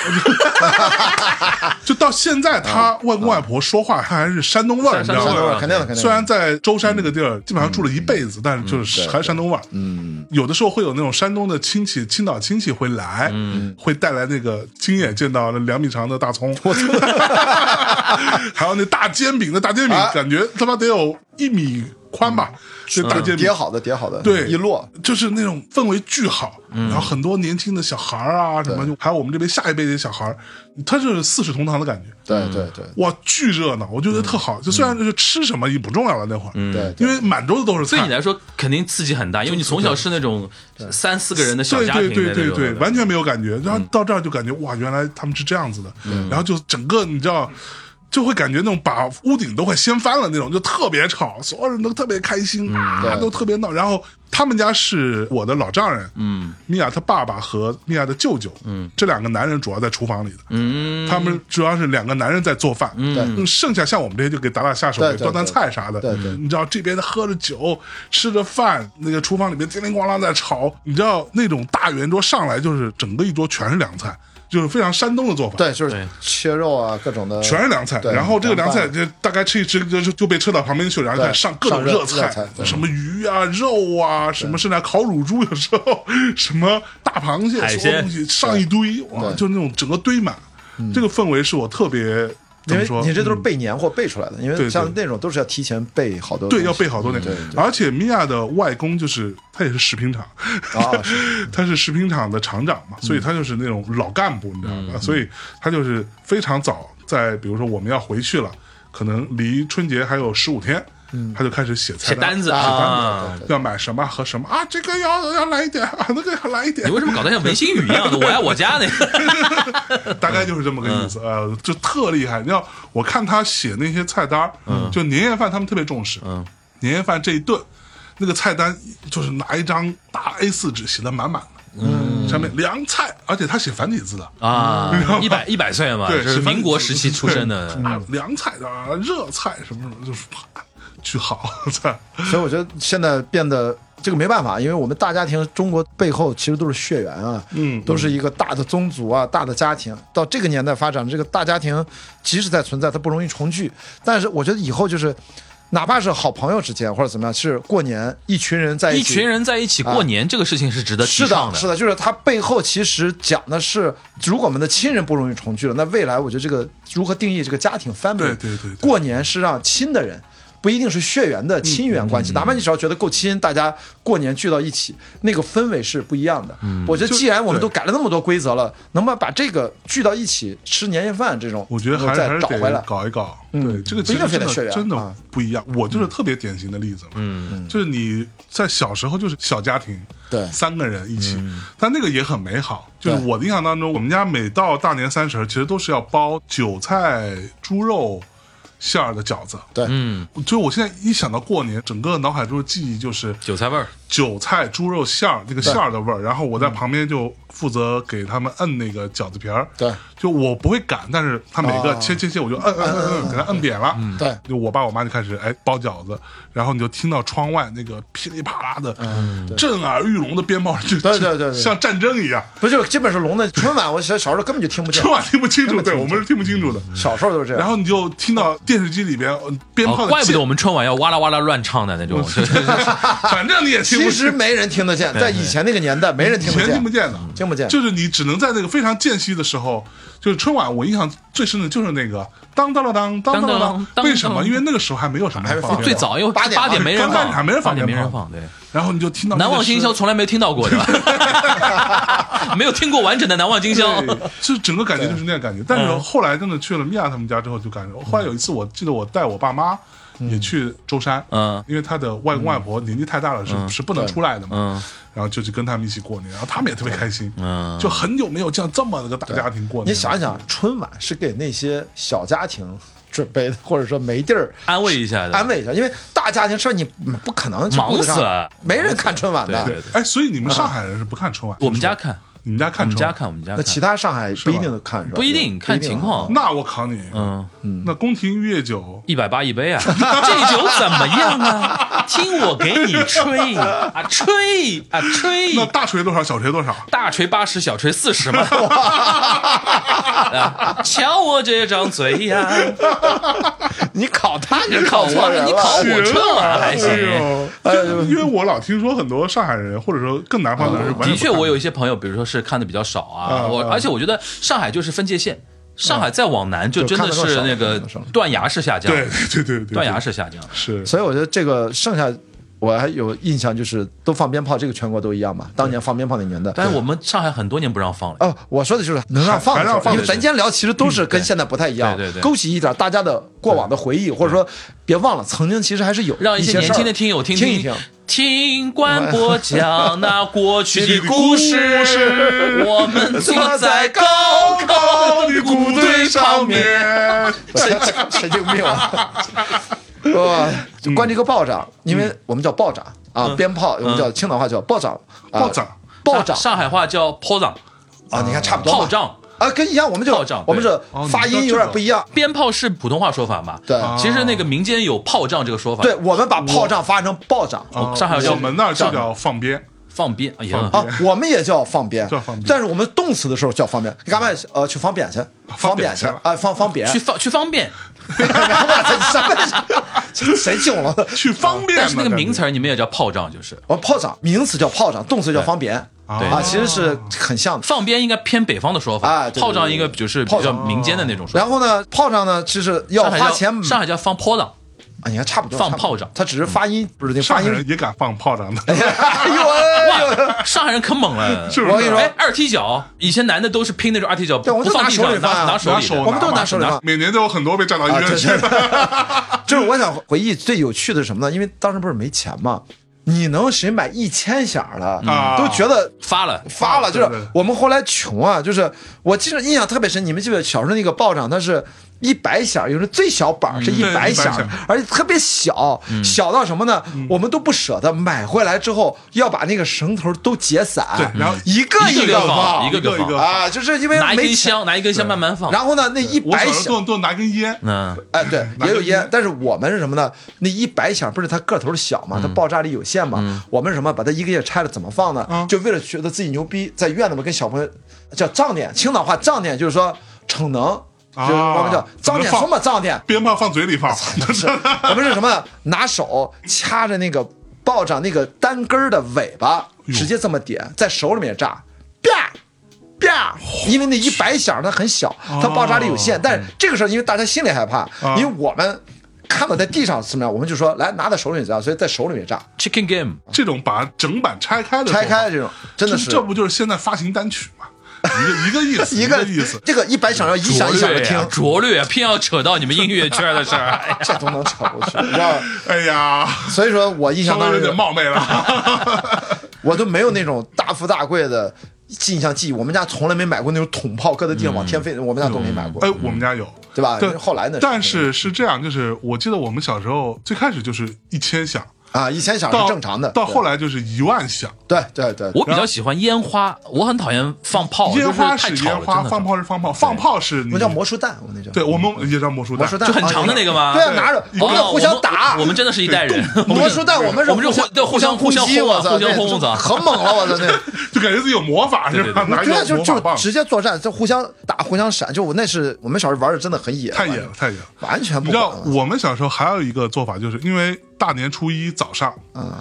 [SPEAKER 2] 就到现在，他外公外婆说话，他还是山东味儿，你知
[SPEAKER 3] 山
[SPEAKER 2] 道
[SPEAKER 4] 啊
[SPEAKER 3] 山
[SPEAKER 4] 山东
[SPEAKER 3] 东
[SPEAKER 2] 吗
[SPEAKER 4] 味
[SPEAKER 3] 味？
[SPEAKER 4] 儿，
[SPEAKER 3] 儿
[SPEAKER 4] 肯定的，肯定的。嗯
[SPEAKER 2] 虽然在舟山这个地儿基本上住了一辈子，但是就是还是山东味儿。嗯，有的时候会有那种山东的亲戚、青岛亲戚会来，
[SPEAKER 4] 嗯
[SPEAKER 2] 会带来那个亲眼见到了两米长的大葱， *laughs* 还有那大煎饼那大煎饼
[SPEAKER 4] 啊，嗯
[SPEAKER 2] 感觉他妈得有一米宽吧，这大煎饼
[SPEAKER 4] 叠。好的，叠好的，
[SPEAKER 2] 对，
[SPEAKER 4] 一摞。
[SPEAKER 2] 就是那种氛围巨好，然后很多年轻的小孩儿啊，什么就还有我们这边下一辈的小孩儿，他就是四世同堂的感觉，
[SPEAKER 4] 对对对
[SPEAKER 2] 哇，巨热闹，我觉得特好。就虽然就是吃什么也不重要了那会儿，
[SPEAKER 4] 对对
[SPEAKER 2] 嗯因为满桌子都是菜，
[SPEAKER 3] 对你来说肯定刺激很大，因为你从小是那种三四个人的小
[SPEAKER 2] 对
[SPEAKER 3] 家庭
[SPEAKER 2] 对对
[SPEAKER 3] 的那
[SPEAKER 2] 对
[SPEAKER 3] 种
[SPEAKER 2] 对，
[SPEAKER 3] 的，
[SPEAKER 2] 完全没有感觉。然后到这儿就感觉哇，原来他们是这样子的，然后就整个你知道。就会感觉那种把屋顶都快掀翻了那种，就特别吵，所有人都特别开心，啊，
[SPEAKER 4] 对
[SPEAKER 2] 都特别闹。然后他们家是我的老丈人，嗯，米娅他爸爸和米娅的舅舅，嗯，这两个男人主要在厨房里的，嗯，他们主要是两个男人在做饭，嗯，剩下像我们这些就给打打下手，
[SPEAKER 4] 对
[SPEAKER 2] 给
[SPEAKER 4] 对
[SPEAKER 2] 端端
[SPEAKER 4] 对
[SPEAKER 2] 菜啥的，
[SPEAKER 4] 对对
[SPEAKER 2] 你知道这边喝着酒，吃着饭，那个厨房里面叮铃咣啷在吵，你知道那种大圆桌上来就是整个一桌全是凉菜，就是非常山东的做法。。
[SPEAKER 4] 对，就
[SPEAKER 3] 对
[SPEAKER 4] 是切肉啊，各种的，
[SPEAKER 2] 全是凉菜，
[SPEAKER 4] 对
[SPEAKER 2] 然后这个凉菜
[SPEAKER 4] 凉
[SPEAKER 2] 就大概吃一吃，就就就被撤到旁边去，然后再
[SPEAKER 4] 对
[SPEAKER 2] 上各种
[SPEAKER 4] 上热
[SPEAKER 2] 热菜
[SPEAKER 4] 热菜，对
[SPEAKER 2] 什么鱼啊、肉啊，什么甚至还烤乳猪，有时候什么大螃蟹，
[SPEAKER 3] 海
[SPEAKER 2] 所有
[SPEAKER 3] 鲜
[SPEAKER 2] 东西上一堆，哇，
[SPEAKER 4] 对嗯
[SPEAKER 2] 就那种整个堆满，这个氛围是我特别怎
[SPEAKER 4] 因
[SPEAKER 2] 么
[SPEAKER 4] 为
[SPEAKER 2] 说？嗯
[SPEAKER 4] 你这都是备年货备出来的，因
[SPEAKER 2] 对
[SPEAKER 4] 为
[SPEAKER 2] 对
[SPEAKER 4] 像那种都是要提前备好多东
[SPEAKER 2] 对，
[SPEAKER 4] 西，嗯
[SPEAKER 2] 要备好多年。而且米娅的外公就是他也是食品厂， *laughs*
[SPEAKER 4] 啊嗯
[SPEAKER 2] 他是食品厂的厂长嘛，所以他就是那种老干部，你知道吧？所以他就是非常早，在比如说我们要回去了，可能离春节还有十五天，
[SPEAKER 4] 嗯
[SPEAKER 2] 他就开始写菜
[SPEAKER 3] 写单子
[SPEAKER 2] 单
[SPEAKER 3] 啊。
[SPEAKER 2] 子要买什么和什么啊，这个要要来一点啊，那个要来一点
[SPEAKER 3] 你，为什么搞得像文心雨一样的？我爱我家那个，
[SPEAKER 2] 大概就是这么个意思，
[SPEAKER 3] 嗯
[SPEAKER 2] 呃，就特厉害。你要我看他写那些菜单儿，
[SPEAKER 3] 嗯
[SPEAKER 2] 就年夜饭他们特别重视，嗯，年夜饭这一顿，那个菜单就是拿一张大 A 四纸写的满满的，嗯，上面凉菜，而且他写繁体字的，
[SPEAKER 3] 啊，一百一百岁嘛，
[SPEAKER 2] 对，
[SPEAKER 3] 就是
[SPEAKER 2] 繁体
[SPEAKER 3] 民国
[SPEAKER 2] 字
[SPEAKER 3] 时期出生的
[SPEAKER 2] 对， *laughs* 啊凉菜啊，热菜什么什么，就是啪，巨好，菜，
[SPEAKER 4] *laughs* 所以我觉得现在变得这个没办法，因为我们大家庭中国背后其实都是血缘啊，
[SPEAKER 2] 嗯
[SPEAKER 4] 都是一个大的宗族啊，大的家庭。到这个年代发展，这个大家庭即使在存在，它不容易重聚。但是我觉得以后就是，哪怕是好朋友之间或者怎么样，是过年一群人在一
[SPEAKER 3] 一
[SPEAKER 4] 起，
[SPEAKER 3] 群人在一起过年，这个事情是值得提
[SPEAKER 4] 是的
[SPEAKER 3] 倡，
[SPEAKER 4] 是的，就是它背后其实讲的是，如果我们的亲人不容易重聚了，那未来我觉得这个如何定义这个家庭 family？
[SPEAKER 2] 对对对对
[SPEAKER 4] 过年是让亲的人。不一定是血缘的亲缘关系，哪怕你只要觉得够亲，大家过年聚到一起，那个氛围是不一样的。我觉得，
[SPEAKER 2] 就
[SPEAKER 4] 既然我们
[SPEAKER 2] 对
[SPEAKER 4] 都改了那么多规则了，能不能把这个聚到一起吃年夜饭这
[SPEAKER 2] *laughs*
[SPEAKER 4] 种，
[SPEAKER 2] 我觉得还是还
[SPEAKER 4] 再
[SPEAKER 2] 是
[SPEAKER 4] 找回
[SPEAKER 2] 得
[SPEAKER 4] 来？
[SPEAKER 2] 搞一搞，
[SPEAKER 4] 嗯
[SPEAKER 2] 对这个其
[SPEAKER 4] 不一定
[SPEAKER 2] 实
[SPEAKER 4] 非
[SPEAKER 2] 真
[SPEAKER 4] 得血
[SPEAKER 2] 的
[SPEAKER 4] 缘
[SPEAKER 2] 真的
[SPEAKER 4] 啊
[SPEAKER 2] 不一样。我就是特别典型的例子嘛，嗯，就是你在小时候就是小家庭，
[SPEAKER 4] 对嗯
[SPEAKER 2] 三个人一起，但那个也很美好。就是
[SPEAKER 4] 对
[SPEAKER 2] 我的印象当中，我们家每到大年三十儿，其实都是要包韭菜、猪肉、馅儿的饺子。
[SPEAKER 4] 对，
[SPEAKER 2] 就是我现在一想到过年，整个脑海中的记忆就是
[SPEAKER 5] 韭菜味儿，
[SPEAKER 2] 韭菜、猪肉馅儿那个馅儿的味儿，然后我在旁边就负责给他们摁那个饺子皮儿。
[SPEAKER 4] 对，啊
[SPEAKER 2] 就我不会擀，但是他每个切切切，我就摁摁摁摁，给它摁扁了。
[SPEAKER 4] 对
[SPEAKER 2] 就我爸我妈就开始哎包饺子，然后你就听到窗外那个噼里啪啦的震耳欲聋的鞭炮声，就 *laughs*
[SPEAKER 4] 嗯对对对对
[SPEAKER 2] 像战争一样，
[SPEAKER 4] 不就是基本是聋的。春晚我小小时候根本就听不见
[SPEAKER 2] 春，晚听不清楚，
[SPEAKER 4] 根本
[SPEAKER 2] 对
[SPEAKER 4] 听
[SPEAKER 2] 我
[SPEAKER 4] 不嗯
[SPEAKER 2] 们是听不清楚的。
[SPEAKER 4] 小时候都是这样。
[SPEAKER 2] 然后你就听到电视机里边呃鞭炮
[SPEAKER 3] 哦
[SPEAKER 2] 的，
[SPEAKER 3] 怪不得我
[SPEAKER 2] 们，
[SPEAKER 3] 们春晚要哇啦哇啦乱唱的那种，
[SPEAKER 2] 反正你也听不
[SPEAKER 4] 其
[SPEAKER 2] 清
[SPEAKER 4] 实没人听得
[SPEAKER 3] 哎
[SPEAKER 4] 见，在以前那个年代没人听
[SPEAKER 2] 以
[SPEAKER 4] 得
[SPEAKER 2] 前
[SPEAKER 4] 见，
[SPEAKER 2] 听不见的，
[SPEAKER 4] 听不见
[SPEAKER 2] 就是你只能在那个非常间隙的时候，就是春晚，我印象最深的就是那个当当当当当当当
[SPEAKER 3] 当当
[SPEAKER 2] 为什么？
[SPEAKER 3] 当
[SPEAKER 2] 因为那个时候还没有什么人放鞭炮
[SPEAKER 3] *laughs* 最早因为
[SPEAKER 4] 八点
[SPEAKER 3] 八点没人
[SPEAKER 2] 刚开始还
[SPEAKER 3] 放，
[SPEAKER 2] 没人放
[SPEAKER 3] 八点没
[SPEAKER 2] 鞭
[SPEAKER 3] 人
[SPEAKER 2] 炮
[SPEAKER 3] 放，对。
[SPEAKER 2] 然后你就听到那
[SPEAKER 3] 难
[SPEAKER 2] 个
[SPEAKER 3] 忘今
[SPEAKER 2] 声
[SPEAKER 3] 宵从来没有听到过，对吧？ *laughs* 没有听过完整的难忘今宵。
[SPEAKER 2] 对，是整个感觉就是那样感觉。但是后来真的去了米娅他们家之后，就感觉。哦后来有一次，我记得我带我爸妈也去舟山，
[SPEAKER 3] 嗯，
[SPEAKER 2] 因为他的外公外婆年纪太大了，是是不能出来的嘛，嗯，然后就去跟他们一起过年，然后他们也特别开心，嗯，就很久没有这样这么个大家庭过年了。
[SPEAKER 4] 你想一想，春晚是给那些小家庭准备的，或者说没地儿
[SPEAKER 3] 安慰一下的，
[SPEAKER 4] 安慰一下，因为大家庭事儿你不可能去顾得
[SPEAKER 3] 忙
[SPEAKER 4] 上
[SPEAKER 3] 死了
[SPEAKER 4] 没人看春晚的
[SPEAKER 3] 对。
[SPEAKER 2] 哎，所以你们上海人是不看春晚？
[SPEAKER 3] 我们家看，
[SPEAKER 2] 你们家
[SPEAKER 3] 我
[SPEAKER 2] 看
[SPEAKER 3] 们
[SPEAKER 2] 春晚？
[SPEAKER 3] 家看，我们家
[SPEAKER 4] 那
[SPEAKER 3] 看，
[SPEAKER 4] 其他上海不一定啊能看，是吧
[SPEAKER 3] 不一定看情况。
[SPEAKER 2] 那我考你，
[SPEAKER 3] 嗯，
[SPEAKER 2] 那宫廷乐酒，
[SPEAKER 3] 一百八一杯啊，这酒怎么样啊？听我给你吹啊吹啊吹
[SPEAKER 2] 那，大锤多少，小锤多少？
[SPEAKER 3] 大锤八十，小锤四十嘛。啊瞧我这张嘴呀，
[SPEAKER 4] 你考他，
[SPEAKER 3] 你
[SPEAKER 4] *laughs*
[SPEAKER 3] 考
[SPEAKER 4] 错
[SPEAKER 3] 我，
[SPEAKER 4] 人
[SPEAKER 3] 你
[SPEAKER 4] 了
[SPEAKER 3] 考我
[SPEAKER 2] 行
[SPEAKER 3] 春晚还
[SPEAKER 2] 啊哎
[SPEAKER 3] 行。
[SPEAKER 2] 呦，就因为我老听说很多上海人，或者说更南方的人是完全不看
[SPEAKER 3] 哦的确，我有一些朋友，比如说是看的比较少啊，
[SPEAKER 2] 嗯
[SPEAKER 3] 我
[SPEAKER 2] 嗯
[SPEAKER 3] 而且我觉得上海就是分界线，上海再往南就真的
[SPEAKER 4] 嗯就看得
[SPEAKER 3] 是
[SPEAKER 4] 更少
[SPEAKER 3] 那个
[SPEAKER 4] 看得更少
[SPEAKER 3] 断崖式下降，
[SPEAKER 2] 对对对对对，
[SPEAKER 3] 断崖式下降。
[SPEAKER 2] 是
[SPEAKER 4] 所以我觉得这个剩下。我还有印象，就是都放鞭炮，这个全国都一样嘛。当年放鞭炮那年代，
[SPEAKER 3] 但是我们上海很多年不让放了，
[SPEAKER 4] 哦，我说的就是能让放的
[SPEAKER 2] 还
[SPEAKER 4] 时
[SPEAKER 2] 让
[SPEAKER 4] 候，
[SPEAKER 2] 放
[SPEAKER 4] 因为
[SPEAKER 2] 的
[SPEAKER 4] 咱今天聊其实都是跟现在不太一样，
[SPEAKER 3] 对对对
[SPEAKER 4] 勾起一点大家的过往的回忆，或者说别忘了曾经其实还是有
[SPEAKER 3] 让
[SPEAKER 4] 一
[SPEAKER 3] 些年
[SPEAKER 4] 事儿
[SPEAKER 3] 轻的听友听
[SPEAKER 4] 听一听。
[SPEAKER 3] 听官播讲那过去的故
[SPEAKER 2] 故
[SPEAKER 3] 事
[SPEAKER 2] 事，
[SPEAKER 3] 我们坐在高高的谷堆上 *laughs* 面。
[SPEAKER 4] 神神经病啊！ *laughs* 哇，就关这个暴涨，因为我们叫暴涨啊，鞭炮我们叫青岛话叫暴涨，啊
[SPEAKER 2] 暴涨，
[SPEAKER 4] 暴涨
[SPEAKER 3] 上海话叫炮仗，
[SPEAKER 4] 啊，你看差不多
[SPEAKER 3] 炮
[SPEAKER 4] 吧
[SPEAKER 3] 仗。
[SPEAKER 4] 啊，跟一样，我们就
[SPEAKER 3] 炮仗
[SPEAKER 4] 我们这
[SPEAKER 2] 哦你
[SPEAKER 4] 发
[SPEAKER 2] 知道
[SPEAKER 4] 音
[SPEAKER 2] 这
[SPEAKER 4] 有点
[SPEAKER 2] 个
[SPEAKER 4] 不一样。
[SPEAKER 3] 鞭炮是普通话说法嘛？
[SPEAKER 4] 对
[SPEAKER 3] 其实那个民间有炮仗这个说法，
[SPEAKER 4] 对，我们把炮仗发成暴涨
[SPEAKER 3] 我哦上海
[SPEAKER 2] 呃我
[SPEAKER 3] 叫
[SPEAKER 2] 们那儿就叫放鞭，
[SPEAKER 3] 放鞭，哎呀
[SPEAKER 2] 放，
[SPEAKER 4] 啊，我们也叫放鞭
[SPEAKER 2] 叫放，鞭啊
[SPEAKER 4] 但是我们动词的时候叫放鞭，干嘛去？呃，去放鞭去，
[SPEAKER 2] 放
[SPEAKER 4] 鞭
[SPEAKER 2] 鞭
[SPEAKER 4] 去
[SPEAKER 2] 去了
[SPEAKER 4] 啊，放放鞭
[SPEAKER 3] 去，
[SPEAKER 4] *laughs*
[SPEAKER 3] 方去方便，
[SPEAKER 4] 什么？这谁敬了？
[SPEAKER 2] 去方便嘛。
[SPEAKER 3] 哦但是那个啊
[SPEAKER 2] 感觉
[SPEAKER 3] 名词儿你们也叫炮仗，就是
[SPEAKER 4] 我炮仗名词叫炮仗，动词叫方便
[SPEAKER 2] 对
[SPEAKER 4] 啊，其实是很像的。
[SPEAKER 3] 放鞭应该偏北方的说法
[SPEAKER 4] 啊，对对
[SPEAKER 3] 炮仗应该就是比
[SPEAKER 4] 炮
[SPEAKER 3] 较
[SPEAKER 4] 仗
[SPEAKER 3] 民间的那种说法。
[SPEAKER 4] 然后呢，炮仗呢，就是要
[SPEAKER 3] 上海
[SPEAKER 4] 花
[SPEAKER 3] 叫
[SPEAKER 4] 钱买
[SPEAKER 3] 上海叫放炮仗，
[SPEAKER 4] 啊，你看差不多
[SPEAKER 3] 放
[SPEAKER 4] 差不多
[SPEAKER 3] 炮仗
[SPEAKER 4] 它只是发音，不是那个
[SPEAKER 2] 上
[SPEAKER 4] 发
[SPEAKER 2] 海
[SPEAKER 4] 音。
[SPEAKER 2] 人也敢放炮仗的，
[SPEAKER 4] 哎呦哎呦， *laughs*
[SPEAKER 3] 上海人可猛了。
[SPEAKER 2] 是
[SPEAKER 4] 我
[SPEAKER 2] 不
[SPEAKER 4] 跟
[SPEAKER 2] 是
[SPEAKER 4] 你说
[SPEAKER 3] 哎，二踢脚，以前男的都是拼那种啊二踢脚，
[SPEAKER 4] 对我
[SPEAKER 3] 不
[SPEAKER 4] 们都
[SPEAKER 3] 放地
[SPEAKER 4] 拿手
[SPEAKER 3] 上，
[SPEAKER 4] 里放啊
[SPEAKER 3] 拿拿手
[SPEAKER 2] 拿
[SPEAKER 3] 里
[SPEAKER 2] 手
[SPEAKER 3] 的。
[SPEAKER 4] 我们都拿手里放。
[SPEAKER 2] 每年都有很多被炸到医
[SPEAKER 4] 啊，
[SPEAKER 2] 院
[SPEAKER 4] 对
[SPEAKER 2] 去
[SPEAKER 4] 对， *laughs* 就是我想回忆最有趣的是什么呢？因为当时不是没钱嘛，你能谁买一千响儿的，
[SPEAKER 2] 啊
[SPEAKER 4] 都觉得
[SPEAKER 3] 发了，
[SPEAKER 4] 发了，就
[SPEAKER 2] 对对
[SPEAKER 4] 是我们后来穷啊，就是我记得印象特别深，你们记不记得小时候那个暴涨，它是一百响，有时候最小板儿是一百响
[SPEAKER 2] 嗯对100响，嗯
[SPEAKER 4] 而且特别小，小到什么呢？我们都不舍得买回来之后要把那个绳头都解散，
[SPEAKER 2] 对然后
[SPEAKER 4] 一个
[SPEAKER 3] 一个
[SPEAKER 4] 个
[SPEAKER 3] 放
[SPEAKER 4] 放，
[SPEAKER 3] 一个
[SPEAKER 2] 一个
[SPEAKER 3] 个
[SPEAKER 2] 一个
[SPEAKER 3] 放，
[SPEAKER 4] 啊，就是因为
[SPEAKER 3] 拿一
[SPEAKER 4] 没
[SPEAKER 3] 根
[SPEAKER 4] 钱。
[SPEAKER 3] 香，拿一根香慢慢放。
[SPEAKER 4] 然后呢，那一
[SPEAKER 2] 我
[SPEAKER 4] 百
[SPEAKER 2] 小时
[SPEAKER 4] 响
[SPEAKER 2] 候都都拿根烟，
[SPEAKER 3] 嗯，
[SPEAKER 4] 哎，对，
[SPEAKER 2] 拿
[SPEAKER 4] 也有
[SPEAKER 2] 根
[SPEAKER 4] 烟
[SPEAKER 2] 烟，
[SPEAKER 4] 但是我们是什么呢？那一百响不是它个头小嘛，它
[SPEAKER 2] 嗯
[SPEAKER 4] 爆炸力有限嘛。我们是什么把它一个一个拆了，怎么放呢？
[SPEAKER 2] 嗯
[SPEAKER 4] 就为了觉得自己牛逼，在院子里面跟小朋友叫仗点，青岛话仗点就是说逞能，就
[SPEAKER 2] 啊
[SPEAKER 4] 是我们叫仗点
[SPEAKER 2] 怎么放
[SPEAKER 4] 什么仗点，
[SPEAKER 2] 鞭炮放嘴
[SPEAKER 3] *laughs*
[SPEAKER 2] 里放，
[SPEAKER 4] 是我们是什么呢？拿手掐着那个暴涨那个单根儿的尾巴，
[SPEAKER 2] 哎呦
[SPEAKER 4] 直接这么点，在手里面炸，啪。啪！因为那一百响它很小，它爆炸力有限。但是这个时候，因为大家心里害怕，
[SPEAKER 2] 哦哎啊
[SPEAKER 4] 因为我们看到在地上怎么样，我们就说来拿在手里面炸，所以在手里面炸，
[SPEAKER 3] Chicken Game，
[SPEAKER 2] 这种把整版拆开的
[SPEAKER 4] 拆开
[SPEAKER 2] 这
[SPEAKER 4] 这种真的是
[SPEAKER 2] 这不就是现在发行单曲吗？
[SPEAKER 4] *laughs*
[SPEAKER 2] 一个一个意思，
[SPEAKER 4] 一
[SPEAKER 2] 一
[SPEAKER 4] 个
[SPEAKER 2] 意思。
[SPEAKER 4] 这个一百响要一
[SPEAKER 3] 拙
[SPEAKER 4] 响一响的
[SPEAKER 3] 劣
[SPEAKER 4] 听
[SPEAKER 3] 呀，，拙劣啊，偏要扯到你们音乐圈的事
[SPEAKER 4] *laughs*
[SPEAKER 3] 儿。哎呀
[SPEAKER 4] 这都能扯过去，你知道吗？
[SPEAKER 2] 哎呀，
[SPEAKER 4] 所以说我印
[SPEAKER 2] 稍
[SPEAKER 4] 象
[SPEAKER 2] 微
[SPEAKER 4] 当
[SPEAKER 2] 有点
[SPEAKER 4] *laughs* 中，
[SPEAKER 2] 冒昧了。
[SPEAKER 4] 我都没有那种大富大贵的。印象记忆，我们家从来没买过那种桶炮搁在地上往天飞，我们家都没买过，
[SPEAKER 2] 哎，我们家
[SPEAKER 4] *laughs*
[SPEAKER 2] 有，
[SPEAKER 4] 对吧？
[SPEAKER 2] 对，
[SPEAKER 4] 后来呢？
[SPEAKER 2] 但是是这样，就是我记得我们小时候最开始就是一千响，
[SPEAKER 4] 啊，以前想
[SPEAKER 2] 到
[SPEAKER 4] 是正常的，
[SPEAKER 2] 到
[SPEAKER 4] 对
[SPEAKER 2] 后来就是一万响，
[SPEAKER 4] 对对对，
[SPEAKER 3] 我比较喜欢烟花，我很讨厌放
[SPEAKER 4] 哦
[SPEAKER 3] 炮，
[SPEAKER 2] 烟花
[SPEAKER 3] 就是是太
[SPEAKER 2] 烟
[SPEAKER 3] 吵了，
[SPEAKER 2] 花，
[SPEAKER 3] 真的。哦
[SPEAKER 2] 放炮是放炮，放炮是你
[SPEAKER 4] 我叫魔术弹，我那叫
[SPEAKER 2] 对我们也叫魔术
[SPEAKER 4] 魔
[SPEAKER 2] 弹
[SPEAKER 4] 术，弹，
[SPEAKER 3] 就很长的那个吗
[SPEAKER 4] 对啊，拿着
[SPEAKER 3] 哦
[SPEAKER 4] 我们互相
[SPEAKER 3] 我
[SPEAKER 4] 打
[SPEAKER 3] 们我们真的是一代
[SPEAKER 4] *laughs*
[SPEAKER 3] 人。我
[SPEAKER 4] 魔
[SPEAKER 3] 们
[SPEAKER 4] 术弹，我们是
[SPEAKER 3] 我们是
[SPEAKER 4] 互
[SPEAKER 3] 互对互相
[SPEAKER 4] 互
[SPEAKER 3] 互
[SPEAKER 4] 击，
[SPEAKER 3] 相轰
[SPEAKER 4] 我操，
[SPEAKER 3] 啊互相
[SPEAKER 4] 那
[SPEAKER 3] 轰
[SPEAKER 4] 就
[SPEAKER 3] 我操
[SPEAKER 4] 很猛了，我操那。
[SPEAKER 2] 就感觉自己有魔法是吧？拿一
[SPEAKER 4] 对啊，
[SPEAKER 2] 个
[SPEAKER 4] 就
[SPEAKER 2] 魔法
[SPEAKER 4] 就
[SPEAKER 2] 棒，
[SPEAKER 4] 直接作战，就互相打、互相闪，就我那是我们小时候玩的真的很野，
[SPEAKER 2] 太野了，太野了。
[SPEAKER 4] 完全
[SPEAKER 2] 你
[SPEAKER 4] 不
[SPEAKER 2] 知道
[SPEAKER 4] 管了
[SPEAKER 2] 我们小时候还有一个做法，就是因为大年初一早上，
[SPEAKER 4] 嗯，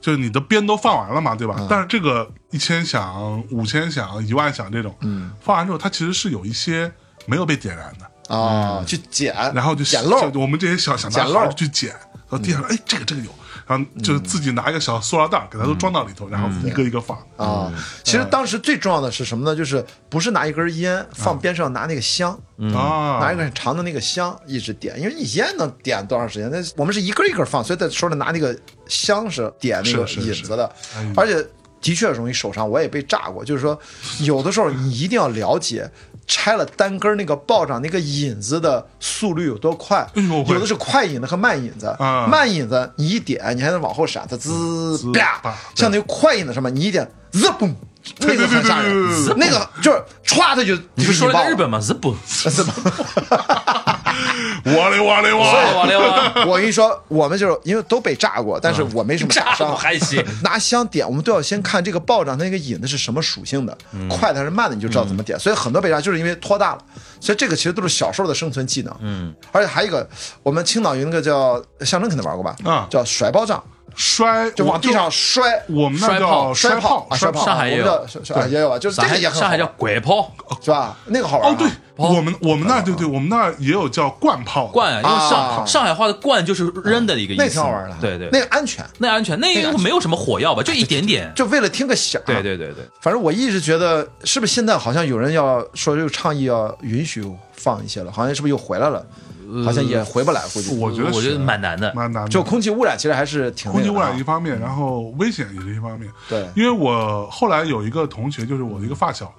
[SPEAKER 2] 就是你的鞭都放完了嘛，对吧？但是这个一千响、五千响、一万响这种，嗯，放完之后它其实是有一些没有被点燃的，
[SPEAKER 4] 啊，去捡，
[SPEAKER 2] 然后就
[SPEAKER 4] 捡漏
[SPEAKER 2] 就，我们这些小小男
[SPEAKER 4] 捡
[SPEAKER 2] 孩
[SPEAKER 4] 漏
[SPEAKER 2] 就去捡，然后地上哎这个这个有，然后就是自己拿一个小塑料袋儿给它都装到里
[SPEAKER 4] 嗯
[SPEAKER 2] 头，然后一个一个放。
[SPEAKER 4] 啊。其实当时最重要的是什么呢？就是不是拿一根烟放边上，拿那个香，
[SPEAKER 2] 啊，
[SPEAKER 4] 拿一个很长的那个香一直点，因为你烟能点多长时间？那我们是一根一根放，所以在手里拿那个香是点那个
[SPEAKER 2] 是是
[SPEAKER 4] 引
[SPEAKER 2] 是
[SPEAKER 4] 子的，而且的确容易受伤，我也被炸过。就是说，有的时候你一定要了解。拆了单根那个爆炸那个引子的速率有多快？
[SPEAKER 2] 哎呦喂
[SPEAKER 4] 有的是快引子和慢引子。
[SPEAKER 2] 啊
[SPEAKER 4] 慢引子你一点，你还能往后闪，它滋
[SPEAKER 2] 滋
[SPEAKER 4] 啪
[SPEAKER 2] 啪，
[SPEAKER 4] 像那个快引子上面，你一点滋嘣，那个很吓
[SPEAKER 2] 对
[SPEAKER 4] 人，那个就是歘，它就
[SPEAKER 3] 你
[SPEAKER 4] 就
[SPEAKER 3] 不是说了
[SPEAKER 4] 引爆
[SPEAKER 3] 个日本吗？Zip，
[SPEAKER 4] 是吧？
[SPEAKER 2] 哇嘞哇嘞哇，
[SPEAKER 3] 哇嘞啊哇， *laughs*
[SPEAKER 4] 我跟你说，我们就是因为都被炸过，但是我没什么打
[SPEAKER 3] 嗯炸
[SPEAKER 4] 伤
[SPEAKER 3] 我。还行。
[SPEAKER 4] *laughs* 拿香点，我们都要先看这个爆炸它那个引的是什么属性的，
[SPEAKER 3] 嗯
[SPEAKER 4] 快的还是慢的，你就知道怎么点。所以很多被炸就是因为拖大了，所以这个其实都是小时候的生存技能。嗯，而且还有一个，我们青岛有那个叫象征，肯定玩过吧？
[SPEAKER 2] 啊
[SPEAKER 4] 叫甩爆仗，
[SPEAKER 2] 摔
[SPEAKER 4] 就往地上摔。
[SPEAKER 2] 我们那叫
[SPEAKER 4] 摔
[SPEAKER 2] 炮，
[SPEAKER 4] 啊，摔炮，
[SPEAKER 3] 上海也有
[SPEAKER 4] 我们叫上海也有啊， *laughs* 就是这
[SPEAKER 3] 上
[SPEAKER 4] 个
[SPEAKER 3] 海
[SPEAKER 4] 也很好
[SPEAKER 3] 上海叫拐炮，
[SPEAKER 4] 是吧？那个好玩啊
[SPEAKER 2] 哦，对，我们我们那对对，我们那也有叫灌炮的，
[SPEAKER 3] 罐啊，因为
[SPEAKER 4] 啊
[SPEAKER 3] 上上海话的罐就是扔的一个意思，
[SPEAKER 4] 那挺好玩的，
[SPEAKER 3] 对对，
[SPEAKER 4] 那个安全，
[SPEAKER 3] 那安全，那个没有什么火药吧，就一点点。
[SPEAKER 4] 就为了听个响，
[SPEAKER 3] 对对对对，
[SPEAKER 4] 反正我一直觉得，是不是现在好像有人要说这个倡议要允许放一些了？好像是不是又回来了？好像也回不来，估计。
[SPEAKER 2] 我觉得
[SPEAKER 3] 我觉
[SPEAKER 2] 是
[SPEAKER 3] 得啊蛮难的。
[SPEAKER 2] 蛮难的，
[SPEAKER 4] 就空气污染其实还是挺那
[SPEAKER 2] 空气
[SPEAKER 4] 个的
[SPEAKER 2] 污染一
[SPEAKER 4] 啊
[SPEAKER 2] 方面，然后危险也是一方面。
[SPEAKER 4] 对
[SPEAKER 2] 因为我后来有一个同学，就是我的一个发小，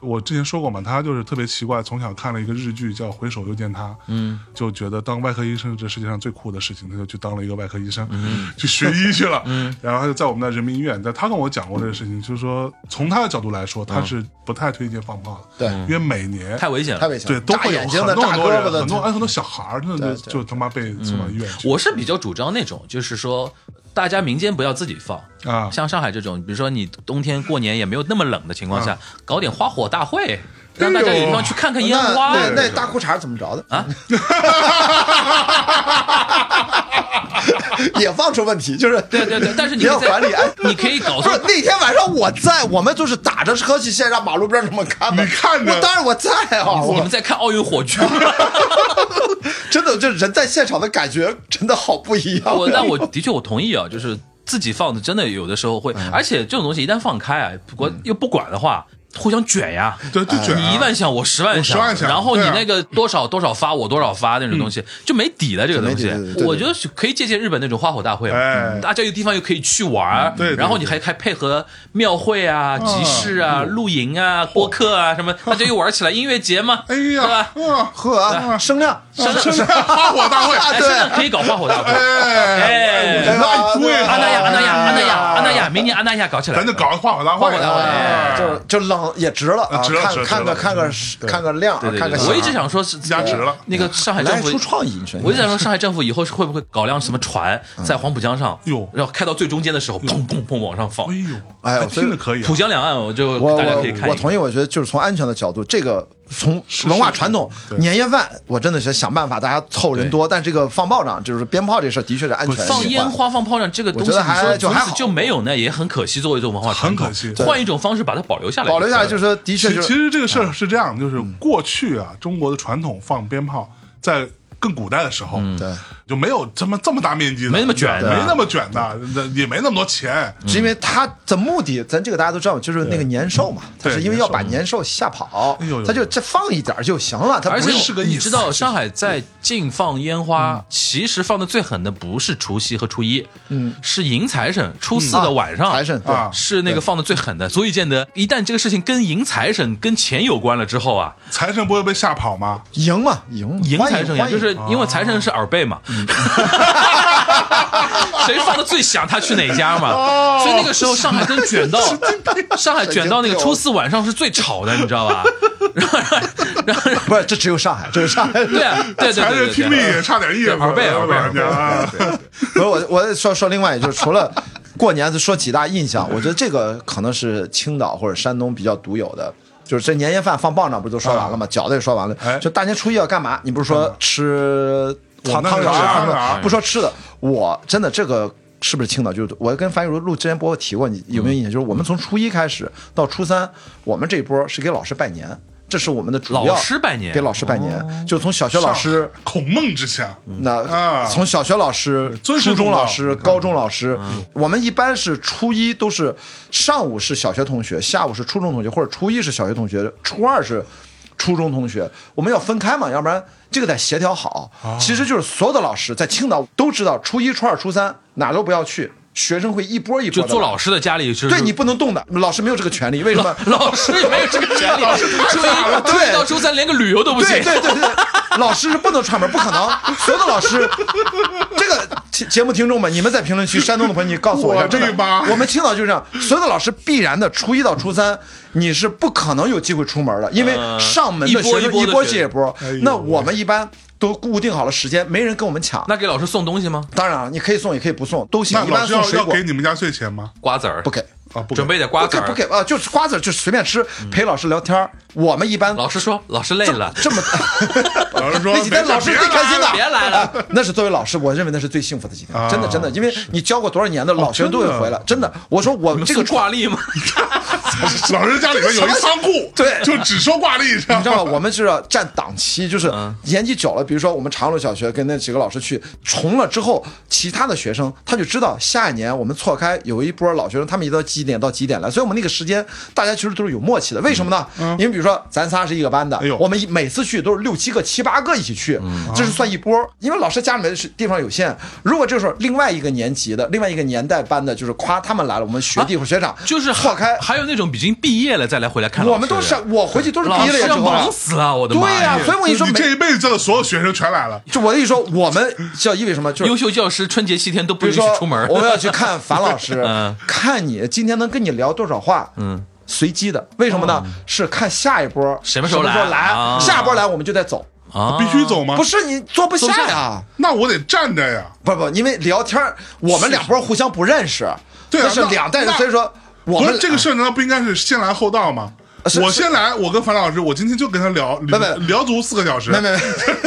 [SPEAKER 2] 我之前说过嘛，他就是特别奇怪，从小看了一个日剧叫《回首又见他》，嗯，就觉得当外科医生是这世界上最酷的事情，他就去当了一个外科医生，嗯、去学医去了。嗯，然后他就在我们那人民医院，但他跟我讲过这个事情，就是说从他的角度来说，他是不太推荐放炮的，
[SPEAKER 4] 嗯对
[SPEAKER 2] 因为每年
[SPEAKER 3] 太危险
[SPEAKER 4] 太
[SPEAKER 3] 了。
[SPEAKER 4] 危险
[SPEAKER 2] 对
[SPEAKER 4] 了，
[SPEAKER 2] 都
[SPEAKER 4] 炸
[SPEAKER 2] 会有
[SPEAKER 4] 眼睛
[SPEAKER 2] 很
[SPEAKER 4] 的、
[SPEAKER 2] 多
[SPEAKER 4] 炸
[SPEAKER 2] 很多
[SPEAKER 4] 胳
[SPEAKER 2] 人
[SPEAKER 4] 膊，的，
[SPEAKER 2] 很多哎很多小孩儿，真的
[SPEAKER 4] 对对嗯
[SPEAKER 2] 就他妈被送到医院去
[SPEAKER 3] 我是比较主张那种，就是说大家民间不要自己放。
[SPEAKER 2] 啊。
[SPEAKER 3] 像上海这种，比如说你冬天过年也没有那么冷的情况下，搞点花火大会，让大家有地方去看看烟
[SPEAKER 4] 那
[SPEAKER 3] 花。
[SPEAKER 4] 那那大裤衩怎么着的
[SPEAKER 3] 啊？
[SPEAKER 4] 也放出问题，就是
[SPEAKER 3] 对对对，但是你
[SPEAKER 4] 也要
[SPEAKER 3] 可以在
[SPEAKER 4] 管理安。
[SPEAKER 3] 你可以搞
[SPEAKER 4] 不
[SPEAKER 3] *laughs*
[SPEAKER 4] 是
[SPEAKER 3] 出
[SPEAKER 4] 那天晚上我在，我们就是打着车去县上马路边儿这么看的。
[SPEAKER 2] 你看着
[SPEAKER 4] 我当然我在啊，
[SPEAKER 3] 我
[SPEAKER 4] 我
[SPEAKER 3] 们在看奥运火炬。
[SPEAKER 4] *laughs* 真的就人在现场的感觉真的好不一样。
[SPEAKER 3] 我但我的确我同意啊，就是自己放的，真的有的时候会，
[SPEAKER 2] 嗯
[SPEAKER 3] 而且这种东西一旦放开啊，不管又不管的话，互相卷呀。
[SPEAKER 2] 对，就卷、啊
[SPEAKER 3] 你一万响，我十万
[SPEAKER 2] 我
[SPEAKER 3] 响，
[SPEAKER 2] 10万响
[SPEAKER 3] 然后你
[SPEAKER 2] 对啊嗯
[SPEAKER 3] 那个多少多少发，我多少发那种东西就没底了。这个
[SPEAKER 4] 就没
[SPEAKER 3] 东
[SPEAKER 4] 底
[SPEAKER 3] 西
[SPEAKER 4] 对对对，对
[SPEAKER 3] 我觉得是可以借鉴日本那种花火大会嘛啊嗯
[SPEAKER 2] 哎，嗯
[SPEAKER 3] 大家有地方又可以去玩，
[SPEAKER 2] 对对嗯
[SPEAKER 3] 然后你还还配合庙会啊、集市啊、露营啊、播客啊什么，大家又玩起来，音乐节嘛，
[SPEAKER 2] 哎
[SPEAKER 3] 对
[SPEAKER 2] 呀
[SPEAKER 3] 吧，？
[SPEAKER 2] 嗯，
[SPEAKER 4] 呵啊，声量，
[SPEAKER 2] 真的花火大会，
[SPEAKER 3] 哎，真的可以搞花火大会，
[SPEAKER 2] 哎，
[SPEAKER 3] 哎，
[SPEAKER 2] 那你对
[SPEAKER 3] 安
[SPEAKER 2] 了，
[SPEAKER 3] 那亚，安那
[SPEAKER 4] *laughs* 哎
[SPEAKER 3] 亚，安那亚，安那亚，明年安那亚搞起来，
[SPEAKER 2] 咱就搞个花火大会，
[SPEAKER 3] 花火大会
[SPEAKER 4] 哎，就是就冷也值了啊，
[SPEAKER 2] 值了
[SPEAKER 4] 看
[SPEAKER 2] 值了嗯
[SPEAKER 4] 看个
[SPEAKER 2] 值了
[SPEAKER 4] 看个看个量，啊
[SPEAKER 3] 对。对
[SPEAKER 4] 看
[SPEAKER 3] 对
[SPEAKER 4] 个
[SPEAKER 3] 对，
[SPEAKER 4] 响
[SPEAKER 3] 我一直想说是呃
[SPEAKER 2] 压值了嗯
[SPEAKER 3] 那个上海政
[SPEAKER 4] 来
[SPEAKER 3] 府
[SPEAKER 4] 出创意，你说
[SPEAKER 3] 我就想说，上海政府以后是会不会搞辆什么船在黄浦江上，
[SPEAKER 2] 嗯哟
[SPEAKER 3] 然后开到最中间的时候，砰砰砰往上放
[SPEAKER 2] 哎。呦，
[SPEAKER 4] 哎呦
[SPEAKER 2] 还
[SPEAKER 4] 所以
[SPEAKER 2] 听着可以啊
[SPEAKER 3] 浦，江两岸，我就
[SPEAKER 4] 我
[SPEAKER 3] 大家可以看一
[SPEAKER 4] 我我
[SPEAKER 3] 看。
[SPEAKER 4] 同意，我觉得就是从安全的角度，这个从文化传统
[SPEAKER 2] 是对
[SPEAKER 4] 年夜饭，我真的是想办法，大家凑人多，但这个放炮仗就是鞭炮这事儿的确是安全隐患。
[SPEAKER 3] 放烟花、放炮仗这个东西，
[SPEAKER 4] 我觉得还
[SPEAKER 3] 你说
[SPEAKER 4] 就
[SPEAKER 3] 从
[SPEAKER 4] 还
[SPEAKER 3] 此
[SPEAKER 4] 好
[SPEAKER 3] 就没有呢，也很可惜。作为一种文化传统，
[SPEAKER 2] 很可惜对
[SPEAKER 3] 换一种方式把它保留下来，
[SPEAKER 4] 保留下来，就是说的确
[SPEAKER 2] 其
[SPEAKER 4] 就
[SPEAKER 2] 其
[SPEAKER 4] 是
[SPEAKER 2] 实这个事儿是这样，就是过去啊，中国的传统放鞭炮，在更古代的时候，
[SPEAKER 4] 对
[SPEAKER 2] 就没有这么这么大面积的，
[SPEAKER 3] 没那么卷的
[SPEAKER 2] 没那么卷的，那也没那么多钱。
[SPEAKER 4] 是因为他的目的，咱这个大家都知道，就是那个年兽嘛，他
[SPEAKER 2] 对
[SPEAKER 4] 是因为要把年兽吓跑
[SPEAKER 2] 哎呦呦，
[SPEAKER 4] 他就这放一点儿就行了，他
[SPEAKER 3] 而
[SPEAKER 4] 不
[SPEAKER 3] 且
[SPEAKER 4] 用
[SPEAKER 2] 是个意
[SPEAKER 3] 你
[SPEAKER 2] 思
[SPEAKER 3] 知道，上海在禁放烟
[SPEAKER 4] 嗯
[SPEAKER 3] 花，其实放的最狠的不是除夕和初一，嗯，是迎财神初四的晚上，
[SPEAKER 4] 嗯财神对
[SPEAKER 2] 啊
[SPEAKER 3] 是那个放的最狠的。所以见得，一旦这个事情跟迎财神跟钱有关了之后啊，
[SPEAKER 2] 财神不会被吓跑吗？
[SPEAKER 4] 赢嘛赢
[SPEAKER 3] 迎
[SPEAKER 4] 欢迎
[SPEAKER 3] 财神呀，
[SPEAKER 4] 欢迎
[SPEAKER 3] 就
[SPEAKER 4] 哦嗯
[SPEAKER 3] 是因为财神是耳背嘛， *laughs* 谁放的最响，他去哪家
[SPEAKER 4] 哦
[SPEAKER 3] 嘛。所以那个时候上海真卷
[SPEAKER 4] *laughs*
[SPEAKER 3] 到，上海卷到那个初四晚上是最吵的，你知道
[SPEAKER 4] *laughs*
[SPEAKER 3] 吧？
[SPEAKER 4] 不是这只有上海，只有上海。
[SPEAKER 3] 对啊对对
[SPEAKER 2] 财
[SPEAKER 3] 对
[SPEAKER 2] 神
[SPEAKER 3] 对
[SPEAKER 2] 听力
[SPEAKER 3] 对。
[SPEAKER 2] 也差点意思，
[SPEAKER 3] 耳背耳背耳背
[SPEAKER 2] 啊
[SPEAKER 4] *laughs* 不是我，我说说另外，就是除了过年说几大印象，我觉得这个可能是青岛或者山东比较独有的。就是这年夜饭放棒上不是都说完了吗？饺子也说完了
[SPEAKER 2] 哎。嗯
[SPEAKER 4] 就大年初一要干嘛？你不是说吃
[SPEAKER 2] 我
[SPEAKER 4] 汤
[SPEAKER 2] 那
[SPEAKER 4] 汤
[SPEAKER 2] 是
[SPEAKER 4] 圆
[SPEAKER 2] 吃
[SPEAKER 4] 儿
[SPEAKER 2] 汤圆
[SPEAKER 4] 吗
[SPEAKER 2] 儿？
[SPEAKER 4] 不说吃的，我真的这个是不是青岛？就是我跟樊玉茹录之前播我提过，
[SPEAKER 2] 嗯
[SPEAKER 4] 你有没有印象？就是我们从初一开始到初三，我们这一波是给老师拜年，这是我们的主要
[SPEAKER 3] 老师拜年哦
[SPEAKER 4] 给老师拜年，就从小学老师嗯
[SPEAKER 2] 上孔孟之乡，
[SPEAKER 4] 那
[SPEAKER 2] 啊
[SPEAKER 4] 从小学老师、
[SPEAKER 2] 尊师
[SPEAKER 4] 初中
[SPEAKER 2] 重道嗯
[SPEAKER 4] 老师、高中老师，
[SPEAKER 3] 嗯
[SPEAKER 4] 我们一般是初一都是上午是小学同学，下午是初中同学，或者初一是小学同学，初二是初中同学，我们要分开嘛，要不然这个得协调好。
[SPEAKER 2] 啊
[SPEAKER 4] 其实就是所有的老师在青岛都知道，初一、初二、初三哪儿都不要去，学生会一波一波
[SPEAKER 3] 就
[SPEAKER 4] 的
[SPEAKER 3] 做老师的家里，就是
[SPEAKER 4] 对你不能动的，老师没有这个权利，为什么？
[SPEAKER 3] *laughs* 老师也没有这个权利，初一初
[SPEAKER 4] 对
[SPEAKER 3] 一到初三连个旅游都不行
[SPEAKER 4] 对。对对对，老师是不能串门，不可能。所有的老师，这个节节目听众们，你们在评论区，山东的朋友，你告诉我一下，
[SPEAKER 2] 我
[SPEAKER 4] 真
[SPEAKER 2] 这妈
[SPEAKER 4] 的，我们青岛就这样，所有的老师必然的，初一到初三，你是不可能有机会出门的，因为上门的
[SPEAKER 3] 一波
[SPEAKER 4] 学生
[SPEAKER 3] 一波
[SPEAKER 4] 一
[SPEAKER 3] 的
[SPEAKER 4] 波
[SPEAKER 3] 学
[SPEAKER 4] 接一波
[SPEAKER 2] 哎呦。
[SPEAKER 4] 那我们一般都固定好了时间，没人跟我们抢。
[SPEAKER 3] 那给老师送东西吗？
[SPEAKER 4] 当然了，你可以送，也可以不送，都行
[SPEAKER 2] 那。
[SPEAKER 4] 一
[SPEAKER 2] 老
[SPEAKER 4] 般
[SPEAKER 2] 师
[SPEAKER 4] 送
[SPEAKER 2] 要
[SPEAKER 4] 水
[SPEAKER 2] 要
[SPEAKER 4] 果
[SPEAKER 2] 给你们压岁钱吗？
[SPEAKER 3] 瓜子儿
[SPEAKER 4] 不给。
[SPEAKER 2] 啊，不给
[SPEAKER 3] 准备点瓜
[SPEAKER 4] 不
[SPEAKER 3] 子
[SPEAKER 4] 给
[SPEAKER 3] 儿
[SPEAKER 4] 不给啊，就是瓜子儿就随便吃，陪老师聊天儿我们一般
[SPEAKER 3] 老师说老师累了，
[SPEAKER 4] 这么
[SPEAKER 2] 老师说
[SPEAKER 4] *laughs* 那几天
[SPEAKER 2] 没事
[SPEAKER 4] 老师
[SPEAKER 2] 别
[SPEAKER 4] 最开心的，
[SPEAKER 3] 别来了
[SPEAKER 4] 啊 *laughs* 那是作为老师，我认为那是最幸福的几
[SPEAKER 2] 啊
[SPEAKER 4] 天，真的真的，因为你教过多少年的老学生都会回来，哦真的。我说我这
[SPEAKER 3] 送
[SPEAKER 4] 个
[SPEAKER 3] 挂历吗？
[SPEAKER 2] *laughs* 老师家里边有一仓库，
[SPEAKER 4] *laughs* 对
[SPEAKER 2] 就只收挂历，你知道
[SPEAKER 4] 你
[SPEAKER 2] *laughs*
[SPEAKER 4] 知
[SPEAKER 2] 吗？
[SPEAKER 4] 道 *laughs* 吗？我们是要占档期，就是年级久了，比如说我们长乐小学跟那嗯几个老师去重了之后，其他的学生他就知道下一年我们错开有一波老学生，他们一到几点到几点来，所以我们那个时间大家其实都是有默契的。为什么呢？因为比如说咱仨是一个班的
[SPEAKER 2] 哎呦，
[SPEAKER 4] 我们一每次去都是六七个、七八个一起去，这是算一波。因为老师家里面是地方有限，如果这时候另外一个年级的、另外一个年代班的，就是夸他们来了，我们学弟或学长
[SPEAKER 3] *laughs* 就是
[SPEAKER 4] 错开。
[SPEAKER 3] 还有那种已经毕业了再来回来看老师的，
[SPEAKER 4] 我们都是我回去都是毕
[SPEAKER 3] 老
[SPEAKER 4] 业了
[SPEAKER 3] 师
[SPEAKER 4] 之
[SPEAKER 3] 要
[SPEAKER 4] 后啊了
[SPEAKER 3] 忙死了，我的
[SPEAKER 4] 对
[SPEAKER 3] 妈
[SPEAKER 4] 呀、所以我跟你说
[SPEAKER 2] 哎你
[SPEAKER 4] 没，
[SPEAKER 2] 这一辈子教的所有学生全来了，
[SPEAKER 4] 就我的意思说，我们叫意味什么？就是
[SPEAKER 3] 优秀教师春节七天都
[SPEAKER 4] 比
[SPEAKER 3] 不
[SPEAKER 4] 如
[SPEAKER 3] 允许
[SPEAKER 4] 说
[SPEAKER 3] 出门，
[SPEAKER 4] 我们
[SPEAKER 3] *laughs*
[SPEAKER 4] 要去看樊老师
[SPEAKER 3] 嗯，
[SPEAKER 4] 看你今天能跟你聊多少话，嗯。随机的，为什么呢？是看下一波
[SPEAKER 3] 哦什么时候来
[SPEAKER 4] 来，
[SPEAKER 3] 啊
[SPEAKER 4] 下一波来我们就得走，
[SPEAKER 3] 啊
[SPEAKER 2] 必须走吗
[SPEAKER 4] 不？是你坐不下
[SPEAKER 3] 坐不
[SPEAKER 4] 呀
[SPEAKER 3] 下？
[SPEAKER 2] 那我得站着呀。
[SPEAKER 4] 不不，因为聊天儿，我们两波互相不认识，
[SPEAKER 2] 对啊
[SPEAKER 4] 那是
[SPEAKER 2] 那
[SPEAKER 4] 两代人，
[SPEAKER 2] 那
[SPEAKER 4] 所以说我
[SPEAKER 2] 不
[SPEAKER 4] 们呃
[SPEAKER 2] 是这个事儿，难道不应该是先来后到吗？
[SPEAKER 4] 是
[SPEAKER 2] 我
[SPEAKER 4] 是
[SPEAKER 2] 先来，我跟樊老师，我今天就跟他聊，聊
[SPEAKER 4] 没
[SPEAKER 2] 聊足四个小时。
[SPEAKER 4] 没没没，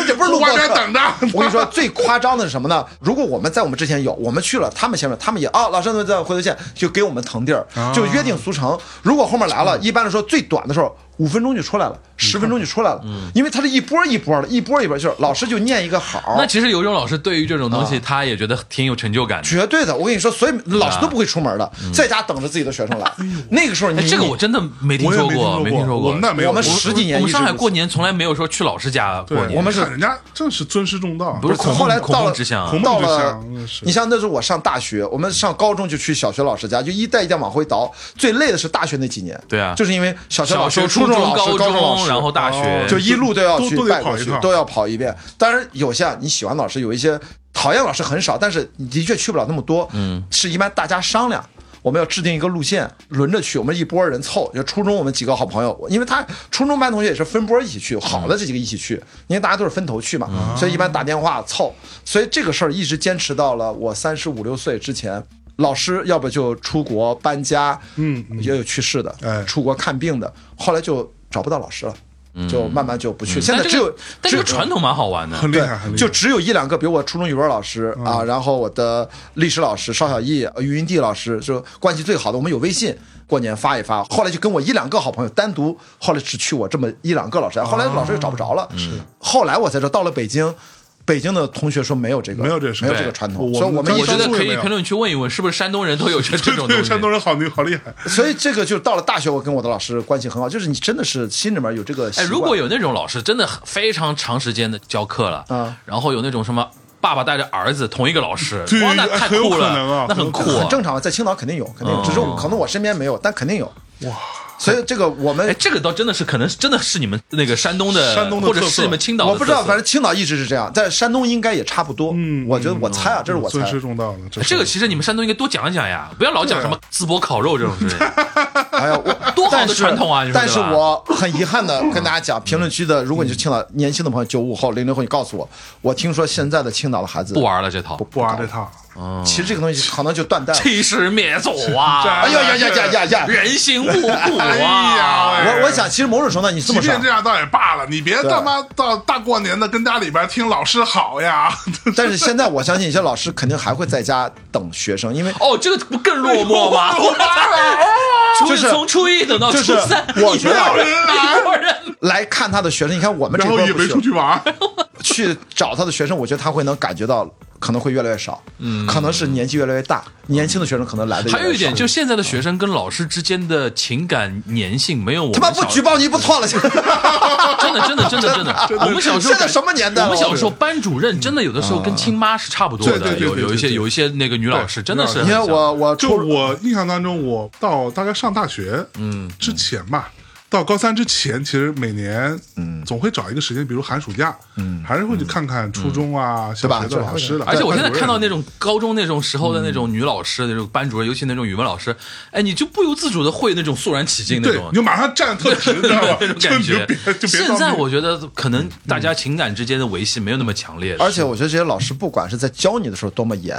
[SPEAKER 4] 这不是录播
[SPEAKER 2] 我在
[SPEAKER 4] 客。
[SPEAKER 2] 等着
[SPEAKER 4] 我跟你说，最夸张的是什么呢？如果我们在我们之前有，我们去了，他们前面，他们也啊，老师在回头见，就给我们腾地儿，
[SPEAKER 3] 啊
[SPEAKER 4] 就约定俗成。如果后面来了，一般来说最短的时候。五分钟就出来了，十分钟就出来了，
[SPEAKER 3] 嗯
[SPEAKER 4] 因为他是一波一波的，一波一波，就是老师就念一个好
[SPEAKER 3] 那，其实有一种老师对于这种
[SPEAKER 4] 啊
[SPEAKER 3] 东西，他也觉得挺有成就感的。
[SPEAKER 4] 绝对的。我跟你说，所以老师都不会出门的，在家等着自己的学生来。那个时候
[SPEAKER 3] 嗯哎，
[SPEAKER 4] 你，
[SPEAKER 3] 这个我真的没听
[SPEAKER 2] 我也
[SPEAKER 3] 说
[SPEAKER 2] 没
[SPEAKER 3] 过，没听
[SPEAKER 2] 听
[SPEAKER 3] 说
[SPEAKER 2] 我们那没有，
[SPEAKER 4] 我们十几年
[SPEAKER 3] 我
[SPEAKER 4] 一
[SPEAKER 3] 们
[SPEAKER 4] 直
[SPEAKER 3] 上海
[SPEAKER 4] 如此
[SPEAKER 3] 过年从来没有说去老师家
[SPEAKER 2] 对，
[SPEAKER 3] 过年，
[SPEAKER 4] 我们是
[SPEAKER 2] 看人家真是尊师重道，
[SPEAKER 3] 不是
[SPEAKER 4] 不是
[SPEAKER 3] 孔
[SPEAKER 4] 后来
[SPEAKER 3] 孟孔
[SPEAKER 4] 到了
[SPEAKER 3] 孟之乡啊
[SPEAKER 2] 孔，
[SPEAKER 4] 到
[SPEAKER 2] 孟之
[SPEAKER 4] 了
[SPEAKER 2] 乡，是
[SPEAKER 4] 你像那时候我上大学，我们上高中就去小学老师家，就一代一代往回倒。最累的是大学那几年，
[SPEAKER 3] 对啊
[SPEAKER 4] 就是因为小学老
[SPEAKER 3] 小
[SPEAKER 4] 师、
[SPEAKER 3] 学、
[SPEAKER 4] 初
[SPEAKER 3] 初
[SPEAKER 4] 中
[SPEAKER 3] 中、
[SPEAKER 4] 老师、
[SPEAKER 3] 高
[SPEAKER 4] 高中老师，
[SPEAKER 3] 然后大
[SPEAKER 2] 哦
[SPEAKER 3] 学，
[SPEAKER 4] 就一路都要去
[SPEAKER 2] 都都得
[SPEAKER 4] 拜过
[SPEAKER 2] 跑一
[SPEAKER 4] 去
[SPEAKER 2] 趟，
[SPEAKER 4] 都要跑一遍。当然，有些你喜欢老师，有一些讨厌老师很少，但是你的确去不了那么多。嗯，是一般大家商量。我们要制定一个路线，轮着去，我们一波人凑。就初中我们几个好朋友，因为他初中班同学也是分波一起去，好的这几个一起去，因为大家都是分头去嘛，
[SPEAKER 2] 嗯
[SPEAKER 4] 所以一般打电话凑。所以这个事儿一直坚持到了我三十五六岁之前。老师要不就出国搬家，嗯，也有去世的，
[SPEAKER 2] 哎
[SPEAKER 4] 出国看病的，后来就找不到老师了。就慢慢就不去，现
[SPEAKER 3] 嗯
[SPEAKER 4] 在
[SPEAKER 3] 但
[SPEAKER 4] 只
[SPEAKER 3] 这
[SPEAKER 4] 有
[SPEAKER 3] 个但这个
[SPEAKER 4] 只有
[SPEAKER 3] 传统蛮好玩的。
[SPEAKER 2] 很厉
[SPEAKER 4] 对
[SPEAKER 2] 害，很，厉害。
[SPEAKER 4] 就只有一两个，比如我初中语文老师
[SPEAKER 2] 嗯
[SPEAKER 4] 啊，然后我的历史老师邵小艺、呃于云娣老师，就关系最好的，我们有微信，过年发一发。后来就跟我一两个好朋友单
[SPEAKER 2] 啊
[SPEAKER 4] 独，
[SPEAKER 2] 嗯
[SPEAKER 4] 后来只去我这么一两个老师，后来老师又找不着了。是，后来我才知道，到了北京，北京的同学说没有这个，
[SPEAKER 2] 没有这个事
[SPEAKER 4] 没有这个传统，
[SPEAKER 2] 对
[SPEAKER 4] 所以
[SPEAKER 2] 我
[SPEAKER 4] 我
[SPEAKER 2] 们
[SPEAKER 4] 们一
[SPEAKER 3] 我觉
[SPEAKER 2] 山
[SPEAKER 3] 得
[SPEAKER 2] 东
[SPEAKER 3] 可
[SPEAKER 2] 人
[SPEAKER 3] 以
[SPEAKER 2] 没有
[SPEAKER 3] 评论区问一问，是不是山东人都有这这
[SPEAKER 4] *laughs*
[SPEAKER 3] 种
[SPEAKER 2] 对
[SPEAKER 3] 东西？
[SPEAKER 2] 山东人好牛，好厉害。
[SPEAKER 4] 所以这个就到了大学，我跟我的老师关系很好，就是你真的是心里面有这个习
[SPEAKER 3] 哎，
[SPEAKER 4] 惯。
[SPEAKER 3] 如果有那种老师真的很非常长时间的教课了，
[SPEAKER 4] 啊
[SPEAKER 3] 然后有那种什么爸爸带着儿子同一个老师，
[SPEAKER 2] 对
[SPEAKER 3] 哇，那
[SPEAKER 2] 哎
[SPEAKER 3] 太
[SPEAKER 2] 很有
[SPEAKER 3] 酷了，
[SPEAKER 2] 可能啊
[SPEAKER 3] 那很
[SPEAKER 2] 很有
[SPEAKER 3] 酷、
[SPEAKER 2] 可
[SPEAKER 3] 啊
[SPEAKER 4] 很，正常，在青岛肯定有，肯定有，
[SPEAKER 3] 哦
[SPEAKER 4] 只是我可能我身边没有，但肯定有。哇！所以这个我
[SPEAKER 3] 哎，
[SPEAKER 4] 们
[SPEAKER 3] 这个倒真的是，可能是真的是你们那个山东的，
[SPEAKER 2] 山东的
[SPEAKER 3] 或者
[SPEAKER 2] 特
[SPEAKER 3] 是
[SPEAKER 2] 色
[SPEAKER 3] 你们青岛的
[SPEAKER 4] 我不知道，
[SPEAKER 3] 特色
[SPEAKER 4] 反正青岛一直是这样，在山东应该也差不多。
[SPEAKER 2] 嗯
[SPEAKER 4] 我觉得我猜啊，这是我猜
[SPEAKER 2] 尊。师重道的，这
[SPEAKER 3] 哎这个其实你们山东应该多讲一讲呀，不要老讲什么淄博烤肉这种之类的。
[SPEAKER 4] 哎呀，
[SPEAKER 3] *laughs*
[SPEAKER 4] 我
[SPEAKER 3] 多好的
[SPEAKER 4] 但是
[SPEAKER 3] 传统啊你说
[SPEAKER 4] 但是
[SPEAKER 3] 对吧嗯
[SPEAKER 4] 我很遗憾的跟大家讲，评论区的，如果你是青岛年轻的朋友，九五后、零零后，你告诉我，我听说现在的青岛的孩子
[SPEAKER 3] 不，玩了这套，
[SPEAKER 2] 不玩这套，
[SPEAKER 4] 其实这个东西可能就断代了。
[SPEAKER 3] 欺师灭祖啊！
[SPEAKER 4] *laughs* 哎呀呀呀呀呀呀！
[SPEAKER 3] 人心不古
[SPEAKER 2] 哎
[SPEAKER 3] 啊！
[SPEAKER 2] 呀，
[SPEAKER 4] 我我想，其实某种程度上你这
[SPEAKER 2] 即
[SPEAKER 4] 么说
[SPEAKER 2] 便，这样倒也罢了，你别
[SPEAKER 4] 对
[SPEAKER 2] 他妈到大过年的跟家里边听老师好呀，
[SPEAKER 4] 但是现在我相信一些老师肯定还会在家等学生，因为
[SPEAKER 3] 哦，这个不更落寞吗？初
[SPEAKER 4] 就
[SPEAKER 3] 一
[SPEAKER 4] 是
[SPEAKER 3] 从 *laughs* 初一等到初三，
[SPEAKER 4] 就是我
[SPEAKER 3] 一
[SPEAKER 4] 觉
[SPEAKER 3] 拨
[SPEAKER 4] 得
[SPEAKER 3] 人一拨人，
[SPEAKER 4] 来看他的学生，你看我们这
[SPEAKER 2] 然后
[SPEAKER 4] 波
[SPEAKER 2] 也
[SPEAKER 4] 不
[SPEAKER 2] 没
[SPEAKER 4] 是
[SPEAKER 2] 出去玩，
[SPEAKER 4] 去找他的学生，我觉得他会能感觉到，可能会越来越少，嗯，可能是年纪越来越大，年轻的学生可能来的哎
[SPEAKER 3] 还有一点，就是现在的学生跟老师之间的情感粘性没有我们
[SPEAKER 4] 他妈不
[SPEAKER 3] 小
[SPEAKER 4] 举报你不
[SPEAKER 3] *laughs*
[SPEAKER 4] 错了，现 *laughs* 在
[SPEAKER 3] 真的，真的，真的，真
[SPEAKER 4] *laughs*
[SPEAKER 3] 的。我们小时候
[SPEAKER 4] 现在什么年代了
[SPEAKER 3] 我们小时候班主任真的有的时候跟亲妈是差不多
[SPEAKER 2] 对对
[SPEAKER 3] 的，
[SPEAKER 2] 对
[SPEAKER 3] 有
[SPEAKER 2] 对
[SPEAKER 3] 有一些
[SPEAKER 2] 对对
[SPEAKER 3] 有一些那个女老师真的是很
[SPEAKER 4] 你
[SPEAKER 3] 像。
[SPEAKER 4] 看我我
[SPEAKER 2] 就
[SPEAKER 4] 初
[SPEAKER 2] 我印象当中，我到大概上大学嗯之前吧，到高三之前，其实每年嗯总会找一个时间，比如寒暑假，嗯，还是会去看看初中啊、小
[SPEAKER 4] 吧
[SPEAKER 2] 学的老师了。
[SPEAKER 3] 而且我现在
[SPEAKER 2] 班主任
[SPEAKER 3] 看到那种高中那种时候的那种女老师，那种班主任，尤其那种语文老师，哎，你就不由自主的会那种肃然起敬那
[SPEAKER 2] 对，
[SPEAKER 3] 种？
[SPEAKER 2] 你。就马上站得特直，你知道吧
[SPEAKER 3] *laughs* 那种
[SPEAKER 2] *laughs* 就
[SPEAKER 3] 感
[SPEAKER 2] 你就
[SPEAKER 3] 觉
[SPEAKER 2] 别就，别
[SPEAKER 3] 现
[SPEAKER 2] 装
[SPEAKER 3] 在
[SPEAKER 2] 逼
[SPEAKER 3] 我觉得可能大家情感之间的维系没有那么强烈，
[SPEAKER 4] 而且我觉得这些老师不管是在教你的时候多么严，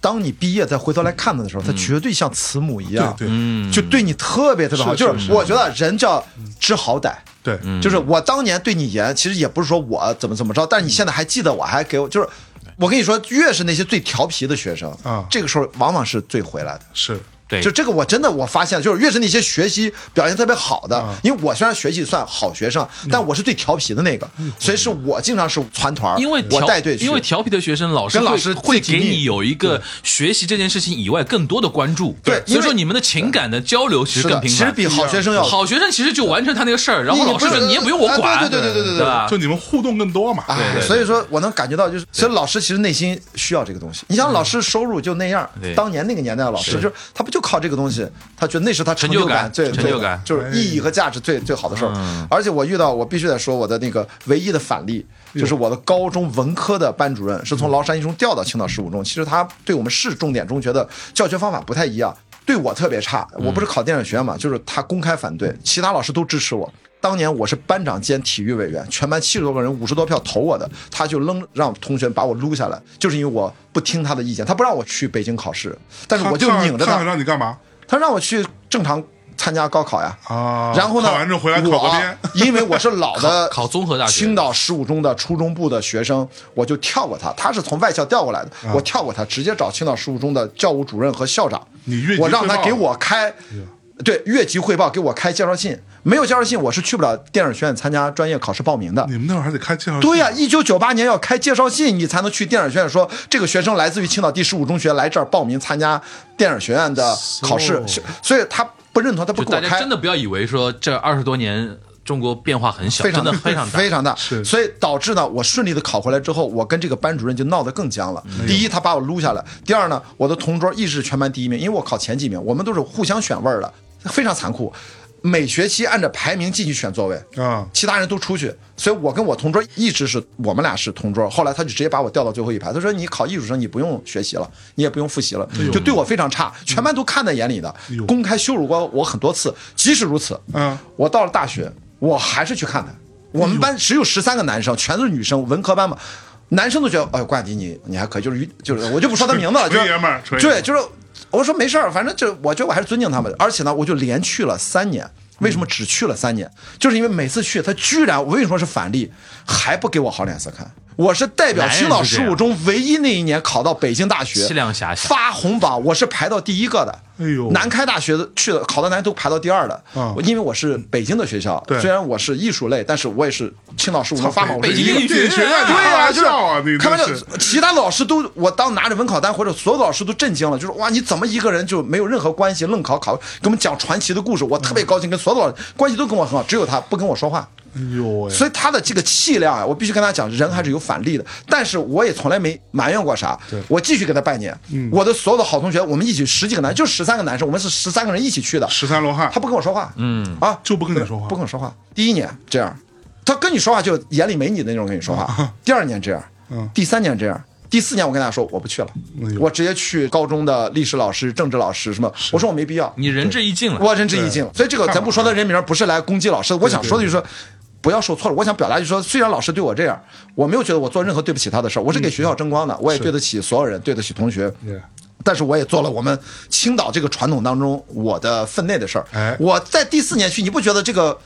[SPEAKER 4] 当你毕业再回头来看他的时候，
[SPEAKER 3] 嗯
[SPEAKER 4] 他绝对像慈母一样，
[SPEAKER 2] 对对
[SPEAKER 4] 就对你特别特别好。
[SPEAKER 2] 是
[SPEAKER 4] 就是是我觉得人叫知好歹。
[SPEAKER 2] 对，
[SPEAKER 3] 嗯
[SPEAKER 4] 就是我当年对你严，其实也不是说我怎么怎么着，但是你现在还记得我，还给我就是，我跟你说，越是那些最调皮的学生
[SPEAKER 2] 啊
[SPEAKER 4] 这个时候往往是最回来的。
[SPEAKER 2] 是
[SPEAKER 3] 对，
[SPEAKER 4] 就这个我真的我发现，就是越是那些学习表现特别好的，因为我虽然学习算好学生，但我是最调皮的那个，所以是我经常是团团儿，
[SPEAKER 3] 因为
[SPEAKER 4] 啊我
[SPEAKER 3] 调
[SPEAKER 4] 带队去，
[SPEAKER 3] 因为调皮的学生，老师
[SPEAKER 4] 跟老
[SPEAKER 3] 会
[SPEAKER 4] 师
[SPEAKER 3] 会
[SPEAKER 4] 自
[SPEAKER 3] 给
[SPEAKER 4] 己腻
[SPEAKER 3] 你有一个学习这件事情以外更多的关注，
[SPEAKER 4] 对因
[SPEAKER 3] 所以
[SPEAKER 4] 为
[SPEAKER 3] 说你们的情感的交流其
[SPEAKER 4] 是
[SPEAKER 3] 实
[SPEAKER 4] 的
[SPEAKER 3] 更，
[SPEAKER 4] 其
[SPEAKER 3] 频
[SPEAKER 4] 实
[SPEAKER 3] 繁。嗯
[SPEAKER 4] 比好学生要
[SPEAKER 3] 好学生其实就完成他那个事儿，然后
[SPEAKER 4] 你
[SPEAKER 3] 老师
[SPEAKER 4] 不
[SPEAKER 3] 觉
[SPEAKER 4] 是
[SPEAKER 3] 得你也不用我
[SPEAKER 4] 哎对
[SPEAKER 3] 管，
[SPEAKER 4] 对对对对对
[SPEAKER 3] 吧
[SPEAKER 2] 就？你们互动更多嘛？
[SPEAKER 4] 哎
[SPEAKER 3] 对对
[SPEAKER 4] 所以说我能感觉到，就是所以老师其实内心需要这个东西。你想，老师收入就那样
[SPEAKER 3] 嗯对，
[SPEAKER 4] 当年那个年代的老师，就是他不就靠这个东西，他觉得那是他成就
[SPEAKER 3] 成就感
[SPEAKER 4] 最
[SPEAKER 3] 成就感
[SPEAKER 4] 最就是意义和价值最最好的事儿。而且我遇到，我必须得说我的那个唯一的反例，就是我的高中文科的班主任是从崂山一中调到青岛十五中，其实他对我们市重点中学的教学方法不太一样。对我特别差，我不是考电影学院嘛，就是他公开反对，其他老师都支持我。当年我是班长兼体育委员，全班七十多个人，五十多票投我的，他就愣让同学把我撸下来，就是因为我不听他的意见，他不让我去北京考试，但是
[SPEAKER 2] 他
[SPEAKER 4] 我就
[SPEAKER 2] 他
[SPEAKER 4] 拧着
[SPEAKER 2] 他
[SPEAKER 4] 他，
[SPEAKER 2] 想让你干嘛
[SPEAKER 4] 他让我去正常参加高考呀。
[SPEAKER 2] 啊？
[SPEAKER 4] 然后呢？
[SPEAKER 2] 考完之后回来考
[SPEAKER 4] 我啊
[SPEAKER 2] 个编， *laughs*
[SPEAKER 4] *laughs* 因为我是老的
[SPEAKER 3] 考考 *laughs* 综合大学
[SPEAKER 4] 青岛十五中的初中部的学生，我就跳过他。他是从外校调过来的，
[SPEAKER 2] 啊
[SPEAKER 4] 我跳过他，直接找青岛十五中的教务主任和校长。
[SPEAKER 2] 你越级
[SPEAKER 4] 我让
[SPEAKER 2] 汇
[SPEAKER 4] 他
[SPEAKER 2] 报
[SPEAKER 4] 给我开，对越级汇报给我开介绍信，没有介绍信我是去不了电影学院参加专业考试报名的。
[SPEAKER 2] 你们那会儿还得开介绍
[SPEAKER 4] 对呀、
[SPEAKER 2] 信
[SPEAKER 4] 一九九八年要开介绍信，你才能去电影学院说这个学生来自于青岛第十五中学，来这儿报名参加电影学院的考试，是所以他不认同，他不
[SPEAKER 3] 就
[SPEAKER 4] 给我
[SPEAKER 3] 大家
[SPEAKER 4] 开
[SPEAKER 3] 真。的不要以为说这二十多年中国变化很小，
[SPEAKER 4] 非常
[SPEAKER 3] 真的
[SPEAKER 4] 大
[SPEAKER 3] 非常大
[SPEAKER 4] 非。常大，
[SPEAKER 2] 是
[SPEAKER 4] 所以导致呢，我顺利的考回来之后，我跟这个班主任就闹得更僵了。
[SPEAKER 2] 嗯
[SPEAKER 4] 第一，他把我撸下来；第二呢，我的同桌一直是全班第一名，因为我考前几名，我们都是互相选位儿的，非常残酷。每学期按照排名进去选座位，
[SPEAKER 2] 啊，
[SPEAKER 4] 其他人都出去，所以我跟我同桌一直是我们俩是同桌。后来他就直接把我调到最后一排，他说：“你考艺术生，你不用学习了，你也不用复习了，就对我非常差，全班都看在眼里的
[SPEAKER 2] 哎呦，
[SPEAKER 4] 公开羞辱过我很多次。即使如此，
[SPEAKER 2] 嗯
[SPEAKER 4] 我到了大学，我还是去看他。我们
[SPEAKER 2] 哎
[SPEAKER 4] 班只有十三个男生，全都是女生，文科班嘛。”男生都觉得，哎呦，冠迪你你还可以，就是于就是，我就不说他名字了，就是
[SPEAKER 2] 纯爷们儿纯爷们儿
[SPEAKER 4] 对，就是我说没事儿，反正就我觉得我还是尊敬他们的，而且呢，我就连去了三年，为
[SPEAKER 2] 嗯
[SPEAKER 4] 什么只去了三年？就是因为每次去他居然，我为什么是反例，还不给我好脸色看？我是代表青岛十五中唯一那一年考到北京大学，
[SPEAKER 6] 凄凉遐想
[SPEAKER 4] 发红榜，我是排到第一个的。
[SPEAKER 2] 哎呦
[SPEAKER 4] 南开大学的去的考到南都排到第二的，
[SPEAKER 2] 嗯
[SPEAKER 4] 我因为我是北京的学校，
[SPEAKER 2] 对
[SPEAKER 4] 虽然我是艺术类，但是我也是青岛十五中发榜，我是
[SPEAKER 2] 北
[SPEAKER 4] 第一
[SPEAKER 2] 京
[SPEAKER 4] 个
[SPEAKER 2] 艺学院，
[SPEAKER 4] 对
[SPEAKER 2] 呀、
[SPEAKER 4] 呀、
[SPEAKER 2] 啊，
[SPEAKER 4] 就是
[SPEAKER 2] 笑啊，你
[SPEAKER 4] 开玩笑
[SPEAKER 2] 真是，
[SPEAKER 4] 其他老师都，我当拿着文考单或者所有的老师都震惊了，就是哇，你怎么一个人就没有任何关系，愣考考给我们讲传奇的故事，我特别高兴，跟所有的老师关系都跟我很好，只有他不跟我说话，
[SPEAKER 2] 哎呦喂，
[SPEAKER 4] 所以他的这个气量啊，我必须跟他讲，人还是有反例的，但是我也从来没埋怨过啥，我继续给他拜年，
[SPEAKER 2] 嗯
[SPEAKER 4] 我的所有的好同学，我们一起十几个男，就十三个男生，我们是十三个人一起去的，
[SPEAKER 2] 十三罗汉
[SPEAKER 4] 他不跟我说话，嗯啊，
[SPEAKER 2] 就不跟你说话
[SPEAKER 4] 不跟我说话。第一年这样，他跟你说话就眼里没你的那种跟你说话。第二年这样
[SPEAKER 2] *laughs* 嗯，
[SPEAKER 4] 第三年这样，第四年我跟大家说我不去了
[SPEAKER 2] 哎，呦
[SPEAKER 4] 我直接去高中的历史老师、政治老师什么，我说我没必要，
[SPEAKER 6] 你仁至义尽了。
[SPEAKER 4] 我仁至义尽了。所以这个咱不说他人名，不是来攻击老师的，我想说的就是说。不要受挫了。我想表达就是说，虽然老师对我这样，我没有觉得我做任何对不起他的事儿，我是给学校争光的，我也对得起所有人，对得起同学。
[SPEAKER 2] Yeah
[SPEAKER 4] 但是我也做了我们青岛这个传统当中我的分内的事儿。
[SPEAKER 2] 哎
[SPEAKER 4] 我在第四年去，你不觉得这个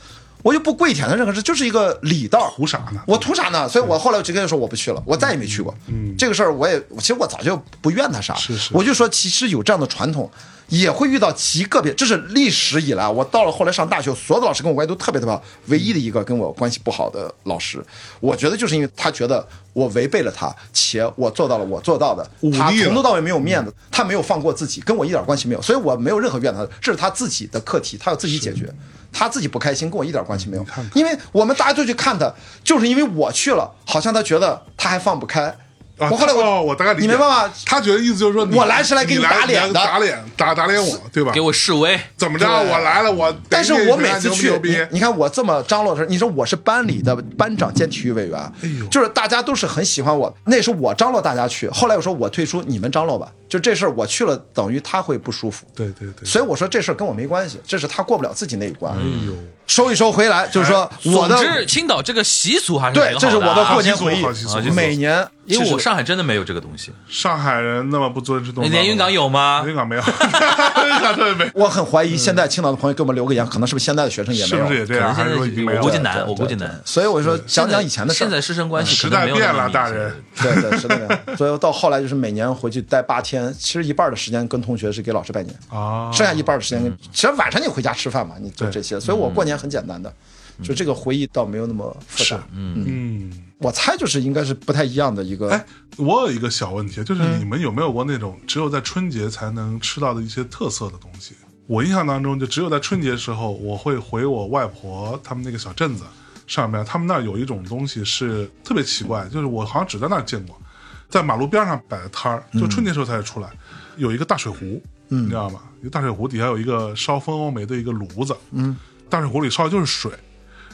[SPEAKER 4] 我就不跪舔他任何事，就是一个礼道。
[SPEAKER 2] 图啥呢嗯
[SPEAKER 4] 我图啥呢？所以我后来我直接就说我不去了，我再也没去过。嗯，这个事儿我也其实我早就不怨他啥，
[SPEAKER 2] 是是
[SPEAKER 4] 我就说其实有这样的传统。也会遇到极个别，这是历史以来，我到了后来上大学，所有的老师跟我关系都特别特别好，唯一的一个跟我关系不好的老师，我觉得就是因为他觉得我违背了他，且我做到了我做到的
[SPEAKER 2] 忤，逆
[SPEAKER 4] 他
[SPEAKER 2] 了
[SPEAKER 4] 从头到尾没有面子，他没有放过自己，跟我一点关系没有，所以我没有任何怨他，这是他自己的课题，他要自己解决。他自己不开心，跟我一点关系没有。因为我们大家都去看他，就是因为我去了，好像他觉得他还放不开。
[SPEAKER 2] 啊
[SPEAKER 4] 我后来我、
[SPEAKER 2] 哦我大概理解
[SPEAKER 4] 你明白吗？
[SPEAKER 2] 他觉得意思就是说你，
[SPEAKER 4] 我来是来给
[SPEAKER 2] 你
[SPEAKER 4] 你
[SPEAKER 2] 来
[SPEAKER 4] 打脸
[SPEAKER 2] 你
[SPEAKER 4] 的
[SPEAKER 2] 来打脸，打打脸我，对吧？
[SPEAKER 6] 给我示威，
[SPEAKER 2] 怎么着？
[SPEAKER 4] 对
[SPEAKER 2] 我来了，我
[SPEAKER 4] 但是我每次
[SPEAKER 2] 牛不
[SPEAKER 4] 去
[SPEAKER 2] 牛，
[SPEAKER 4] 你
[SPEAKER 2] 逼？
[SPEAKER 4] 你看我这么张罗着，你说我是班里的班长兼体育委员，啊
[SPEAKER 2] 嗯哎
[SPEAKER 4] 就是大家都是很喜欢我。那时候我张罗大家去，后来我说我退出，你们张罗吧。就这事儿我去了，等于他会不舒服。
[SPEAKER 2] 对对对，
[SPEAKER 4] 所以我说这事儿跟我没关系，这是他过不了自己那一
[SPEAKER 2] 哎
[SPEAKER 4] 关。收一收回来，就是说我的
[SPEAKER 6] 总之，青岛这个习俗还是
[SPEAKER 4] 对，这是我的
[SPEAKER 3] 啊
[SPEAKER 6] 过
[SPEAKER 4] 过
[SPEAKER 6] 年，
[SPEAKER 4] 年回忆
[SPEAKER 2] 好习俗好习。俗
[SPEAKER 4] 每年
[SPEAKER 6] 因为
[SPEAKER 4] 其
[SPEAKER 6] 我
[SPEAKER 4] 实
[SPEAKER 6] 上海真的没有这个东西。
[SPEAKER 2] 上海人那么不尊重，
[SPEAKER 6] 你连云港有吗
[SPEAKER 4] 啊
[SPEAKER 2] 连？云港
[SPEAKER 4] *laughs*
[SPEAKER 2] 没有，连云港真的没有，
[SPEAKER 4] 我很怀疑现在青岛的朋友给我们留个言，可能是不是现在的学生也
[SPEAKER 2] 嗯是
[SPEAKER 4] 没有
[SPEAKER 2] 不是？也这嗯
[SPEAKER 6] 可
[SPEAKER 2] 样？
[SPEAKER 6] 能现在
[SPEAKER 2] 还是说已经没有
[SPEAKER 6] 我
[SPEAKER 2] 了？
[SPEAKER 6] 估计难，我估计
[SPEAKER 4] 对
[SPEAKER 6] 难。
[SPEAKER 4] 所以我就说讲讲以前的事
[SPEAKER 6] 现在
[SPEAKER 4] 儿。
[SPEAKER 6] 师生关系
[SPEAKER 2] 嗯
[SPEAKER 6] 可
[SPEAKER 2] 时
[SPEAKER 6] 能
[SPEAKER 2] 代
[SPEAKER 6] 没有
[SPEAKER 2] 变
[SPEAKER 6] 那么
[SPEAKER 2] 了，
[SPEAKER 6] 密
[SPEAKER 2] 大
[SPEAKER 6] 切
[SPEAKER 2] 人。
[SPEAKER 4] 对对是那样，所以到后来就是每年回去待八天，其实一半的时间跟同学是给老师拜年，
[SPEAKER 2] 啊，
[SPEAKER 4] 剩下一半的时间跟，其实晚上你回家吃饭嘛，你做这些，所以我
[SPEAKER 2] 嗯
[SPEAKER 4] 过年很简单的，就这个回忆倒没有那么复杂。
[SPEAKER 2] 嗯，
[SPEAKER 4] 我猜就是应该是不太一样的一个，
[SPEAKER 2] 哎，我有一个小问题，就是你们有没有过那种只有在春节才能吃到的一些特色的东西？我印象当中，就只有在春节的时候，我会回我外婆他们那个小镇子上面，他们那儿有一种东西是特别奇怪，就是我好像只在那儿见过，在马路边上摆的摊儿，就春节时候才会出来，有一个大水壶，你知道吗？一个大水壶底下有一个烧蜂窝煤的一个炉子，嗯，大水壶里烧的就是水。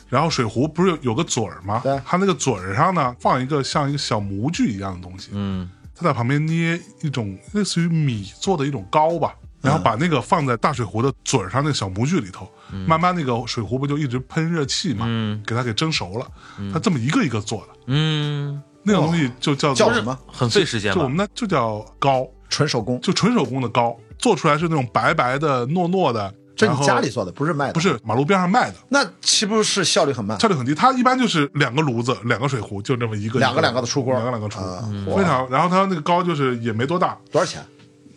[SPEAKER 2] 然后水壶不是有有个嘴儿吗
[SPEAKER 4] 对？
[SPEAKER 2] 它那个嘴儿上呢放一个像一个小模具一样的东西，嗯，他在旁边捏一种类似于米做的一种糕吧，
[SPEAKER 6] 嗯
[SPEAKER 2] 然后把那个放在大水壶的嘴儿上那个小模具里头，
[SPEAKER 6] 嗯
[SPEAKER 2] 慢慢那个水壶不就一直喷热气嘛，给它给蒸熟了，它这么一个一个做的，
[SPEAKER 6] 嗯，
[SPEAKER 2] 那种东西就叫做
[SPEAKER 4] 叫什么？
[SPEAKER 6] 很费时间
[SPEAKER 2] 就我
[SPEAKER 6] 吧？
[SPEAKER 2] 们那就叫糕，
[SPEAKER 4] 纯手工，
[SPEAKER 2] 就纯手工的糕，做出来是那种白白的糯糯的，
[SPEAKER 4] 这
[SPEAKER 2] 然
[SPEAKER 4] 你
[SPEAKER 2] 后
[SPEAKER 4] 家里做的，不是卖的，
[SPEAKER 2] 不，是马路边上卖的。
[SPEAKER 4] 那岂不是效率很慢？
[SPEAKER 2] 效率很低，它一般就是两个炉子，两个水壶，就这么一个
[SPEAKER 4] 两个两个的出锅
[SPEAKER 2] 两个两个出，
[SPEAKER 4] 啊
[SPEAKER 2] 非常。然后它那个糕就是也没多大，
[SPEAKER 4] 多少钱？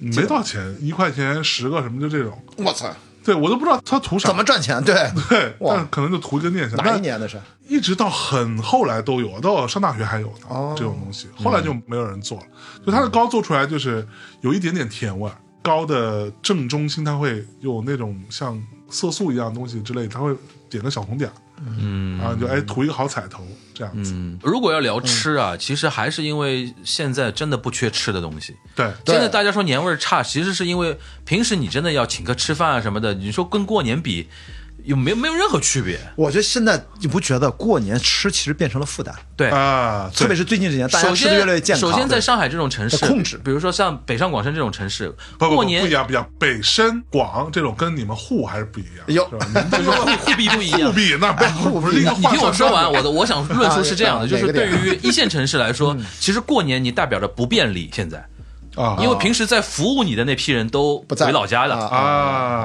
[SPEAKER 2] 没多少钱，一块钱十个什么就这种。
[SPEAKER 4] 我操，
[SPEAKER 2] 对我都不知道它图啥，
[SPEAKER 4] 怎么赚
[SPEAKER 2] *laughs*
[SPEAKER 4] 钱？对，
[SPEAKER 2] 对，
[SPEAKER 4] 哇
[SPEAKER 2] 但可能就图一个念想。
[SPEAKER 4] 哪一年的事？
[SPEAKER 2] 但一直到很后来都有，到我上大学还有呢、
[SPEAKER 4] 哦
[SPEAKER 2] 这种东西，后来就没有人做了。就它的糕做出来就是有一点点甜味儿，糕的正中心它会有那种像色素一样的东西之类的，它会点个小红点儿，嗯，啊，就哎图一个好彩头这样子，
[SPEAKER 6] 嗯如果要聊吃
[SPEAKER 4] 嗯
[SPEAKER 6] 啊，其实还是因为现在真的不缺吃的东西。
[SPEAKER 2] 对。
[SPEAKER 4] 对
[SPEAKER 6] 现在大家说年味儿差，其实是因为平时你真的要请客吃饭啊什么的，你说跟过年比，有没有没有任何区别？
[SPEAKER 4] 我觉得现在你不觉得过年吃其实变成了负担，
[SPEAKER 6] 对，
[SPEAKER 2] 啊，
[SPEAKER 4] 特别
[SPEAKER 2] 是
[SPEAKER 4] 是最近这几年，大家
[SPEAKER 6] 首
[SPEAKER 4] 吃呃的
[SPEAKER 6] 先
[SPEAKER 4] 越来越健康。
[SPEAKER 6] 首先在上海这种城市
[SPEAKER 4] 要控制
[SPEAKER 6] 比如说像北上广深这种城市，
[SPEAKER 2] 不不
[SPEAKER 6] 过
[SPEAKER 2] 不
[SPEAKER 6] 年
[SPEAKER 2] 不一样，不一样。北深广这种跟你们沪还是不一样，
[SPEAKER 4] 哎呦
[SPEAKER 2] 是吧你们这 *laughs* 个
[SPEAKER 6] 货币不
[SPEAKER 4] *laughs*
[SPEAKER 6] 一样
[SPEAKER 2] 沪。币那不
[SPEAKER 4] 沪
[SPEAKER 2] 不
[SPEAKER 4] 不
[SPEAKER 2] 是
[SPEAKER 4] 一
[SPEAKER 2] 一个
[SPEAKER 4] 样
[SPEAKER 6] 你
[SPEAKER 2] 话
[SPEAKER 6] 听我说完，
[SPEAKER 2] 算不了
[SPEAKER 6] 我的我想
[SPEAKER 4] *laughs*
[SPEAKER 6] 论述是这样的，
[SPEAKER 4] 啊
[SPEAKER 6] 就是
[SPEAKER 4] 哪个嗯
[SPEAKER 6] 对
[SPEAKER 4] 点
[SPEAKER 6] 于一线城市来说，其实过年你代表着不便利。现在
[SPEAKER 2] 啊
[SPEAKER 3] 因为平时在服务你的那批人都
[SPEAKER 4] 不在
[SPEAKER 3] 回老家了。
[SPEAKER 4] 啊，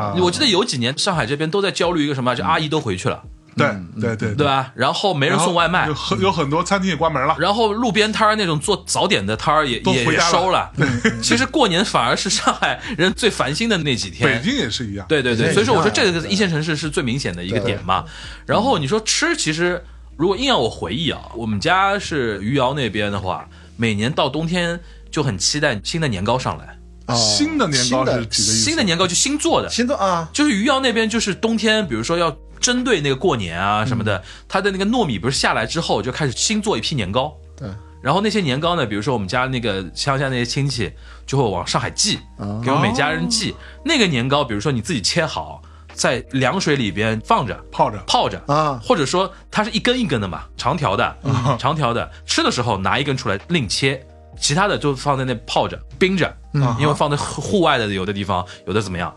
[SPEAKER 2] 啊，
[SPEAKER 3] 我记得嗯有几年上海这边都在焦虑一个什么，就阿姨都回去了，
[SPEAKER 2] 对
[SPEAKER 4] 嗯
[SPEAKER 2] 对对
[SPEAKER 3] 对，吧？然后没人
[SPEAKER 2] 然后
[SPEAKER 3] 送外卖嗯
[SPEAKER 2] 有，很有很多餐厅也关门了，
[SPEAKER 3] 然后路边摊儿那种做早点的摊儿也
[SPEAKER 2] 都回
[SPEAKER 3] 也
[SPEAKER 2] 家了嗯
[SPEAKER 3] 收了。其实过年反而是上海人最烦心的那几天。
[SPEAKER 2] 北京也是一样，
[SPEAKER 3] 对对
[SPEAKER 4] 对
[SPEAKER 3] 对，所以说我说这个
[SPEAKER 4] 对
[SPEAKER 3] 一线城市是最明显的一个点嘛。然后你说吃，其实如果硬要我回忆啊，我们家是余姚那边的话，每年到冬天就很期待新的年糕上来，
[SPEAKER 4] 哦
[SPEAKER 2] 新的年糕是几个意思？
[SPEAKER 3] 新的年糕就新做的，
[SPEAKER 4] 新的啊，
[SPEAKER 3] 就是余姚那边就是冬天，比如说要针对那个过年啊什么
[SPEAKER 4] 嗯
[SPEAKER 3] 的，它的那个糯米不是下来之后就开始新做一批年糕，
[SPEAKER 4] 对，
[SPEAKER 3] 然后那些年糕呢，比如说我们家那个乡下那些亲戚就会往上海寄，
[SPEAKER 4] 哦
[SPEAKER 3] 给我们每家人寄、那个年糕，比如说你自己切好，在凉水里边放着。
[SPEAKER 2] 泡着
[SPEAKER 3] 泡着
[SPEAKER 4] 啊
[SPEAKER 3] 或者说它是一根一根的嘛，长条的，长条的。吃的时候拿一根出来另切，其他的就放在那泡着冰着，
[SPEAKER 4] 啊
[SPEAKER 3] 因为放在户户外的有的地方，有的怎么样。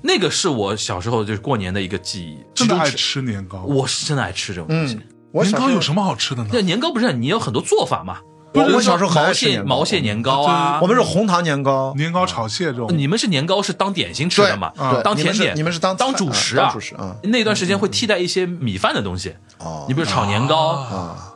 [SPEAKER 3] 那个是我小时候就是过年的一个记忆，
[SPEAKER 2] 真的
[SPEAKER 3] 其中
[SPEAKER 2] 爱
[SPEAKER 3] 吃
[SPEAKER 2] 吃年糕，
[SPEAKER 3] 我是真的爱吃这种东西。
[SPEAKER 4] 嗯，我
[SPEAKER 2] 年
[SPEAKER 4] 小
[SPEAKER 2] 糕
[SPEAKER 4] 时
[SPEAKER 2] 有
[SPEAKER 4] 候
[SPEAKER 2] 什么好吃的呢
[SPEAKER 3] 那、？年糕不是你有很多做法嘛？
[SPEAKER 4] 我
[SPEAKER 3] 比如
[SPEAKER 4] 我小时候
[SPEAKER 3] 说
[SPEAKER 4] 很爱
[SPEAKER 3] 毛
[SPEAKER 4] 吃
[SPEAKER 3] 蟹
[SPEAKER 4] 年糕
[SPEAKER 3] 毛蟹年糕啊
[SPEAKER 4] 我，们是红糖年糕，
[SPEAKER 2] 年糕炒蟹这种，
[SPEAKER 3] 哦你们是年糕是当点心吃的嘛？
[SPEAKER 4] 对啊对
[SPEAKER 3] 当
[SPEAKER 4] 你们
[SPEAKER 3] 甜
[SPEAKER 4] 是
[SPEAKER 3] 点，
[SPEAKER 4] 你们是当
[SPEAKER 3] 当
[SPEAKER 4] 菜
[SPEAKER 3] 主
[SPEAKER 4] 啊
[SPEAKER 3] 食
[SPEAKER 4] 当
[SPEAKER 3] 啊？
[SPEAKER 4] 主食啊
[SPEAKER 3] 那段时间会替代一些米饭的东西。
[SPEAKER 4] 哦啊嗯
[SPEAKER 3] 你比如炒年糕、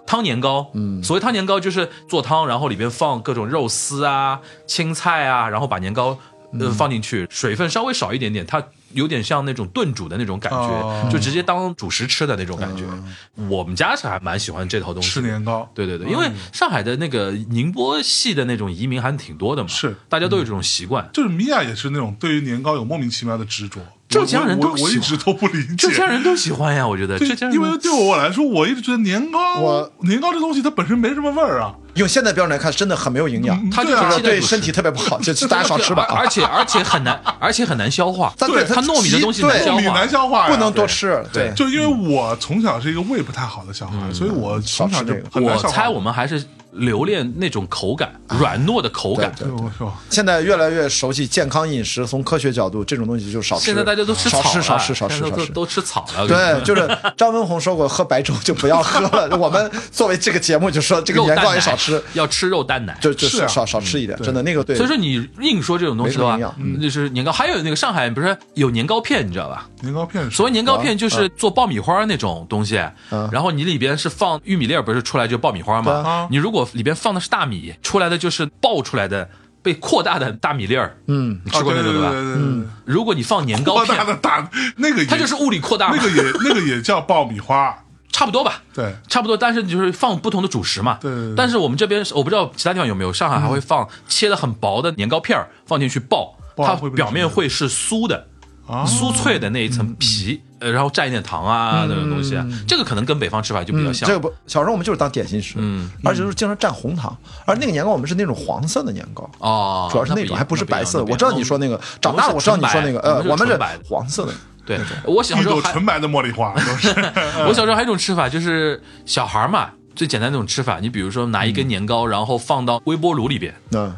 [SPEAKER 3] 汤年糕，所谓汤年糕就是做汤，然后里边放各种肉丝啊、青菜啊，然后把年糕呃
[SPEAKER 4] 嗯
[SPEAKER 3] 放进去，水分稍微少一点点，它有点像那种炖煮的那种感
[SPEAKER 2] 哦
[SPEAKER 3] 觉，就直接当主食吃的那种感觉。
[SPEAKER 4] 嗯
[SPEAKER 3] 我们家是还蛮喜欢这套东西的，
[SPEAKER 2] 吃年糕，
[SPEAKER 3] 对对对，因为上海的那个宁波系的那种移民还挺多的嘛，
[SPEAKER 2] 是
[SPEAKER 3] 大家都
[SPEAKER 4] 嗯
[SPEAKER 3] 有这种习惯。
[SPEAKER 2] 就是米娅也是那种对于年糕有莫名其妙的执着，
[SPEAKER 3] 浙江人
[SPEAKER 2] 我
[SPEAKER 3] 都
[SPEAKER 2] 我
[SPEAKER 3] 喜
[SPEAKER 2] 我
[SPEAKER 3] 欢
[SPEAKER 2] 一直都不理解，
[SPEAKER 3] 浙江人都喜欢呀，我觉得
[SPEAKER 2] 对
[SPEAKER 3] 浙江人
[SPEAKER 2] 因为对我来说，我一直觉得年糕，
[SPEAKER 4] 我
[SPEAKER 2] 年糕这东西它本身没什么味儿啊，
[SPEAKER 4] 用现在标准来看，真的很没有营养，
[SPEAKER 3] 他就
[SPEAKER 2] 对啊
[SPEAKER 3] 是
[SPEAKER 4] 对
[SPEAKER 3] 替代主食
[SPEAKER 4] 身体特别不好，
[SPEAKER 3] *laughs*
[SPEAKER 4] 就是大家少吃吧
[SPEAKER 3] 而
[SPEAKER 4] 啊
[SPEAKER 3] 而。且而且很难，而且很难消化。
[SPEAKER 4] 但对
[SPEAKER 3] 它糯米的东西
[SPEAKER 4] 对
[SPEAKER 3] 难消
[SPEAKER 2] 糯米
[SPEAKER 3] 化
[SPEAKER 2] 难。消化呀，
[SPEAKER 4] 啊不能多吃，
[SPEAKER 3] 对嗯
[SPEAKER 4] 对，
[SPEAKER 2] 就因为我从小是一个胃不太好的小孩，所以我从小就很难
[SPEAKER 3] 我
[SPEAKER 2] 消化。
[SPEAKER 3] 猜我们还是留恋那种口感，软糯的口感。
[SPEAKER 4] 哎对
[SPEAKER 2] 对，我说
[SPEAKER 4] 现在越来越熟悉健康饮食，从科学角度，这种东西就少吃。
[SPEAKER 3] 现在大家都吃
[SPEAKER 4] 少
[SPEAKER 3] 草
[SPEAKER 4] 吃
[SPEAKER 3] 了，
[SPEAKER 4] 少吃少吃
[SPEAKER 3] 现在
[SPEAKER 4] 少
[SPEAKER 3] 都
[SPEAKER 4] 吃。
[SPEAKER 3] 都吃草了。我跟你
[SPEAKER 4] 对，
[SPEAKER 3] 说
[SPEAKER 4] 就是张文宏说过，喝白粥就不要喝
[SPEAKER 3] *laughs*
[SPEAKER 4] 了。我们作为这个节目就说，这个
[SPEAKER 3] 肉
[SPEAKER 4] 年
[SPEAKER 3] 蛋
[SPEAKER 4] 糕
[SPEAKER 3] 奶
[SPEAKER 4] 也少吃，
[SPEAKER 3] 要吃肉蛋奶。
[SPEAKER 4] 就就是
[SPEAKER 2] 啊
[SPEAKER 4] 少少吃一点。真的，那个对。
[SPEAKER 3] 所以说你硬说这种东西的话
[SPEAKER 4] 没什么，嗯
[SPEAKER 3] 就是年糕，还有那个上海不是有年糕片，你知道吧？
[SPEAKER 2] 年糕片是嗯
[SPEAKER 3] 所谓年糕片就是做爆米花那种东西，
[SPEAKER 4] 嗯
[SPEAKER 3] 然后你里边是放玉米粒儿，不是出来就爆米花嘛？
[SPEAKER 4] 对
[SPEAKER 2] 啊
[SPEAKER 3] 你如果里边放的是大米，出来的就是爆出来的被扩大的大米粒儿。嗯，你
[SPEAKER 2] 啊，
[SPEAKER 3] 吃过
[SPEAKER 2] 对
[SPEAKER 3] 那
[SPEAKER 2] 对
[SPEAKER 3] 种
[SPEAKER 2] 对
[SPEAKER 3] 吧？
[SPEAKER 2] 对
[SPEAKER 4] 嗯
[SPEAKER 2] 对，
[SPEAKER 3] 如果你放年
[SPEAKER 2] *laughs*
[SPEAKER 3] 糕
[SPEAKER 2] 高大
[SPEAKER 3] 片，
[SPEAKER 2] 的大那个也
[SPEAKER 3] 它就是物理扩大嘛，
[SPEAKER 2] 那个
[SPEAKER 3] *laughs*
[SPEAKER 2] 也那个也叫爆米花，
[SPEAKER 3] 差不多吧。
[SPEAKER 2] 对，
[SPEAKER 3] 差不多，但是就是放不同的主食嘛。
[SPEAKER 2] 对对对
[SPEAKER 3] 但是我们这边是我不知道其他地方有没有，上海还会放切的很薄的年糕片儿放进去爆，
[SPEAKER 2] 爆
[SPEAKER 3] 它
[SPEAKER 2] 会不会
[SPEAKER 3] 表
[SPEAKER 2] 是
[SPEAKER 3] 面会是酥的，
[SPEAKER 2] 啊
[SPEAKER 3] 酥脆的那一层
[SPEAKER 4] 嗯
[SPEAKER 3] 皮，呃，然后蘸一点糖啊那种东西啊，这个可能跟北方吃法就比较
[SPEAKER 4] 嗯，
[SPEAKER 3] 像
[SPEAKER 4] 这。个不，小时候我们就是当点心吃，嗯，而且就是经常蘸红糖，而那个年糕我们是那种黄色的年糕，
[SPEAKER 3] 哦，
[SPEAKER 4] 主要是
[SPEAKER 3] 那
[SPEAKER 4] 那种，
[SPEAKER 3] 一
[SPEAKER 4] 还不是白色的。我知道你说那个，长大了
[SPEAKER 3] 我们
[SPEAKER 4] 我知
[SPEAKER 3] 是
[SPEAKER 4] 道你说那个，呃，我
[SPEAKER 3] 纯白我们是纯
[SPEAKER 4] 们是
[SPEAKER 3] 白的
[SPEAKER 4] 黄色的，
[SPEAKER 3] 对，我小
[SPEAKER 2] 一
[SPEAKER 3] 时候
[SPEAKER 2] 种
[SPEAKER 3] 还
[SPEAKER 2] 纯白的茉莉花，都
[SPEAKER 4] *laughs*
[SPEAKER 2] 是
[SPEAKER 4] 呃
[SPEAKER 3] 我小时候还有一种吃法，就是小孩儿嘛，最简单那种吃法，你比如说拿一根年糕，然后放到微波炉里边，
[SPEAKER 4] 嗯，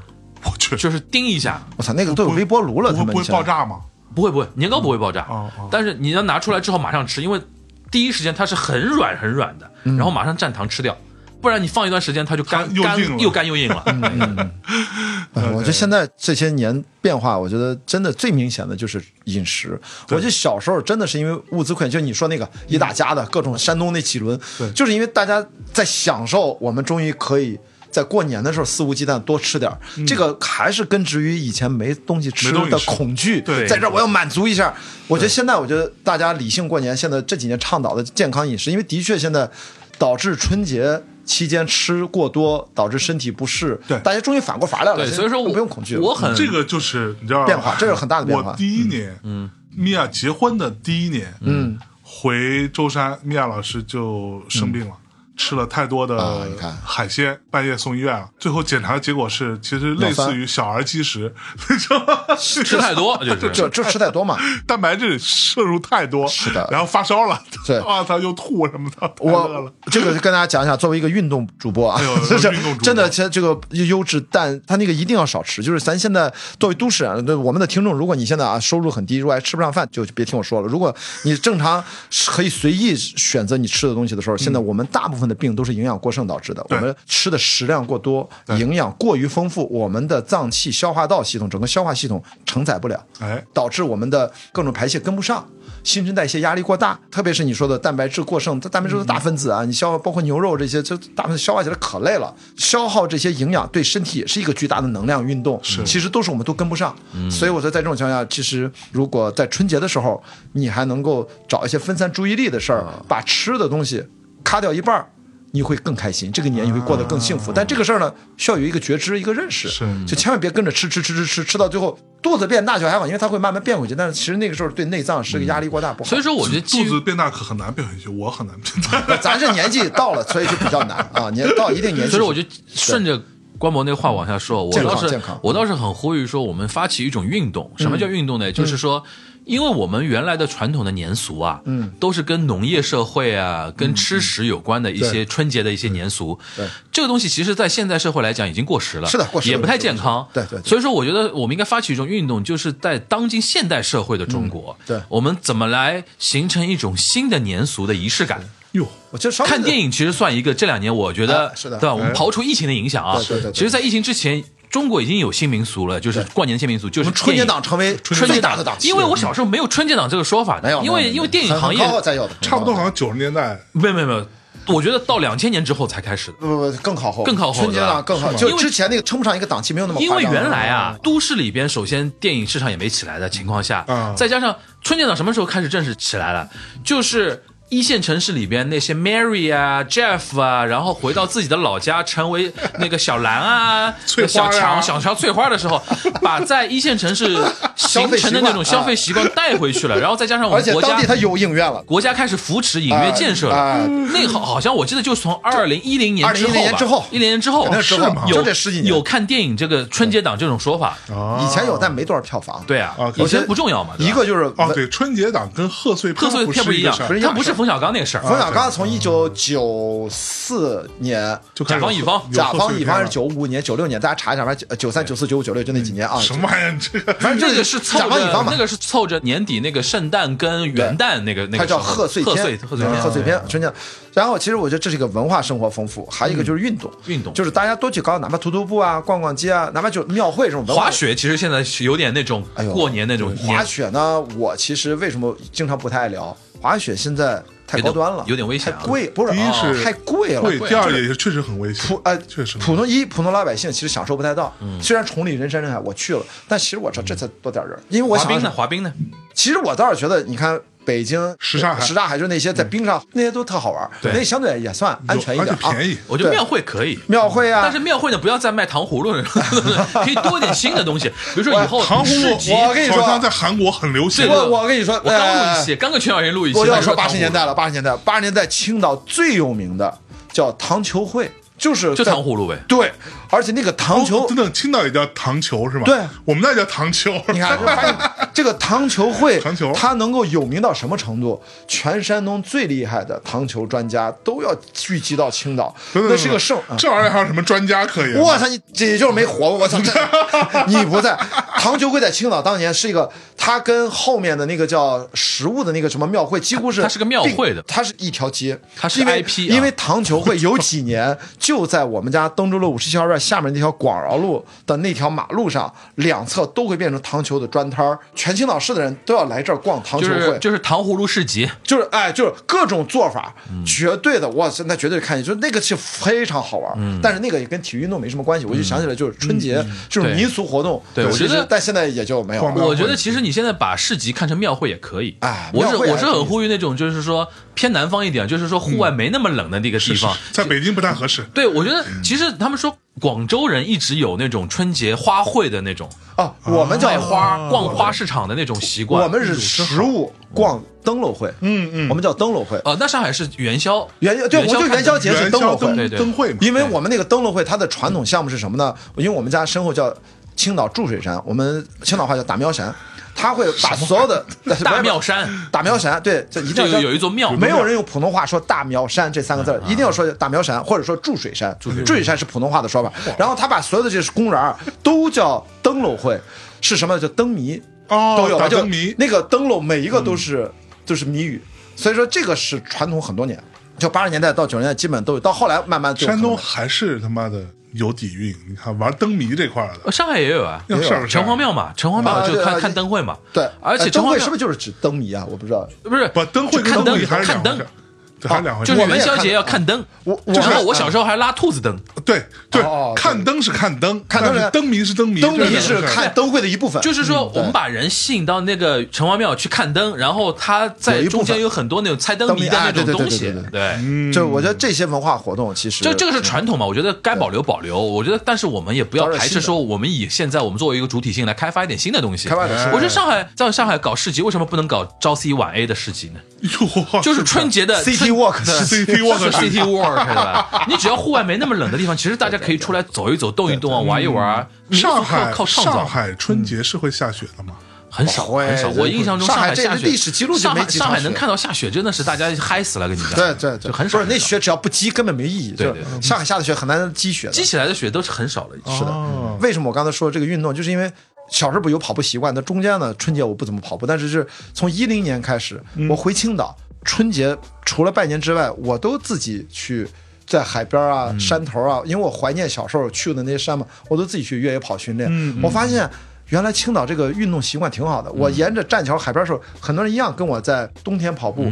[SPEAKER 2] 我去，
[SPEAKER 3] 就是叮一下，
[SPEAKER 4] 我操，那个都有微波炉了，
[SPEAKER 2] *laughs* 不
[SPEAKER 4] 他
[SPEAKER 2] 会
[SPEAKER 4] 们
[SPEAKER 2] 不会
[SPEAKER 4] 以前
[SPEAKER 2] 爆，炸吗？
[SPEAKER 3] 不会不会，年糕不会爆炸，
[SPEAKER 2] 哦哦
[SPEAKER 3] 但是你要拿出来之后马上吃，因为第一时间它是很软很软的，然后马上蘸糖吃掉。不然你放一段时间，它就干
[SPEAKER 2] 嗯又
[SPEAKER 3] 干
[SPEAKER 2] 硬了嗯
[SPEAKER 3] 又干又硬了。
[SPEAKER 4] 哎我觉得现在这些年变化，我觉得真的最明显的就是饮食。我记得小时候真的是因为物资困，就你说那个一大家的各种山东那几轮
[SPEAKER 2] 对，
[SPEAKER 4] 就是因为大家在享受，我们终于可以。在过年的时候肆无忌惮多吃点儿、这个还是根植于以前没东西
[SPEAKER 2] 嗯
[SPEAKER 4] 吃
[SPEAKER 2] 没东西
[SPEAKER 4] 的
[SPEAKER 2] 吃
[SPEAKER 4] 恐惧。
[SPEAKER 2] 对
[SPEAKER 4] 在这儿我要满足一下。我觉得现在，我觉得大家理性过年，现在这几年倡导的健康饮食，因为的确现在导致春节期间吃过多，导致身体不适。
[SPEAKER 2] 对
[SPEAKER 4] 大家终于反过乏来了。
[SPEAKER 3] 对，所以说
[SPEAKER 2] 嗯
[SPEAKER 3] 我
[SPEAKER 4] 啊不用恐惧了。
[SPEAKER 3] 我很
[SPEAKER 2] 这个就是你知道吗
[SPEAKER 4] 变化这是很大的变化
[SPEAKER 2] 我第一年，嗯，米娅结婚的第一年，嗯，回舟山，米娅老师就生病了。吃了太多
[SPEAKER 4] 嗯啊
[SPEAKER 2] 的
[SPEAKER 4] 你看
[SPEAKER 2] 海鲜，半夜送医院了。最后检查的结果是，其实类似于小儿积食， *laughs* 你知道吗？
[SPEAKER 3] 吃太多就是
[SPEAKER 4] 就就吃太
[SPEAKER 2] *laughs*
[SPEAKER 4] 多嘛。
[SPEAKER 2] 蛋白质摄入太多，是
[SPEAKER 4] 的
[SPEAKER 2] 然后发烧了， *laughs*
[SPEAKER 4] 对
[SPEAKER 2] 我操，又吐什么的，太饿
[SPEAKER 4] 我
[SPEAKER 2] 了。
[SPEAKER 4] *laughs* 这个跟大家讲一下，作为一个运动主播啊 *laughs*
[SPEAKER 2] 哎呦，
[SPEAKER 4] 就
[SPEAKER 2] 运动主播
[SPEAKER 4] 是真的，其实这个优质蛋，它那个一定要少吃。就是咱现在作为都市人，对我们的听众，如果你现在啊收入很低，如果还吃不上饭，就别听我说了。如果你正常可以随意选择你吃的东西的时候，现在我们大部分分的病都是营养过剩导致的。我
[SPEAKER 2] 嗯对
[SPEAKER 4] 们吃的食量过多，营养过于丰富，我们的脏器、消化道系统、整个消化系统承载不了，
[SPEAKER 2] 哎
[SPEAKER 4] 导致我们的各种排泄跟不上，新陈代谢压力过大，特别是你说的蛋白质过剩，它蛋白质的大分子啊，你消化包括牛肉这些，这大部分消化起来可累了，消耗这些营养对身体也是一个巨大的能量运动，是，其实都是我们都跟不上，所以我说在这种情况下，其实如果在春节的时候，你还能够找一些分散注意力的事儿，把吃的东西咔掉一半儿。你会更开心，这个年你会过得更幸
[SPEAKER 3] 啊
[SPEAKER 4] 福。但这个事儿呢，需要有一个觉知，一个认识，
[SPEAKER 2] 是
[SPEAKER 4] 就千万别跟着吃吃吃吃吃，吃到最后肚子变大就还好，因为它会慢慢变回去。但是其实那个时候对内脏是个压力过大不好。
[SPEAKER 3] 所以说，我觉得基
[SPEAKER 2] 肚
[SPEAKER 3] 于
[SPEAKER 2] 子变大可很难变回去，我很难变哎大。
[SPEAKER 4] 咱这年纪
[SPEAKER 3] *laughs*
[SPEAKER 4] 到了，所以就比较难啊，年到一定年纪。
[SPEAKER 3] 所以说，我
[SPEAKER 4] 就
[SPEAKER 3] 就顺着关博那个话往下说，我
[SPEAKER 4] 健康
[SPEAKER 3] 倒是
[SPEAKER 4] 健康嗯
[SPEAKER 3] 我倒是很呼吁说，我们发起一种运动。什么叫运动呢？就是说。因为我们原来的传统的年俗啊，嗯，都是跟农业社会啊、跟吃食有关的一些春节的一些年俗。
[SPEAKER 4] 嗯对对
[SPEAKER 3] 这个东西其实，在现在社会来讲已经过时了，
[SPEAKER 4] 是的过时了
[SPEAKER 3] 也不太健康。
[SPEAKER 4] 对对对
[SPEAKER 3] 所以说，我觉得我们应该发起一种运动，就是在当今现代社会的中国，
[SPEAKER 4] 嗯对
[SPEAKER 3] 我们怎么来形成一种新的年俗的仪式感？
[SPEAKER 2] 哟，
[SPEAKER 4] 我就稍微
[SPEAKER 3] 看电影其实算一个，这两年我觉得
[SPEAKER 4] 哎是的
[SPEAKER 3] 对吧？我们
[SPEAKER 2] 哎
[SPEAKER 3] 刨除疫情的影响啊，
[SPEAKER 4] 对对对对
[SPEAKER 3] 其实，在疫情之前，中国已经有新民俗了，就是过年新民俗，就是
[SPEAKER 4] 春节
[SPEAKER 3] 电影
[SPEAKER 4] 档成为
[SPEAKER 3] 春
[SPEAKER 4] 最
[SPEAKER 3] 节
[SPEAKER 4] 大
[SPEAKER 3] 档
[SPEAKER 4] 的档期，
[SPEAKER 3] 因为我小时候没有春节档这个说法
[SPEAKER 4] 没有，
[SPEAKER 3] 的，因为因为电影行业
[SPEAKER 4] 再有的
[SPEAKER 2] 差不多好像九十年代
[SPEAKER 3] 没有没有没有，我觉得到两千年之后才开始的。
[SPEAKER 4] 不不不更靠后，
[SPEAKER 3] 更靠后
[SPEAKER 4] 春节
[SPEAKER 3] 对吧
[SPEAKER 4] 档更靠后，
[SPEAKER 3] 是吗
[SPEAKER 4] 就
[SPEAKER 3] 因为
[SPEAKER 4] 之前那个称不上一个档期，没有那么
[SPEAKER 3] 因
[SPEAKER 4] 夸
[SPEAKER 3] 为
[SPEAKER 4] 张
[SPEAKER 3] 原来啊，都市里边首先电影市场也没起来的情况下，
[SPEAKER 4] 啊
[SPEAKER 2] 嗯
[SPEAKER 3] 再加上春节档什么时候开始正式起来了？就是一线城市里边那些 Mary 啊、Jeff 啊，然后回到自己的老家，成为那个小兰
[SPEAKER 4] *laughs*
[SPEAKER 3] 啊、
[SPEAKER 2] 翠花
[SPEAKER 3] 小
[SPEAKER 2] 啊
[SPEAKER 3] 强、小乔、翠花的时候，把在一线城市形成的那种消费习惯带回去了，然后再加上我
[SPEAKER 4] 而
[SPEAKER 3] 们
[SPEAKER 4] 且
[SPEAKER 3] 国
[SPEAKER 4] 当
[SPEAKER 3] 家
[SPEAKER 4] 地。它有影院了，
[SPEAKER 3] 国家开始扶持影乐建设了，
[SPEAKER 4] 哎哎
[SPEAKER 3] 那好，好像我记得就是从二零一零年之后吧，
[SPEAKER 4] 2010年之后
[SPEAKER 3] 一零年之后，
[SPEAKER 4] 那之后
[SPEAKER 3] 有
[SPEAKER 4] 就这十几年哦
[SPEAKER 3] 有看电影这个春节档这种说法，
[SPEAKER 2] 啊
[SPEAKER 4] 以前有但没多少票房。
[SPEAKER 3] 对啊
[SPEAKER 2] 啊，
[SPEAKER 3] 以
[SPEAKER 4] 我觉得
[SPEAKER 3] 前不重要嘛，对吧
[SPEAKER 4] 哦一个就是
[SPEAKER 2] 哦，对，春节档跟贺岁
[SPEAKER 3] 贺岁
[SPEAKER 2] 不
[SPEAKER 3] 片不
[SPEAKER 2] 是
[SPEAKER 3] 一
[SPEAKER 2] 个
[SPEAKER 3] 样
[SPEAKER 2] 事，
[SPEAKER 4] 不
[SPEAKER 2] 儿
[SPEAKER 4] 是，一
[SPEAKER 3] 它
[SPEAKER 4] 样
[SPEAKER 3] 不
[SPEAKER 4] 事
[SPEAKER 3] 是冯小刚那个事
[SPEAKER 4] 冯
[SPEAKER 3] 儿，啊
[SPEAKER 4] 小刚从一九九四年
[SPEAKER 2] 就开始
[SPEAKER 3] 甲方乙方
[SPEAKER 2] 有
[SPEAKER 4] 甲
[SPEAKER 2] 贺
[SPEAKER 4] 方
[SPEAKER 2] 岁
[SPEAKER 4] 乙方
[SPEAKER 2] 片
[SPEAKER 4] 是九五年、九六年，大家查一下，反正九三、九四、九五、九六就那几年啊
[SPEAKER 2] 了。。什么玩意儿？这个
[SPEAKER 4] 反正
[SPEAKER 3] 那
[SPEAKER 4] 就
[SPEAKER 3] 个是凑
[SPEAKER 4] 甲方乙
[SPEAKER 3] 着
[SPEAKER 4] 方嘛
[SPEAKER 3] 那，个是凑着年底那个圣诞跟元旦那个那
[SPEAKER 4] 它
[SPEAKER 3] 个时
[SPEAKER 4] 叫
[SPEAKER 3] 候
[SPEAKER 4] 贺岁
[SPEAKER 3] 贺
[SPEAKER 4] 片，
[SPEAKER 3] 岁啊贺岁
[SPEAKER 4] 嗯
[SPEAKER 3] 片
[SPEAKER 4] 贺岁片，春节。然后其实我觉得这是一个文化生活丰富，还有一个就是运动，
[SPEAKER 3] 嗯运动
[SPEAKER 4] 就是大家多去搞，哪怕徒徒步啊、逛逛街啊，哪怕就庙会这种文化
[SPEAKER 3] 滑。雪其实现在是有点那种
[SPEAKER 4] 哎呦
[SPEAKER 3] 过年那种
[SPEAKER 4] 滑
[SPEAKER 3] 年
[SPEAKER 4] 雪呢，我其实为什么经常不太爱聊滑雪？现在太高端了，
[SPEAKER 3] 有点有点危险啊
[SPEAKER 4] 太贵，不是
[SPEAKER 2] 第一
[SPEAKER 4] 啊
[SPEAKER 2] 是
[SPEAKER 4] 太贵
[SPEAKER 2] *laughs*
[SPEAKER 4] 了，
[SPEAKER 2] 贵，第二也是确实很危险。
[SPEAKER 4] 普呃，
[SPEAKER 2] 确实嗯
[SPEAKER 4] 普通一普通老百姓其实享受不太到。虽然崇礼人山人海，我去了，但其实我知道这才多点人，因为我
[SPEAKER 3] 滑
[SPEAKER 4] 想
[SPEAKER 3] 冰呢，滑冰呢，
[SPEAKER 4] 其实我倒是觉得，你看北京
[SPEAKER 2] 什刹海嗯
[SPEAKER 4] 什刹海就那些在冰上那些都特好玩，那相对也算安全一点
[SPEAKER 2] 而且
[SPEAKER 4] 啊。
[SPEAKER 2] 便宜
[SPEAKER 3] 我觉得
[SPEAKER 4] 对
[SPEAKER 3] 庙会可以。
[SPEAKER 4] 庙会啊，
[SPEAKER 3] 但是庙会呢，不要再卖糖葫芦了， *laughs* 可以多点新的东西，比如说以后
[SPEAKER 2] 糖
[SPEAKER 3] 哦市
[SPEAKER 2] 葫
[SPEAKER 3] 集
[SPEAKER 2] 芦，
[SPEAKER 4] 我跟你说
[SPEAKER 2] 好像在韩国很流行
[SPEAKER 3] 这。
[SPEAKER 4] 我
[SPEAKER 3] 个
[SPEAKER 4] 我跟你说，
[SPEAKER 3] 我刚录一
[SPEAKER 4] 呃
[SPEAKER 3] 期，刚跟全小人录一期，
[SPEAKER 4] 我
[SPEAKER 3] 他
[SPEAKER 4] 要说八
[SPEAKER 3] 糖葫
[SPEAKER 4] 十
[SPEAKER 3] 芦
[SPEAKER 4] 年代了，八十年代，八十年代青岛最有名的叫糖球会，就是
[SPEAKER 3] 就
[SPEAKER 4] 在
[SPEAKER 3] 糖葫芦呗。
[SPEAKER 4] 对，而且那个糖球
[SPEAKER 2] 哦真的，青岛也叫糖球是吗？
[SPEAKER 4] 对
[SPEAKER 2] 我们那叫糖球。*laughs*
[SPEAKER 4] 你看，我发现这个糖球会
[SPEAKER 2] 糖球，
[SPEAKER 4] 它能够有名到什么程度？全山东最厉害的糖球专家都要聚集到青岛，
[SPEAKER 2] 等等等等
[SPEAKER 4] 那是个盛。啊
[SPEAKER 2] 这玩意儿还有什么专家可言？
[SPEAKER 4] 我操，你这就是没活过！我操，这你不在糖球会在青岛当年是一个，它跟后面的那个叫食物的那个什么庙会几乎是
[SPEAKER 3] 它它是个庙会的
[SPEAKER 4] 并它是一条街，
[SPEAKER 3] 它是
[SPEAKER 4] 因为
[SPEAKER 3] IP 啊
[SPEAKER 4] 因为糖球会有几年就在我们家登州路五十七号院下面那条广饶路的那条马路上，两侧都会变成糖球的砖摊儿，全青岛市的人都要来这儿逛糖
[SPEAKER 3] 就
[SPEAKER 4] 球
[SPEAKER 3] 是
[SPEAKER 4] 会，
[SPEAKER 3] 就是糖葫芦市集，
[SPEAKER 4] 就是哎，就是各种做法，
[SPEAKER 3] 嗯
[SPEAKER 4] 绝对的，哇塞，那绝对看见，就是那个是非常好玩，
[SPEAKER 3] 嗯
[SPEAKER 4] 但是那个也跟体育运动没什么关系。我就想起来，就是春节、这种
[SPEAKER 3] 对
[SPEAKER 4] 民俗活动，
[SPEAKER 3] 对我
[SPEAKER 4] 其实
[SPEAKER 3] 觉得
[SPEAKER 4] 但现在也就没有
[SPEAKER 2] 逛
[SPEAKER 4] 了。
[SPEAKER 2] 庙会
[SPEAKER 3] 我觉得其实你现在把市集看成庙会也可以
[SPEAKER 4] 哎
[SPEAKER 3] 我是
[SPEAKER 4] 庙会还
[SPEAKER 3] 我是
[SPEAKER 4] 可以
[SPEAKER 3] 很呼吁那种就是说偏南方一点，就是说户外
[SPEAKER 4] 嗯
[SPEAKER 3] 没那么冷的那个地方。
[SPEAKER 2] 在北京不太合适。
[SPEAKER 3] 对，我觉得
[SPEAKER 4] 嗯
[SPEAKER 3] 其实他们说广州人一直有那种春节花卉的那种
[SPEAKER 4] 啊，我们
[SPEAKER 3] 卖
[SPEAKER 4] 叫
[SPEAKER 3] 花、逛花市场的那种习惯。
[SPEAKER 4] 哦我们是食物
[SPEAKER 3] 嗯
[SPEAKER 4] 逛灯笼会，嗯嗯，我们叫灯笼会，
[SPEAKER 3] 呃，那上海是元宵，
[SPEAKER 4] 元宵对，我们就
[SPEAKER 3] 看
[SPEAKER 4] 元宵节是
[SPEAKER 2] 元
[SPEAKER 4] 灯
[SPEAKER 2] 宵
[SPEAKER 4] 笼会
[SPEAKER 2] 灯，
[SPEAKER 3] 对对
[SPEAKER 2] 灯会嘛，
[SPEAKER 4] 因为我们那个灯笼会，它的传统项目是什么呢？因为我们家身后叫青岛注水山，我们青岛话叫打庙山，它会把所有
[SPEAKER 3] *laughs*
[SPEAKER 4] 的
[SPEAKER 3] 大庙山，
[SPEAKER 4] 打苗山，对，这一定要
[SPEAKER 3] 这
[SPEAKER 4] 叫
[SPEAKER 3] 个有一座庙
[SPEAKER 4] 没有人用普通话说大苗山这三个字儿，一定要说大苗山或者说注水山，注水山是普通话的说法。然后他把所有的这些公园儿都叫灯笼会，是什么呢？叫灯谜，
[SPEAKER 2] 哦
[SPEAKER 4] 都有
[SPEAKER 2] 打
[SPEAKER 4] 就
[SPEAKER 2] 灯谜
[SPEAKER 4] 那个灯笼每一个都是都是谜语，所以说这个是传统很多年。就八十年代到九十年代基本都有，到后来慢慢就
[SPEAKER 2] 山东还是他妈的有底蕴。你看玩灯谜这块儿的，
[SPEAKER 3] 呃上海也有啊，
[SPEAKER 2] 要上不上
[SPEAKER 3] 城隍庙嘛，城隍
[SPEAKER 4] 啊
[SPEAKER 3] 庙就
[SPEAKER 4] 对
[SPEAKER 3] 看
[SPEAKER 4] 啊
[SPEAKER 3] 看灯会嘛，
[SPEAKER 4] 对，
[SPEAKER 3] 而且
[SPEAKER 4] 呃灯
[SPEAKER 3] 城隍
[SPEAKER 4] 会
[SPEAKER 3] 庙
[SPEAKER 4] 是不是就是指灯谜啊？我不知道，
[SPEAKER 3] 不是
[SPEAKER 2] 不灯会
[SPEAKER 3] 就
[SPEAKER 2] 跟灯
[SPEAKER 3] 看灯
[SPEAKER 2] 谜还是两
[SPEAKER 3] 看
[SPEAKER 2] 回事
[SPEAKER 3] 灯
[SPEAKER 2] 儿，，这还是两回事
[SPEAKER 3] 就
[SPEAKER 2] 儿。
[SPEAKER 3] 是
[SPEAKER 4] 我们
[SPEAKER 3] 元
[SPEAKER 4] 也
[SPEAKER 3] 宵
[SPEAKER 4] 看
[SPEAKER 3] 节
[SPEAKER 4] 灯
[SPEAKER 3] 要看灯，
[SPEAKER 4] 我我嗯
[SPEAKER 3] 然后
[SPEAKER 4] 是
[SPEAKER 3] 我小时候还拉兔子灯，
[SPEAKER 2] 对对
[SPEAKER 4] 哦哦，
[SPEAKER 2] 看灯是看灯，
[SPEAKER 4] 看灯
[SPEAKER 2] 但是
[SPEAKER 4] 是
[SPEAKER 2] 灯谜是灯谜，
[SPEAKER 4] 灯
[SPEAKER 2] 这
[SPEAKER 4] 谜
[SPEAKER 2] 两
[SPEAKER 4] 是
[SPEAKER 2] 回事儿
[SPEAKER 4] 看灯会的一部分，
[SPEAKER 3] 就是说我们把人吸引到那个城隍庙去看灯，然后它在
[SPEAKER 4] 有一部
[SPEAKER 3] 中
[SPEAKER 4] 分
[SPEAKER 3] 间有很多那种猜灯谜的
[SPEAKER 4] 灯谜
[SPEAKER 3] 那
[SPEAKER 4] 啊
[SPEAKER 3] 种
[SPEAKER 4] 对对对
[SPEAKER 3] 东西
[SPEAKER 4] 对对，
[SPEAKER 3] 对。
[SPEAKER 4] 就我觉得这些文化活动其实
[SPEAKER 3] 就这个是传统嘛，我觉得该保留保留。我觉得，但是我们也不要
[SPEAKER 4] 找点
[SPEAKER 3] 排
[SPEAKER 4] 新
[SPEAKER 3] 斥
[SPEAKER 4] 的
[SPEAKER 3] 说，我们以现在我们作为一个主体性来开发一点新的东西。
[SPEAKER 4] 开发点新的
[SPEAKER 3] 我觉得上海在上海搞市集，为什么不能搞朝 C 晚 A 的市集呢？
[SPEAKER 4] 哦
[SPEAKER 2] 哟，
[SPEAKER 3] *laughs* 就是春节的
[SPEAKER 4] City
[SPEAKER 3] 春
[SPEAKER 4] Walk
[SPEAKER 3] 对 *laughs*
[SPEAKER 4] 市
[SPEAKER 2] City Walk
[SPEAKER 3] 是 City Walk 对吧？你只要户外没那么冷的地方，其实大家可以出来走一走、动一动啊、玩一玩啊。
[SPEAKER 4] 嗯
[SPEAKER 3] 民俗靠
[SPEAKER 2] 上海
[SPEAKER 3] 靠创
[SPEAKER 2] 上
[SPEAKER 3] 造
[SPEAKER 2] 海春节是会下雪的吗？
[SPEAKER 3] 很少
[SPEAKER 4] 会
[SPEAKER 3] 很少，
[SPEAKER 4] 对
[SPEAKER 3] 我印象中
[SPEAKER 4] 上海
[SPEAKER 3] 海
[SPEAKER 4] 这
[SPEAKER 3] 下雪
[SPEAKER 4] 历史记录就
[SPEAKER 3] 上
[SPEAKER 4] 没
[SPEAKER 3] 海
[SPEAKER 4] 几场
[SPEAKER 3] 上海能
[SPEAKER 4] 雪
[SPEAKER 3] 看到下雪，真的是大家嗨死了，跟你讲。
[SPEAKER 4] 对对对，
[SPEAKER 3] 就很少
[SPEAKER 4] 不是那
[SPEAKER 3] 很少
[SPEAKER 4] 雪只要不积根本没意义。
[SPEAKER 3] 对
[SPEAKER 4] 就是
[SPEAKER 3] 对对
[SPEAKER 4] 上海下的雪很难积雪的。
[SPEAKER 3] 积起来的雪都是很少了。
[SPEAKER 2] 是的，
[SPEAKER 4] 为什么我刚才说这个运动，就是因为小时候不有跑步习惯，那中间呢春节我不怎么跑步，但是是从一零年开始，我回青岛，春节除了拜年之外，我都自己去。在海边啊、山头啊，因为我怀念小时候去的那些山嘛，我都自己去越野跑训练。我发现原来青岛这个运动习惯挺好的。我沿着栈桥海边的时候，很多人一样跟我在冬天跑步，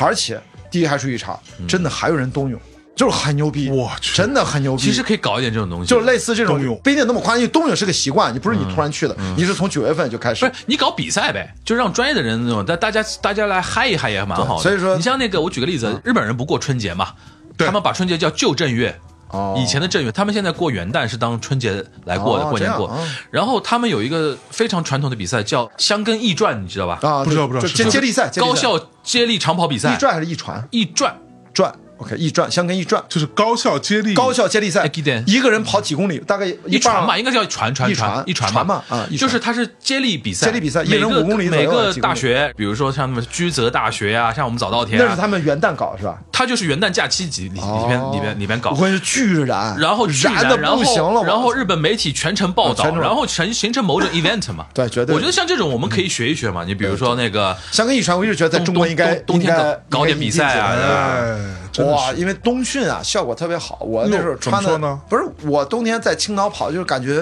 [SPEAKER 4] 而且第一还是一场，真的还有人冬泳，就是很牛逼，
[SPEAKER 2] 我去
[SPEAKER 4] 真的很牛逼。
[SPEAKER 3] 其实可以搞一点这种东西，
[SPEAKER 4] 就是类似这种
[SPEAKER 2] 冬泳，
[SPEAKER 4] 不一定那么夸张，因为冬泳是个习惯，你不是你突然去的，
[SPEAKER 2] 嗯
[SPEAKER 4] 你是从九月份就开
[SPEAKER 3] 不
[SPEAKER 4] 始
[SPEAKER 3] 是。你搞比赛呗，就让专业的人那种，但大家大家来嗨一嗨也蛮好的。
[SPEAKER 4] 对所以说嗯
[SPEAKER 3] 你像那个，我举个例子，日本人不过春节嘛，
[SPEAKER 2] 对
[SPEAKER 3] 他们把春节叫旧正月。
[SPEAKER 4] 哦
[SPEAKER 3] 以前的正月，他们现在过元旦是当春节来过的，
[SPEAKER 4] 哦
[SPEAKER 3] 过年过
[SPEAKER 4] 这样哦。
[SPEAKER 3] 然后他们有一个非常传统的比赛叫香根驿传，你知道吧？
[SPEAKER 4] 啊，
[SPEAKER 2] 不知道不知道
[SPEAKER 4] 就是接
[SPEAKER 2] 什么
[SPEAKER 4] 接力赛，接力赛
[SPEAKER 3] 高校接力长跑比赛
[SPEAKER 4] 一，转还是一啊传？
[SPEAKER 3] 驿传
[SPEAKER 4] 转，OK，一转，香根一转，
[SPEAKER 2] 就是高校接力，
[SPEAKER 4] 高校接力赛
[SPEAKER 3] 哎记得，
[SPEAKER 4] 一个人跑几公里，大概
[SPEAKER 3] 一
[SPEAKER 4] 一
[SPEAKER 3] 传
[SPEAKER 4] 半啊
[SPEAKER 3] 吧，。应该叫传传
[SPEAKER 4] 一传
[SPEAKER 3] 一传
[SPEAKER 4] 传
[SPEAKER 3] 吧
[SPEAKER 4] 嘛啊一传
[SPEAKER 3] 就是它是接力比赛，
[SPEAKER 4] 接力比赛一
[SPEAKER 3] 每
[SPEAKER 4] 人
[SPEAKER 3] 个
[SPEAKER 4] 五公里左
[SPEAKER 3] 每
[SPEAKER 4] 右啊
[SPEAKER 3] 个
[SPEAKER 4] 几公里
[SPEAKER 3] 大学，比如说像什么居泽大学啊，像我们早稻田啊，
[SPEAKER 4] 那是他们元旦搞是吧？
[SPEAKER 3] 他就是元旦假期几里
[SPEAKER 4] 哦
[SPEAKER 3] 里边里边里边搞
[SPEAKER 4] 我，跟你说，巨燃，
[SPEAKER 3] 然后居
[SPEAKER 4] 燃的
[SPEAKER 3] 然后
[SPEAKER 4] 不行了。
[SPEAKER 3] 然后
[SPEAKER 4] 我哦
[SPEAKER 3] 日本媒体全程报
[SPEAKER 4] 全
[SPEAKER 3] 道，
[SPEAKER 4] 程报道
[SPEAKER 3] 然后成形成
[SPEAKER 4] *laughs*
[SPEAKER 3] 某种 event 嘛。
[SPEAKER 4] 对绝对嗯
[SPEAKER 3] 我觉得像这种我们可以学一学嘛。你比如说那个
[SPEAKER 4] 香根一传，我一直觉得在
[SPEAKER 3] 冬
[SPEAKER 4] 中国应该
[SPEAKER 3] 冬冬
[SPEAKER 4] 应该
[SPEAKER 3] 冬天搞搞点比赛啊
[SPEAKER 4] 应该引进起来
[SPEAKER 3] 对吧
[SPEAKER 2] 哎，真的
[SPEAKER 4] 哇，
[SPEAKER 2] 是
[SPEAKER 4] 因为冬训啊效果特别好，我那时候
[SPEAKER 2] 哟怎么
[SPEAKER 4] 穿的
[SPEAKER 2] 说呢
[SPEAKER 4] 不是我冬天在青岛跑，就是感觉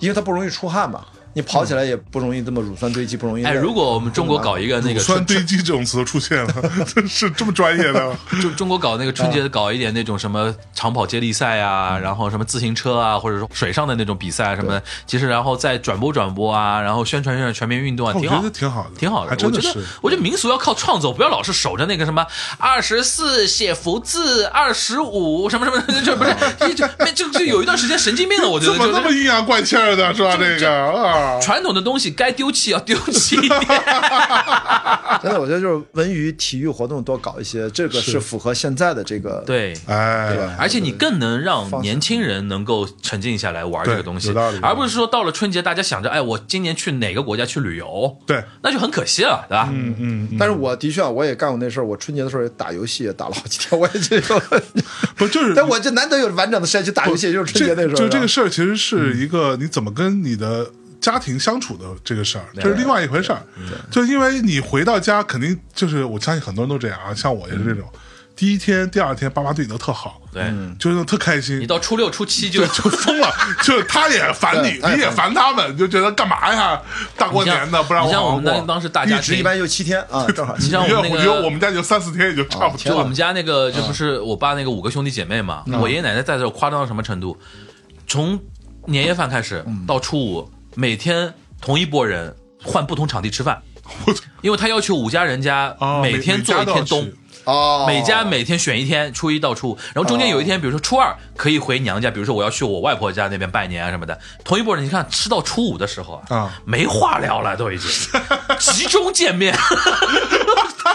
[SPEAKER 4] 因为它不容易出汗嘛，你跑起来也不容易这么乳酸堆积，不容易累。
[SPEAKER 3] 哎，如果我们中国搞一个那
[SPEAKER 2] 乳
[SPEAKER 3] 个
[SPEAKER 2] 酸
[SPEAKER 3] 春
[SPEAKER 2] 堆积这种词都出现了，真是这么专业的吗，
[SPEAKER 3] 就中国搞那个春节搞一点那种什么长跑接力赛
[SPEAKER 4] 嗯
[SPEAKER 3] 啊，然后什么自行车啊，或者说水上的那种比赛啊什么的，其实然后再转播转播啊，然后宣传宣传全民运动啊，
[SPEAKER 2] 我
[SPEAKER 3] 挺好
[SPEAKER 2] 觉得。挺好的，
[SPEAKER 3] 挺好的，
[SPEAKER 2] 还真的
[SPEAKER 3] 我觉
[SPEAKER 2] 是
[SPEAKER 3] 得，我觉得民俗要靠创作，不要老是守着那个什么二十四写福字，二十五什么什 *laughs* 么，就不是，就就就就有一段时间神经病了，我觉
[SPEAKER 2] 怎
[SPEAKER 3] 得
[SPEAKER 2] 么
[SPEAKER 3] 就
[SPEAKER 2] 那么
[SPEAKER 3] 是
[SPEAKER 2] 阴阳怪气儿的，是吧？这个啊，
[SPEAKER 3] 传统的东西该丢弃要丢
[SPEAKER 2] *laughs*
[SPEAKER 3] 弃一点，
[SPEAKER 4] 真的，我觉得就是文娱体育活动多搞一些，这个是符合现在的这个。
[SPEAKER 3] 对。
[SPEAKER 2] 哎，
[SPEAKER 3] 而且你更能让年轻人能够沉静下来玩这个东西
[SPEAKER 2] 对有道理，
[SPEAKER 3] 而不是说到了春节大家想着，哎，我今年去哪个国家去旅游，
[SPEAKER 2] 对，
[SPEAKER 3] 那就很可惜了，对吧？
[SPEAKER 2] 嗯嗯，嗯
[SPEAKER 4] 但是我的确啊，我也干过那事儿。我春节的时候也打游戏，也打了好几天。我也
[SPEAKER 3] *laughs*
[SPEAKER 4] 这种， *laughs*
[SPEAKER 2] 不就是
[SPEAKER 4] 但我这难得有完整的时间去打游戏，就是嗯春节那时候。
[SPEAKER 2] 就这个事儿，其实是一个你怎么跟你的家庭相处的这个事儿，这是另外一回事儿。就因为你回到家，肯定就是我相信很多人都这样啊，像我也是这种，第一天、第二天，爸妈对你都特好，
[SPEAKER 3] 嗯对，嗯
[SPEAKER 2] 就是特开心。
[SPEAKER 3] 你到初六初七就
[SPEAKER 2] 就
[SPEAKER 3] *laughs*
[SPEAKER 2] 疯了，就是他也烦你，
[SPEAKER 4] 对
[SPEAKER 2] 你也烦他们，就觉得干嘛呀？大过年的不让
[SPEAKER 3] 你像我
[SPEAKER 2] 好好
[SPEAKER 3] 们当
[SPEAKER 2] 过。
[SPEAKER 3] 当时大
[SPEAKER 4] 一
[SPEAKER 3] 家
[SPEAKER 4] 直一
[SPEAKER 3] 庭，
[SPEAKER 4] 般就七天啊，正好七
[SPEAKER 3] 你
[SPEAKER 4] 天。
[SPEAKER 3] 像
[SPEAKER 2] 我觉
[SPEAKER 3] 我
[SPEAKER 2] 得我
[SPEAKER 3] 们那
[SPEAKER 2] 觉得我
[SPEAKER 3] 个。
[SPEAKER 2] 们家就三四天也就差不
[SPEAKER 4] 天
[SPEAKER 2] 多
[SPEAKER 3] 我
[SPEAKER 2] 了
[SPEAKER 3] 们。家那个，这不是我爸那个五个兄弟姐妹嘛？我爷爷奶奶在这儿夸张到什么程度？从年夜饭开始到初五，每天同一拨人换不同场地吃饭，因为他要求五家人家
[SPEAKER 2] 啊，每
[SPEAKER 3] 天做一天冬，
[SPEAKER 4] 哦，
[SPEAKER 3] 每家每天选一天，初一到初五，然后中间有一天，比如说初二可以回娘家，比如说我要去我外婆家那边拜年啊什么的。同一拨人，你看吃到初五的时候啊
[SPEAKER 2] 啊，
[SPEAKER 3] 没话聊了，都已经集中见面， *laughs*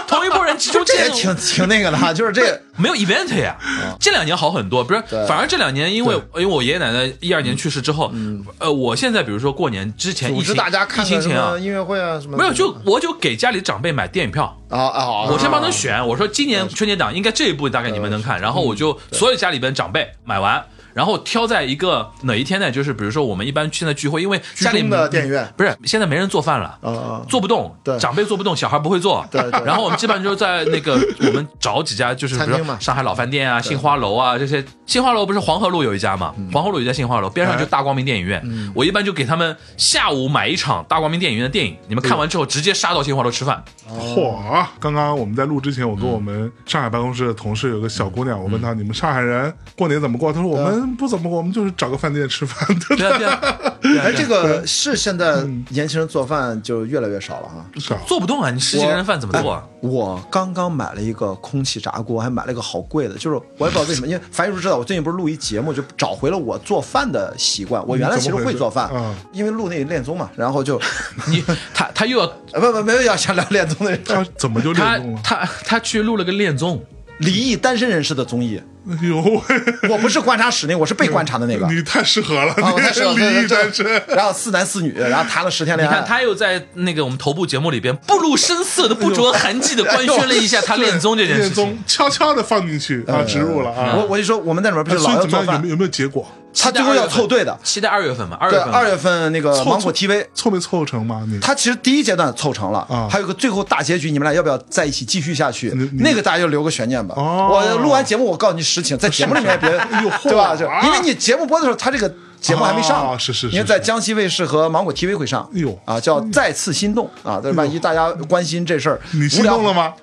[SPEAKER 3] 同一拨人集中
[SPEAKER 4] 这
[SPEAKER 3] 见
[SPEAKER 4] 也
[SPEAKER 3] 面，
[SPEAKER 4] 挺挺那个的哈，就是这
[SPEAKER 3] 没有 event 呀。这两年好很多，不是
[SPEAKER 4] 嗯对，嗯
[SPEAKER 3] 反而这两年因为因为我爷爷奶奶一二年去世之后，呃，我现在比如说过年之前疫
[SPEAKER 4] 组织
[SPEAKER 3] 情
[SPEAKER 4] 大家看
[SPEAKER 3] 疫情
[SPEAKER 4] 看什
[SPEAKER 3] 前啊
[SPEAKER 4] 么，音乐会啊什么的。
[SPEAKER 3] 没有就我就给家里长辈买电影票。
[SPEAKER 4] 啊啊，
[SPEAKER 3] 我先帮他
[SPEAKER 4] 嗯
[SPEAKER 3] 选，我说今年春节档应该这一部大概你们能看，然后我就所有家里边长辈买完，然后挑在一个哪一天呢？就是比如说我们一般现在聚会，因为
[SPEAKER 4] 居
[SPEAKER 3] 家里
[SPEAKER 4] 中的电影院
[SPEAKER 3] 不是现在没人做饭了，
[SPEAKER 4] 啊，
[SPEAKER 3] 做不动，
[SPEAKER 4] 对
[SPEAKER 3] 长辈做不动，小孩不会做，
[SPEAKER 4] 对对
[SPEAKER 3] 然后我们基本上就在那
[SPEAKER 4] *laughs*
[SPEAKER 3] 个我们找几家，就是比如
[SPEAKER 4] 餐厅
[SPEAKER 3] 说
[SPEAKER 4] 嘛
[SPEAKER 3] 上海老饭店啊、杏花楼啊这些。杏花楼不是黄河路有一家嘛？
[SPEAKER 4] 嗯
[SPEAKER 3] 黄河路有一家杏花楼，边
[SPEAKER 4] 哎
[SPEAKER 3] 上就大光明电影院。我一般就给他们下午买一场大光明电影院的电影，你们看完之后直接杀到杏花楼吃饭。
[SPEAKER 2] 嚯！刚刚我们在录之前，我跟我们上海办公室的同事有个小姑娘，我问她你们上海人过年怎么过？她说我
[SPEAKER 4] 嗯
[SPEAKER 2] 们不怎么过，我们就是找个饭店吃饭。
[SPEAKER 4] *laughs*
[SPEAKER 3] 对啊对啊，对啊
[SPEAKER 4] 哎，
[SPEAKER 3] 对
[SPEAKER 4] 这
[SPEAKER 3] 啊
[SPEAKER 4] 个是现在
[SPEAKER 2] 嗯
[SPEAKER 4] 年轻人做饭就越来越少了哈。哎
[SPEAKER 2] 是啊，
[SPEAKER 3] 做不动啊！你十几个人饭怎么做啊？
[SPEAKER 4] 我刚刚买了一个空气炸锅，还买了一个好贵的，就是我也不知道为什么，因为樊玉茹知道我最近不是录一节目，就找回了我做饭的习惯。我原来其实会做饭，
[SPEAKER 2] 嗯嗯怎么回事
[SPEAKER 4] 因为录那个恋综嘛，然后就， *laughs*
[SPEAKER 3] 你他他又要
[SPEAKER 4] 呃不不 *laughs* 没有啊要想聊恋综的人， *laughs*
[SPEAKER 2] 她哎怎么就啊
[SPEAKER 3] 他
[SPEAKER 2] 恋综了？
[SPEAKER 3] 他他去录了个恋综，
[SPEAKER 4] 离异单身人士的综艺，
[SPEAKER 2] 哎呦喂，
[SPEAKER 4] 我不是观察室那个，我是被观察的那个。
[SPEAKER 2] *laughs* 你太适合了，
[SPEAKER 4] 啊，我
[SPEAKER 2] 你
[SPEAKER 4] 才是
[SPEAKER 2] 离异单身。
[SPEAKER 4] 然后四男四女，然后谈了十天
[SPEAKER 3] 你
[SPEAKER 4] 恋爱。
[SPEAKER 3] 看他又在那个我们头部节目里边不露声色的、不着痕迹的
[SPEAKER 4] 哎
[SPEAKER 3] 官宣了一下
[SPEAKER 4] *laughs*
[SPEAKER 3] 他恋综这件事
[SPEAKER 2] 恋
[SPEAKER 3] 情
[SPEAKER 2] 综。悄悄的放进去啊，植入了啊。
[SPEAKER 4] 嗯我我就说我们在里面不
[SPEAKER 2] 哎
[SPEAKER 4] 是
[SPEAKER 2] 所
[SPEAKER 4] 老
[SPEAKER 2] 以
[SPEAKER 4] 要
[SPEAKER 2] 怎么样？
[SPEAKER 4] 做
[SPEAKER 2] 有
[SPEAKER 4] 饭
[SPEAKER 2] 没，有没有结果？
[SPEAKER 4] 他最后要凑对的。
[SPEAKER 3] 期待二月份嘛，二
[SPEAKER 4] 对，
[SPEAKER 3] 月份，
[SPEAKER 4] 二月份那个
[SPEAKER 2] 凑
[SPEAKER 4] 呃芒果 TV
[SPEAKER 2] 凑没凑成吗？你
[SPEAKER 4] 他其实第一阶段凑成了，
[SPEAKER 2] 啊
[SPEAKER 4] 还有个最后大结局，你们俩要不要在一起继续下去
[SPEAKER 2] 你？你
[SPEAKER 4] 那个大家就留个悬念吧。
[SPEAKER 2] 哦
[SPEAKER 4] 我录完节目，我告诉你实情，在节
[SPEAKER 2] *laughs*
[SPEAKER 4] 目里面别，
[SPEAKER 2] 哎呦
[SPEAKER 4] 对吧？
[SPEAKER 2] 嚯
[SPEAKER 4] 就
[SPEAKER 2] 啊
[SPEAKER 4] 因为你节目播的时候，他这个节目还没上，
[SPEAKER 2] 哦是是是
[SPEAKER 4] 因为在江西卫视和芒果 TV 会上。
[SPEAKER 2] 哎呦
[SPEAKER 4] 啊，叫再次心动啊！但是万一大家关心这事儿，
[SPEAKER 2] 你心
[SPEAKER 4] 无聊
[SPEAKER 2] 动了？吗？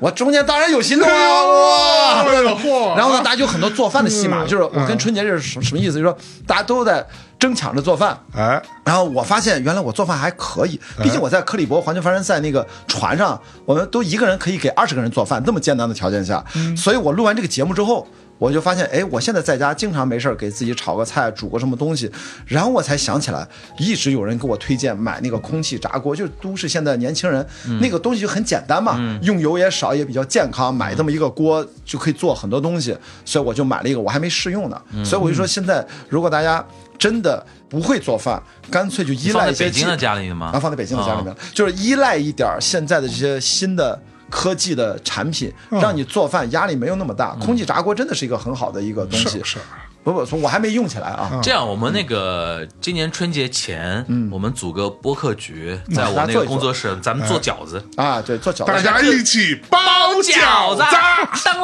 [SPEAKER 4] 我中间当然有心动
[SPEAKER 2] 哎呦
[SPEAKER 4] 啊！哇
[SPEAKER 2] 哎呦嚯
[SPEAKER 4] 然后呢，大家就很多做饭的戏码，
[SPEAKER 2] 嗯
[SPEAKER 4] 就是我跟春节这是什么什么意思？就是说大家都在争抢着做饭，
[SPEAKER 2] 哎，
[SPEAKER 4] 然后我发现原来我做饭还可以，毕竟我在克里伯环球帆船赛那个船上，我们都一个人可以给二十个人做饭，那么艰难的条件下，所以我录完这个节目之后。我就发现，哎，我现在在家经常没事儿给自己炒个菜，煮个什么东西，然后我才想起来，一直有人给我推荐买那个空气炸锅，就是都市现在年轻人、那个东西就很简单嘛，用油也少，也比较健康，买这么一个锅就可以做很多东西，所以我就买了一个，我还没试用呢，所以我就说，现在如果大家真的不会做饭，干脆就依
[SPEAKER 3] 放
[SPEAKER 4] 赖
[SPEAKER 3] 在
[SPEAKER 4] 一些
[SPEAKER 3] 北京的
[SPEAKER 4] 技
[SPEAKER 3] 家里的吗
[SPEAKER 4] 啊，？放在北京的家里面，就是依赖一点儿现在的这些新的。科技的产品
[SPEAKER 3] 嗯
[SPEAKER 4] 让你做饭压力没有那么大，空气炸锅真的是一个很好的一个东西
[SPEAKER 2] 是。是，
[SPEAKER 4] 不不，我还没用起来啊。
[SPEAKER 3] 这样，我们那个今年春节前，我们组个播客局，在我那个工作室，咱们做饺子，
[SPEAKER 4] 啊，对，做饺
[SPEAKER 2] 大
[SPEAKER 4] 子
[SPEAKER 2] 家一起包饺
[SPEAKER 3] 子，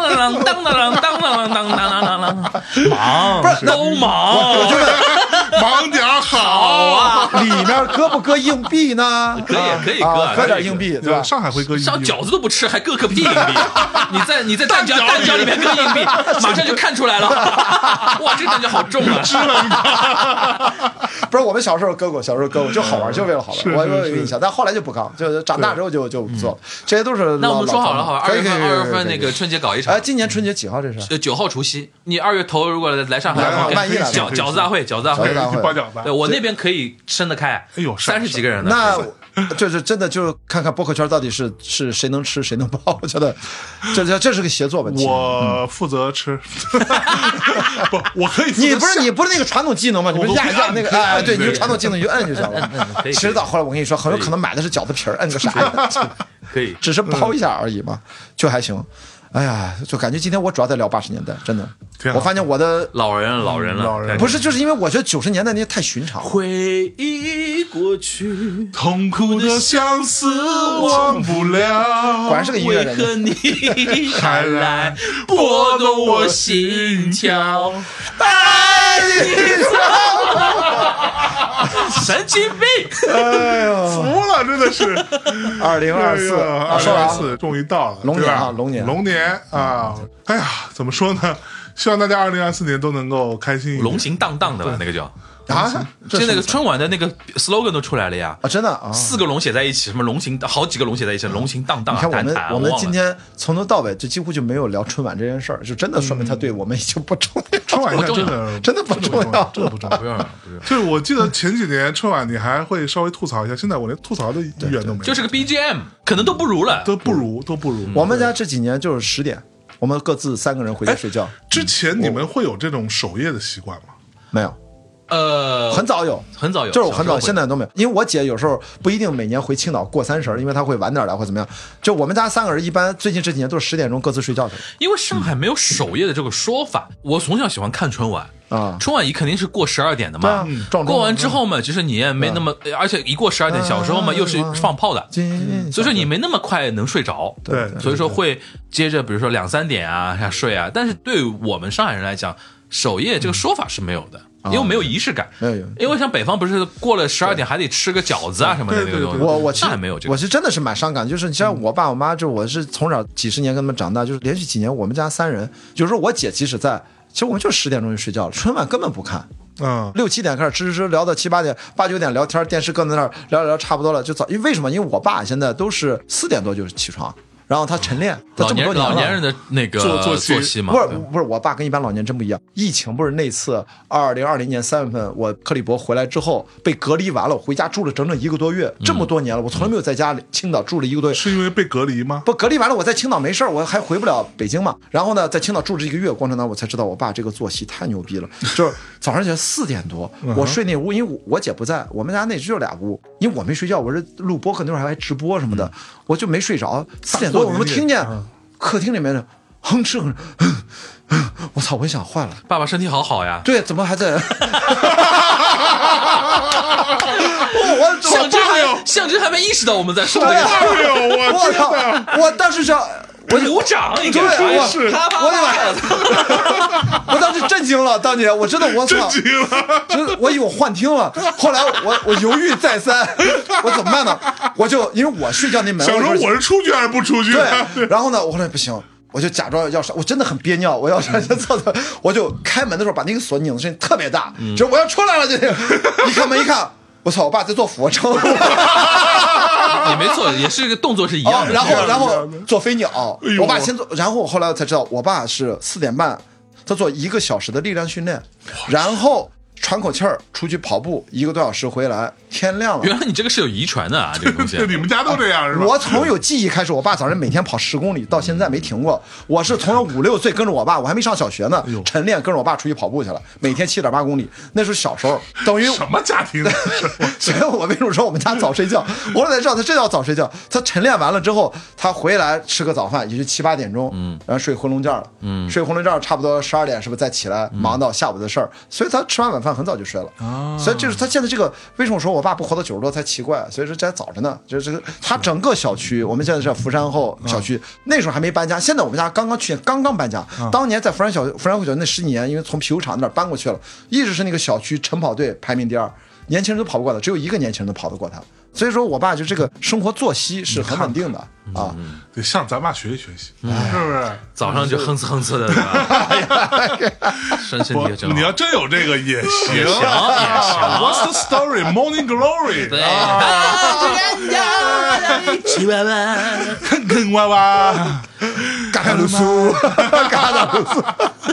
[SPEAKER 3] 当当当当当当当当当当当当，忙
[SPEAKER 4] 不是那
[SPEAKER 3] 都忙，
[SPEAKER 2] 忙点儿好啊！
[SPEAKER 4] 里
[SPEAKER 2] *laughs*
[SPEAKER 4] 面搁不搁硬币呢？
[SPEAKER 3] *laughs* 可以
[SPEAKER 4] 啊
[SPEAKER 3] 可以
[SPEAKER 4] 啊
[SPEAKER 3] 搁
[SPEAKER 4] 搁
[SPEAKER 3] 可
[SPEAKER 4] 点
[SPEAKER 3] 以
[SPEAKER 4] 硬币对
[SPEAKER 2] 对
[SPEAKER 4] 吧？
[SPEAKER 2] 上海会搁一
[SPEAKER 3] 上饺子都不吃，还各个屁硬币？你在你在蛋饺蛋饺里面搁硬币，马上就看出来了。哇，这个蛋饺好重啊！
[SPEAKER 4] 不是我们小时候搁过，小时候搁
[SPEAKER 3] 嗯
[SPEAKER 4] 过，就好玩，就为了好
[SPEAKER 2] 是
[SPEAKER 4] 玩。我我有
[SPEAKER 2] 是
[SPEAKER 4] 印象，但后来就不搞，就长大之后就就不做了。这些都是
[SPEAKER 3] 嗯那我
[SPEAKER 4] 老
[SPEAKER 3] 们说好了，
[SPEAKER 4] 老
[SPEAKER 3] 好吧？
[SPEAKER 4] 可
[SPEAKER 3] 二
[SPEAKER 4] 以
[SPEAKER 3] 月份
[SPEAKER 4] 可
[SPEAKER 3] 二月份
[SPEAKER 4] 以可以可以可以
[SPEAKER 3] 那个春节搞一场
[SPEAKER 4] 哎，。今年春节几号这是？
[SPEAKER 3] 呃，九号除夕，你二月头如果来上海的话，
[SPEAKER 4] 来了万一来了
[SPEAKER 3] 饺饺子大会，饺子大
[SPEAKER 4] 饺
[SPEAKER 3] 会
[SPEAKER 4] 子，大
[SPEAKER 2] 去
[SPEAKER 4] 会
[SPEAKER 2] 包饺子
[SPEAKER 3] 对，我那边可以伸得开，
[SPEAKER 2] 哎呦是啊
[SPEAKER 3] 三十几个人呢。
[SPEAKER 4] 那就是真的，就是看看播客圈到底是是谁能吃谁能包，我觉得这这这是个协作问题。
[SPEAKER 2] 我负责吃， *laughs* 不，我可以负责下。
[SPEAKER 4] 你不是你不是那个传统技能吗？你不是
[SPEAKER 3] 我
[SPEAKER 4] 压一压那个哎，对，你
[SPEAKER 3] 对
[SPEAKER 4] 就传统技能你就摁就行
[SPEAKER 3] 嗯
[SPEAKER 4] 了
[SPEAKER 3] 可。以
[SPEAKER 4] 迟早后来我跟你说，很有可能买的是饺子皮儿，摁个啥呀？
[SPEAKER 3] 可以，
[SPEAKER 4] 只是包一下而已嘛，就还行。哎呀，就感觉今天我主要在聊八十年代，真的
[SPEAKER 2] 挺，好
[SPEAKER 4] 我发现我的
[SPEAKER 3] 老人了，老人了，
[SPEAKER 2] 老人了
[SPEAKER 4] 嗯不是，就是因为我觉得九十年代那些太寻常了。
[SPEAKER 3] 回忆过去，
[SPEAKER 2] 痛苦的相思忘不
[SPEAKER 4] 果 *laughs*
[SPEAKER 2] 了，
[SPEAKER 4] 然是个音乐
[SPEAKER 3] 为
[SPEAKER 4] 人
[SPEAKER 3] 何
[SPEAKER 4] 呢，
[SPEAKER 3] 你还来拨动我心跳？
[SPEAKER 2] 哎
[SPEAKER 3] 爱你神经病！
[SPEAKER 2] 服了，真的是。哎
[SPEAKER 4] 二嗯 *laughs* 零二四，
[SPEAKER 2] 二
[SPEAKER 4] 啊
[SPEAKER 2] 零
[SPEAKER 4] 说
[SPEAKER 2] 二
[SPEAKER 4] 完了
[SPEAKER 2] 四终于到了，
[SPEAKER 4] 龙
[SPEAKER 2] 对吧
[SPEAKER 4] 年啊龙年嗯
[SPEAKER 2] 龙年啊！哎呀，怎么说呢？希望大家二零二四年都能够开心一点。
[SPEAKER 3] 龙行荡荡的吧，那个叫。
[SPEAKER 4] 啊，这
[SPEAKER 3] 现
[SPEAKER 4] 是
[SPEAKER 3] 在那个春晚的那个 slogan 都出来了呀，
[SPEAKER 4] 啊，真的啊，
[SPEAKER 3] 四个龙写在一起，什么龙行，好几个龙写在一起，龙行荡荡
[SPEAKER 4] 你
[SPEAKER 3] 啊，
[SPEAKER 4] 看我
[SPEAKER 3] 弹
[SPEAKER 4] 们
[SPEAKER 3] 弹啊，
[SPEAKER 4] 我们
[SPEAKER 3] 忘了
[SPEAKER 4] 今天从头到尾就几乎就没有聊春晚这件事儿，就真
[SPEAKER 3] 嗯
[SPEAKER 4] 的说明他对我们已经不重
[SPEAKER 3] *laughs*
[SPEAKER 4] 要。
[SPEAKER 2] 春晚一下真
[SPEAKER 3] 不
[SPEAKER 2] 的
[SPEAKER 4] 真的不重要
[SPEAKER 2] 真的不重要
[SPEAKER 3] 不。用了不用了，
[SPEAKER 2] 就是我记得前几年春晚你还会稍微吐槽一下，现在我连吐槽的意愿都没有，
[SPEAKER 3] 就是个 BGM，可能都不如了。
[SPEAKER 2] 都不如都不如。
[SPEAKER 4] 我们家这几年就是十点，我
[SPEAKER 3] 哎
[SPEAKER 4] 们各自三个人回家睡觉，
[SPEAKER 2] 之前你们会有这种守夜的习惯吗？
[SPEAKER 4] 没有。
[SPEAKER 3] 呃，
[SPEAKER 4] 很早有，
[SPEAKER 3] 很早有，
[SPEAKER 4] 就是我很早，
[SPEAKER 3] 小时
[SPEAKER 4] 现
[SPEAKER 3] 候会
[SPEAKER 4] 在都没有。因为我姐有时候不一定每年回青岛过三十儿，因为她会晚点儿来或怎么样。就我们家三个人，一般最近这几年都是十点钟各自睡觉去了
[SPEAKER 3] 因为上海没有守夜的这个说法。我从小喜欢看春晚。
[SPEAKER 4] 啊。
[SPEAKER 3] 春晚一肯定是过十二点的
[SPEAKER 4] 对啊
[SPEAKER 3] 嘛，
[SPEAKER 4] 撞钟嗯
[SPEAKER 3] 过完之后嘛，其实你也没那么，
[SPEAKER 4] 啊
[SPEAKER 3] 而且一过十二点，小时候嘛又是放炮的，
[SPEAKER 4] 今
[SPEAKER 3] 所以说你没那么快能睡着，
[SPEAKER 2] 对
[SPEAKER 3] 所以说会接着比如说两三点啊还睡啊，但是对我们上海人来讲，守夜这个说法是没有的，因为没有仪式感，
[SPEAKER 4] 嗯没有有
[SPEAKER 3] 因为像北方不是过了十二点还得吃个饺子啊什么的那个东西，
[SPEAKER 4] 我我其
[SPEAKER 3] 上
[SPEAKER 4] 实
[SPEAKER 3] 海没有这
[SPEAKER 4] 我
[SPEAKER 3] 个，
[SPEAKER 4] 是真的是蛮伤感，就是你像我爸我妈，就我是从小几十年跟他们长大，就是连续几年我们家三人，有时候我姐即使在，其实我们就十点钟就睡觉了，春晚根本不看，
[SPEAKER 2] 嗯，
[SPEAKER 4] 六七点开始吱吱吱聊到七八点八九点聊天，电视搁在那儿聊聊聊差不多了就走，因为为什么？因为我爸现在都是四点多就起床，然后他晨练，他
[SPEAKER 3] 老
[SPEAKER 4] 这么
[SPEAKER 3] 年
[SPEAKER 4] 多年了
[SPEAKER 3] 老年人的那个
[SPEAKER 2] 作作息
[SPEAKER 3] 息嘛
[SPEAKER 4] 不，是不是，我爸跟一般老年真不一样。疫情不是那次，二零二零年三月份，我克里伯回来之后被隔离完了，我回家住了整整一个多月，这么多年了，我从来没有在家里青岛住了一个多月。
[SPEAKER 2] 是因为被隔离吗？
[SPEAKER 4] 不隔离完了，我在青岛没事儿，我还回不了北京嘛。然后呢，在青岛住这一个月过程当中，我才知道我爸这个作息太牛逼了，就是早上起来四点多，我睡那屋，因为我我姐不在，我们家那只有俩屋，因为我没睡觉，我是录播客那会儿还直播什么的，我就没睡着。四点多，
[SPEAKER 2] 大过年
[SPEAKER 4] 我们听见
[SPEAKER 2] 夜嗯
[SPEAKER 4] 客厅里面的哼哧哼哧，我操，我一想坏了。
[SPEAKER 3] 爸爸身体好好呀，
[SPEAKER 4] 对，怎么还在？我
[SPEAKER 3] *laughs*
[SPEAKER 4] 我
[SPEAKER 3] 象征还象征还没意识到我们在说这
[SPEAKER 4] 对
[SPEAKER 3] 个
[SPEAKER 4] 呀
[SPEAKER 3] 话，
[SPEAKER 2] 哎呦，
[SPEAKER 4] 我
[SPEAKER 2] 我
[SPEAKER 4] 操！我当时想，我就
[SPEAKER 3] *laughs* 鼓掌应该
[SPEAKER 4] 对我
[SPEAKER 2] *laughs*
[SPEAKER 3] 是啪啪
[SPEAKER 4] 我
[SPEAKER 3] 啪
[SPEAKER 4] 也我当时震惊了，当年我真的我操，
[SPEAKER 2] 真急了，
[SPEAKER 4] 真的我以为我幻听了。后来我我犹豫再三，我怎么办呢？我就因为我睡觉那
[SPEAKER 2] *laughs*
[SPEAKER 4] 门，
[SPEAKER 2] 想说
[SPEAKER 4] 是
[SPEAKER 2] 我是出去还是不出去？啊
[SPEAKER 4] 对，然后呢，我后来不行。我就假装要上，我真的很憋尿，我要
[SPEAKER 2] 嗯
[SPEAKER 4] 上去厕所，我就开门的时候把那个锁拧的声音特别大，
[SPEAKER 2] 嗯
[SPEAKER 4] 就是我要出来了，
[SPEAKER 2] *laughs*
[SPEAKER 4] 就是一开门一看，我操，我爸在做俯卧撑， *laughs*
[SPEAKER 3] 也没错，也是个动作是一样
[SPEAKER 4] 哦，
[SPEAKER 3] 的。
[SPEAKER 4] 然后
[SPEAKER 2] 这样
[SPEAKER 4] 然
[SPEAKER 2] 这
[SPEAKER 4] 后
[SPEAKER 2] 样的
[SPEAKER 4] 做飞鸟
[SPEAKER 2] 哎，呦
[SPEAKER 4] 我爸先做，然后我后来才知道，我爸是四点半，他做一个小时的力量训练，然后喘口气儿出去跑步一个多小时回来，天亮
[SPEAKER 3] *laughs*
[SPEAKER 4] 了。
[SPEAKER 3] 原来你这个是有遗传的啊，这个东西
[SPEAKER 2] *laughs* 对 *laughs* ，。你们家都这样是吧？
[SPEAKER 4] 我从有记忆开始，我爸早晨每天跑十公里，到现在没停过。我是从五六岁跟着我爸，我还没上小学呢，晨练跟着我爸出去跑步去了，每天七点八公里。那时候小时候，等于
[SPEAKER 2] 什么家庭？ *laughs*
[SPEAKER 4] 所以我为什么说我们家早睡觉？我后来才知道他真要早睡觉。他晨练完了之后，他回来吃个早饭，也就七八点钟，嗯，然后睡回笼觉了，嗯，睡回笼觉差不多十二点是不是再起来忙到下午的事儿？所以他吃完晚饭很早就睡了，啊，所以就是他现在这个为什么我说我爸不活到九十多才奇怪？所以说这还早着呢，这这个他整个小区，我们现在是在福山后小区，那时候还没搬家，现在我们家刚刚去年刚刚搬家，当年在福山小福山后小区那十几年，因为从皮球厂那儿搬过去了，一直是那个小区晨跑队排名第二。年轻人都跑不过他，只有一个年轻人能跑得过他。所以说我爸就这个生活作息是很稳定的
[SPEAKER 2] 嗯
[SPEAKER 4] 啊。
[SPEAKER 2] 得向咱爸学习学习，
[SPEAKER 3] 嗯
[SPEAKER 2] 是不是？
[SPEAKER 3] 早上就哼哧哼哧的，对吧？ *laughs* 身身体也
[SPEAKER 2] 不，
[SPEAKER 3] 真
[SPEAKER 2] 你
[SPEAKER 3] 好
[SPEAKER 2] 要。真有这个也行。
[SPEAKER 3] 也行也行
[SPEAKER 2] What's the story? Morning Glory。啊
[SPEAKER 3] 对，
[SPEAKER 2] 坑坑洼
[SPEAKER 3] *laughs*
[SPEAKER 2] 洼。
[SPEAKER 4] 啊嘎嘎
[SPEAKER 2] *laughs*
[SPEAKER 4] 鲁苏，嘎嘎鲁苏，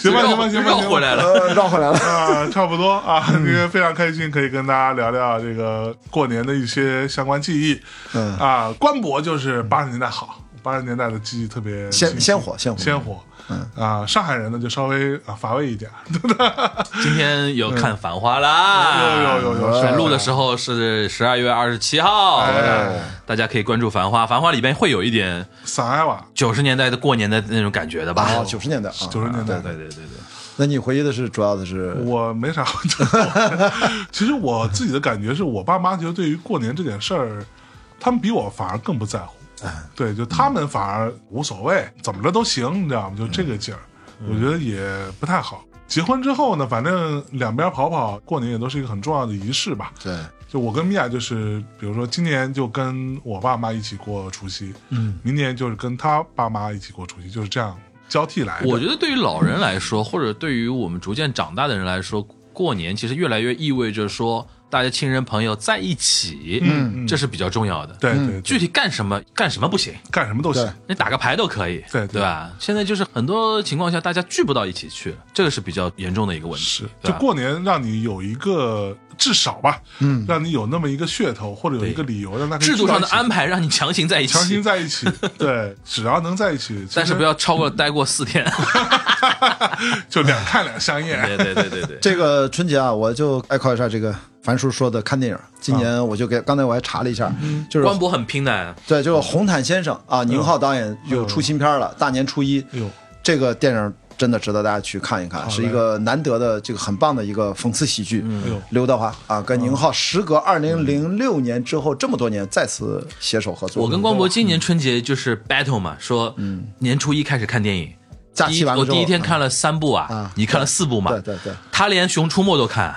[SPEAKER 2] 行吧，行吧，行吧，
[SPEAKER 3] 绕
[SPEAKER 2] 行吧
[SPEAKER 3] 回来了。
[SPEAKER 2] *laughs*
[SPEAKER 4] 呃绕回来了。
[SPEAKER 2] 啊，差不多啊，因为非常开心，可以跟大家聊聊这个过年的一些相关记忆。
[SPEAKER 4] 嗯
[SPEAKER 2] 啊，官博就是八十年代好，八十年代的记忆特别
[SPEAKER 4] 鲜
[SPEAKER 2] 清晰
[SPEAKER 4] 鲜活鲜活
[SPEAKER 2] 鲜活。嗯啊，上海人呢就稍微啊乏味一点， *laughs*
[SPEAKER 3] 今天有看《繁花》啦，
[SPEAKER 2] 嗯有有有有哎
[SPEAKER 3] 是录的时候是十二月二十七号，大家可以关注《繁花》，《繁花》里边会有一点
[SPEAKER 2] 散爱瓦
[SPEAKER 3] 九十年代的过年的那种感觉的吧？
[SPEAKER 4] 啊，九十年代啊，
[SPEAKER 2] 哦九十年代。
[SPEAKER 3] 对对对对。
[SPEAKER 4] 那你回忆的是主要的是
[SPEAKER 2] 我没啥， *laughs* 其实我自己的感觉是我爸妈觉得对于过年这点事儿，他们比我反而更不在乎。
[SPEAKER 3] 哎
[SPEAKER 2] 对，就他们反而无所谓，怎么着都行，你知道吗？就这个劲儿，
[SPEAKER 3] 嗯
[SPEAKER 2] 我觉得也不太好。结婚之后呢，反正两边跑跑，过年也都是一个很重要的仪式吧。
[SPEAKER 4] 对
[SPEAKER 2] 就我跟米娅就是，比如说今年就跟我爸妈一起过除夕，嗯，明年就是跟他爸妈一起过除夕，就是这样交替来的。
[SPEAKER 3] 我觉得对于老人来说，或者对于我们逐渐长大的人来说，过年其实越来越意味着说，大家亲人朋友在一起，
[SPEAKER 2] 嗯嗯
[SPEAKER 3] 这是比较重要的。
[SPEAKER 2] 对对，对
[SPEAKER 3] 嗯具体干什么干什么不行，
[SPEAKER 2] 干什么都行
[SPEAKER 4] 对。
[SPEAKER 3] 你打个牌都可以，
[SPEAKER 2] 对对
[SPEAKER 3] 吧？现在就是很多情况下大家聚不到一起去，这个是比较严重的一个问题。
[SPEAKER 2] 是，
[SPEAKER 3] 对
[SPEAKER 2] 就
[SPEAKER 3] 吧
[SPEAKER 2] 过年让你有一个至少吧，嗯，让你有那么一个噱头或者有一个理由让他
[SPEAKER 3] 制度上的安
[SPEAKER 2] 排，
[SPEAKER 3] 排让你强行在一起，
[SPEAKER 2] 强行在一起，对，只要能在一起，其
[SPEAKER 3] 但是
[SPEAKER 2] 实 *laughs*
[SPEAKER 3] 不要超过待过四天，
[SPEAKER 2] 就两看两
[SPEAKER 3] *laughs*
[SPEAKER 2] 相厌。
[SPEAKER 6] 对对对对对，
[SPEAKER 4] 这个春节啊，我就爱考一下这个樊叔说的看电影。今
[SPEAKER 2] 啊
[SPEAKER 4] 年我就给，刚才我还查了一下，
[SPEAKER 2] 嗯
[SPEAKER 4] 就是
[SPEAKER 6] 官博很拼的，
[SPEAKER 4] 对，就是《红毯先生》啊，宁浩导演有出新片了，大年初一
[SPEAKER 2] 哎呦，
[SPEAKER 4] 这个电影真的值得大家去看一看，是一个难得的这个很棒的一个讽刺喜剧。
[SPEAKER 2] 哎呦
[SPEAKER 4] 刘德华啊，跟宁浩时隔二零零六年之后这么多年再次携手合作，嗯
[SPEAKER 6] 我跟光博今
[SPEAKER 2] 嗯
[SPEAKER 6] 年春节就是 battle 嘛，说年初一开始看电影，
[SPEAKER 4] 假
[SPEAKER 6] 第
[SPEAKER 4] 期
[SPEAKER 6] 一
[SPEAKER 4] 完了
[SPEAKER 6] 我
[SPEAKER 4] 之后
[SPEAKER 6] 第一天看了三部啊
[SPEAKER 4] 啊，
[SPEAKER 6] 你看了四部嘛？
[SPEAKER 4] 对对对。
[SPEAKER 6] 他连《熊出没》都看，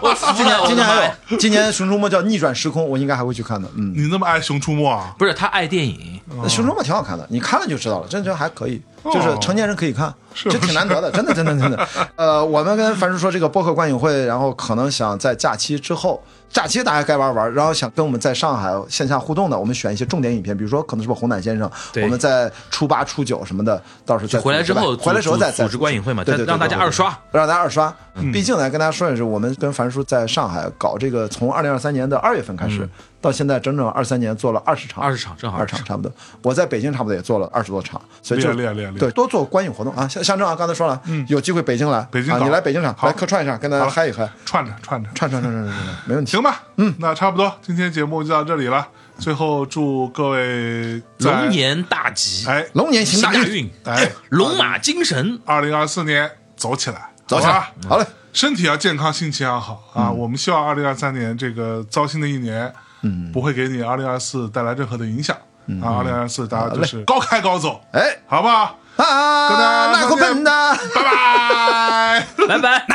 [SPEAKER 6] 我服
[SPEAKER 4] 今
[SPEAKER 6] 了，
[SPEAKER 4] 年
[SPEAKER 6] 啊我的
[SPEAKER 4] 今年
[SPEAKER 6] 妈
[SPEAKER 4] 还
[SPEAKER 6] 呀！
[SPEAKER 4] 有，今年《熊出没》叫《逆转时空》，我应该还会去看的。嗯，
[SPEAKER 2] 你那么爱《熊出没》啊？
[SPEAKER 6] 不是他爱电影，
[SPEAKER 4] 那《熊出没》挺好看的，你看了就知道了，真觉得还可以，
[SPEAKER 2] 哦
[SPEAKER 4] 就是成年人可以看，这挺难得的，真的真的真
[SPEAKER 6] *laughs*
[SPEAKER 4] 的。呃，我们跟樊叔说这个播客观影会，然后可能想在假期之后，假期大家该玩玩，然后想跟我们在上海线下互动的，我们选一些重点影片，比如说可能是不是《红毯先生》，
[SPEAKER 6] 对
[SPEAKER 4] 我们在初八、初九什么的，到时候再
[SPEAKER 6] 回来之后
[SPEAKER 4] 回来之后
[SPEAKER 6] 组
[SPEAKER 4] 再
[SPEAKER 6] 组
[SPEAKER 4] 再
[SPEAKER 6] 织观影会嘛，
[SPEAKER 4] 对
[SPEAKER 6] 再
[SPEAKER 4] 对，对
[SPEAKER 6] 让大家
[SPEAKER 4] 对对
[SPEAKER 6] 二刷。
[SPEAKER 4] 让大家二刷。
[SPEAKER 2] 嗯
[SPEAKER 4] 毕竟来跟大家说一声，我们跟樊叔在上海搞这个，从二零二三年的二月份开
[SPEAKER 2] 嗯
[SPEAKER 4] 始，到现在整整二三年做了二十场，
[SPEAKER 6] 20场正好
[SPEAKER 4] 二场差不多。我在北京差不多也做了二十多场，所以就
[SPEAKER 2] 厉害厉害厉害
[SPEAKER 4] 对多做观影活动啊。像像正啊，刚才说了，有机会北京来，
[SPEAKER 2] 嗯北京
[SPEAKER 4] 啊
[SPEAKER 2] 搞
[SPEAKER 4] 你来北京场
[SPEAKER 2] 好
[SPEAKER 4] 来客串一下，跟大家嗨一嗨，
[SPEAKER 2] 串着串着，
[SPEAKER 4] 串串串串串串，没问题。
[SPEAKER 2] 行吧，嗯，那差不多，今天节目就到这里了。最后祝各位在
[SPEAKER 6] 龙，年大吉，
[SPEAKER 2] 哎
[SPEAKER 4] 龙年行
[SPEAKER 6] 行
[SPEAKER 4] 大
[SPEAKER 6] 大
[SPEAKER 4] 运，
[SPEAKER 6] 运，
[SPEAKER 3] *laughs*
[SPEAKER 2] 哎，
[SPEAKER 6] 龙马精神。
[SPEAKER 2] 二零二四年走起来，
[SPEAKER 4] 走起
[SPEAKER 2] 好啊
[SPEAKER 4] 来
[SPEAKER 2] 吧，
[SPEAKER 4] 好嘞，
[SPEAKER 2] 身体要健康，心情要好啊！我们希望二零二三年这个糟心的一年，嗯，不会给你二零二四带来任何的影响啊！二零二四大家就是高开高走，
[SPEAKER 4] 哎
[SPEAKER 2] 好不好？
[SPEAKER 4] 啊，
[SPEAKER 2] 跟大家
[SPEAKER 4] 那可
[SPEAKER 2] 再见
[SPEAKER 4] 笨的。
[SPEAKER 2] 拜拜。 *laughs*
[SPEAKER 6] 拜拜。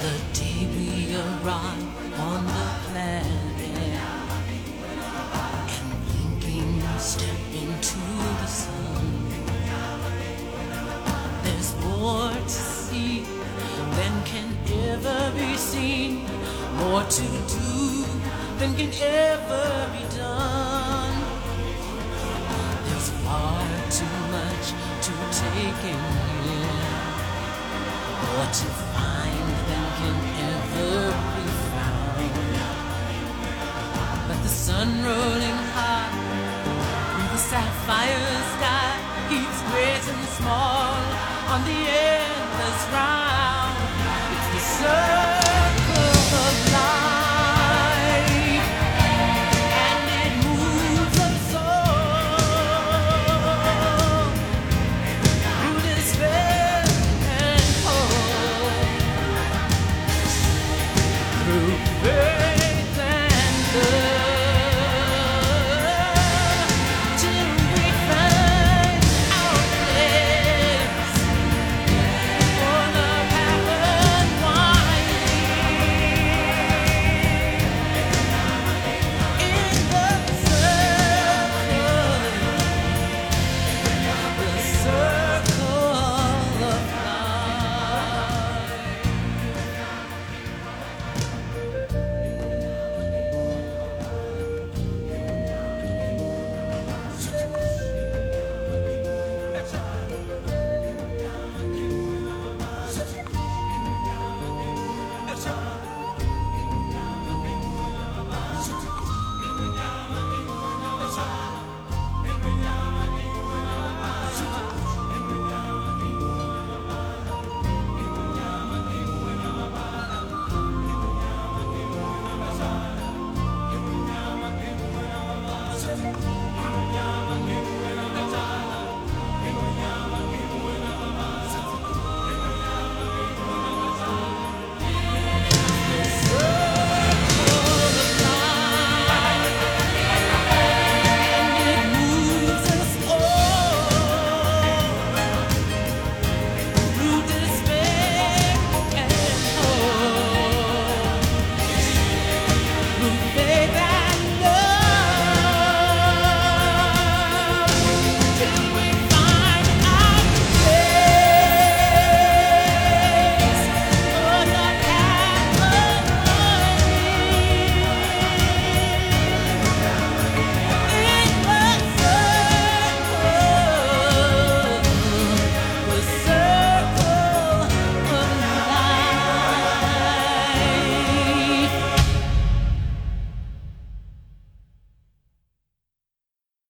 [SPEAKER 7] the day we arrive on the planet. And blinking, step into the sun. There's more to see than can ever be seen, more to do than can ever be done. There's far too much to take in here. More to find than can ever be found. But the sun rolling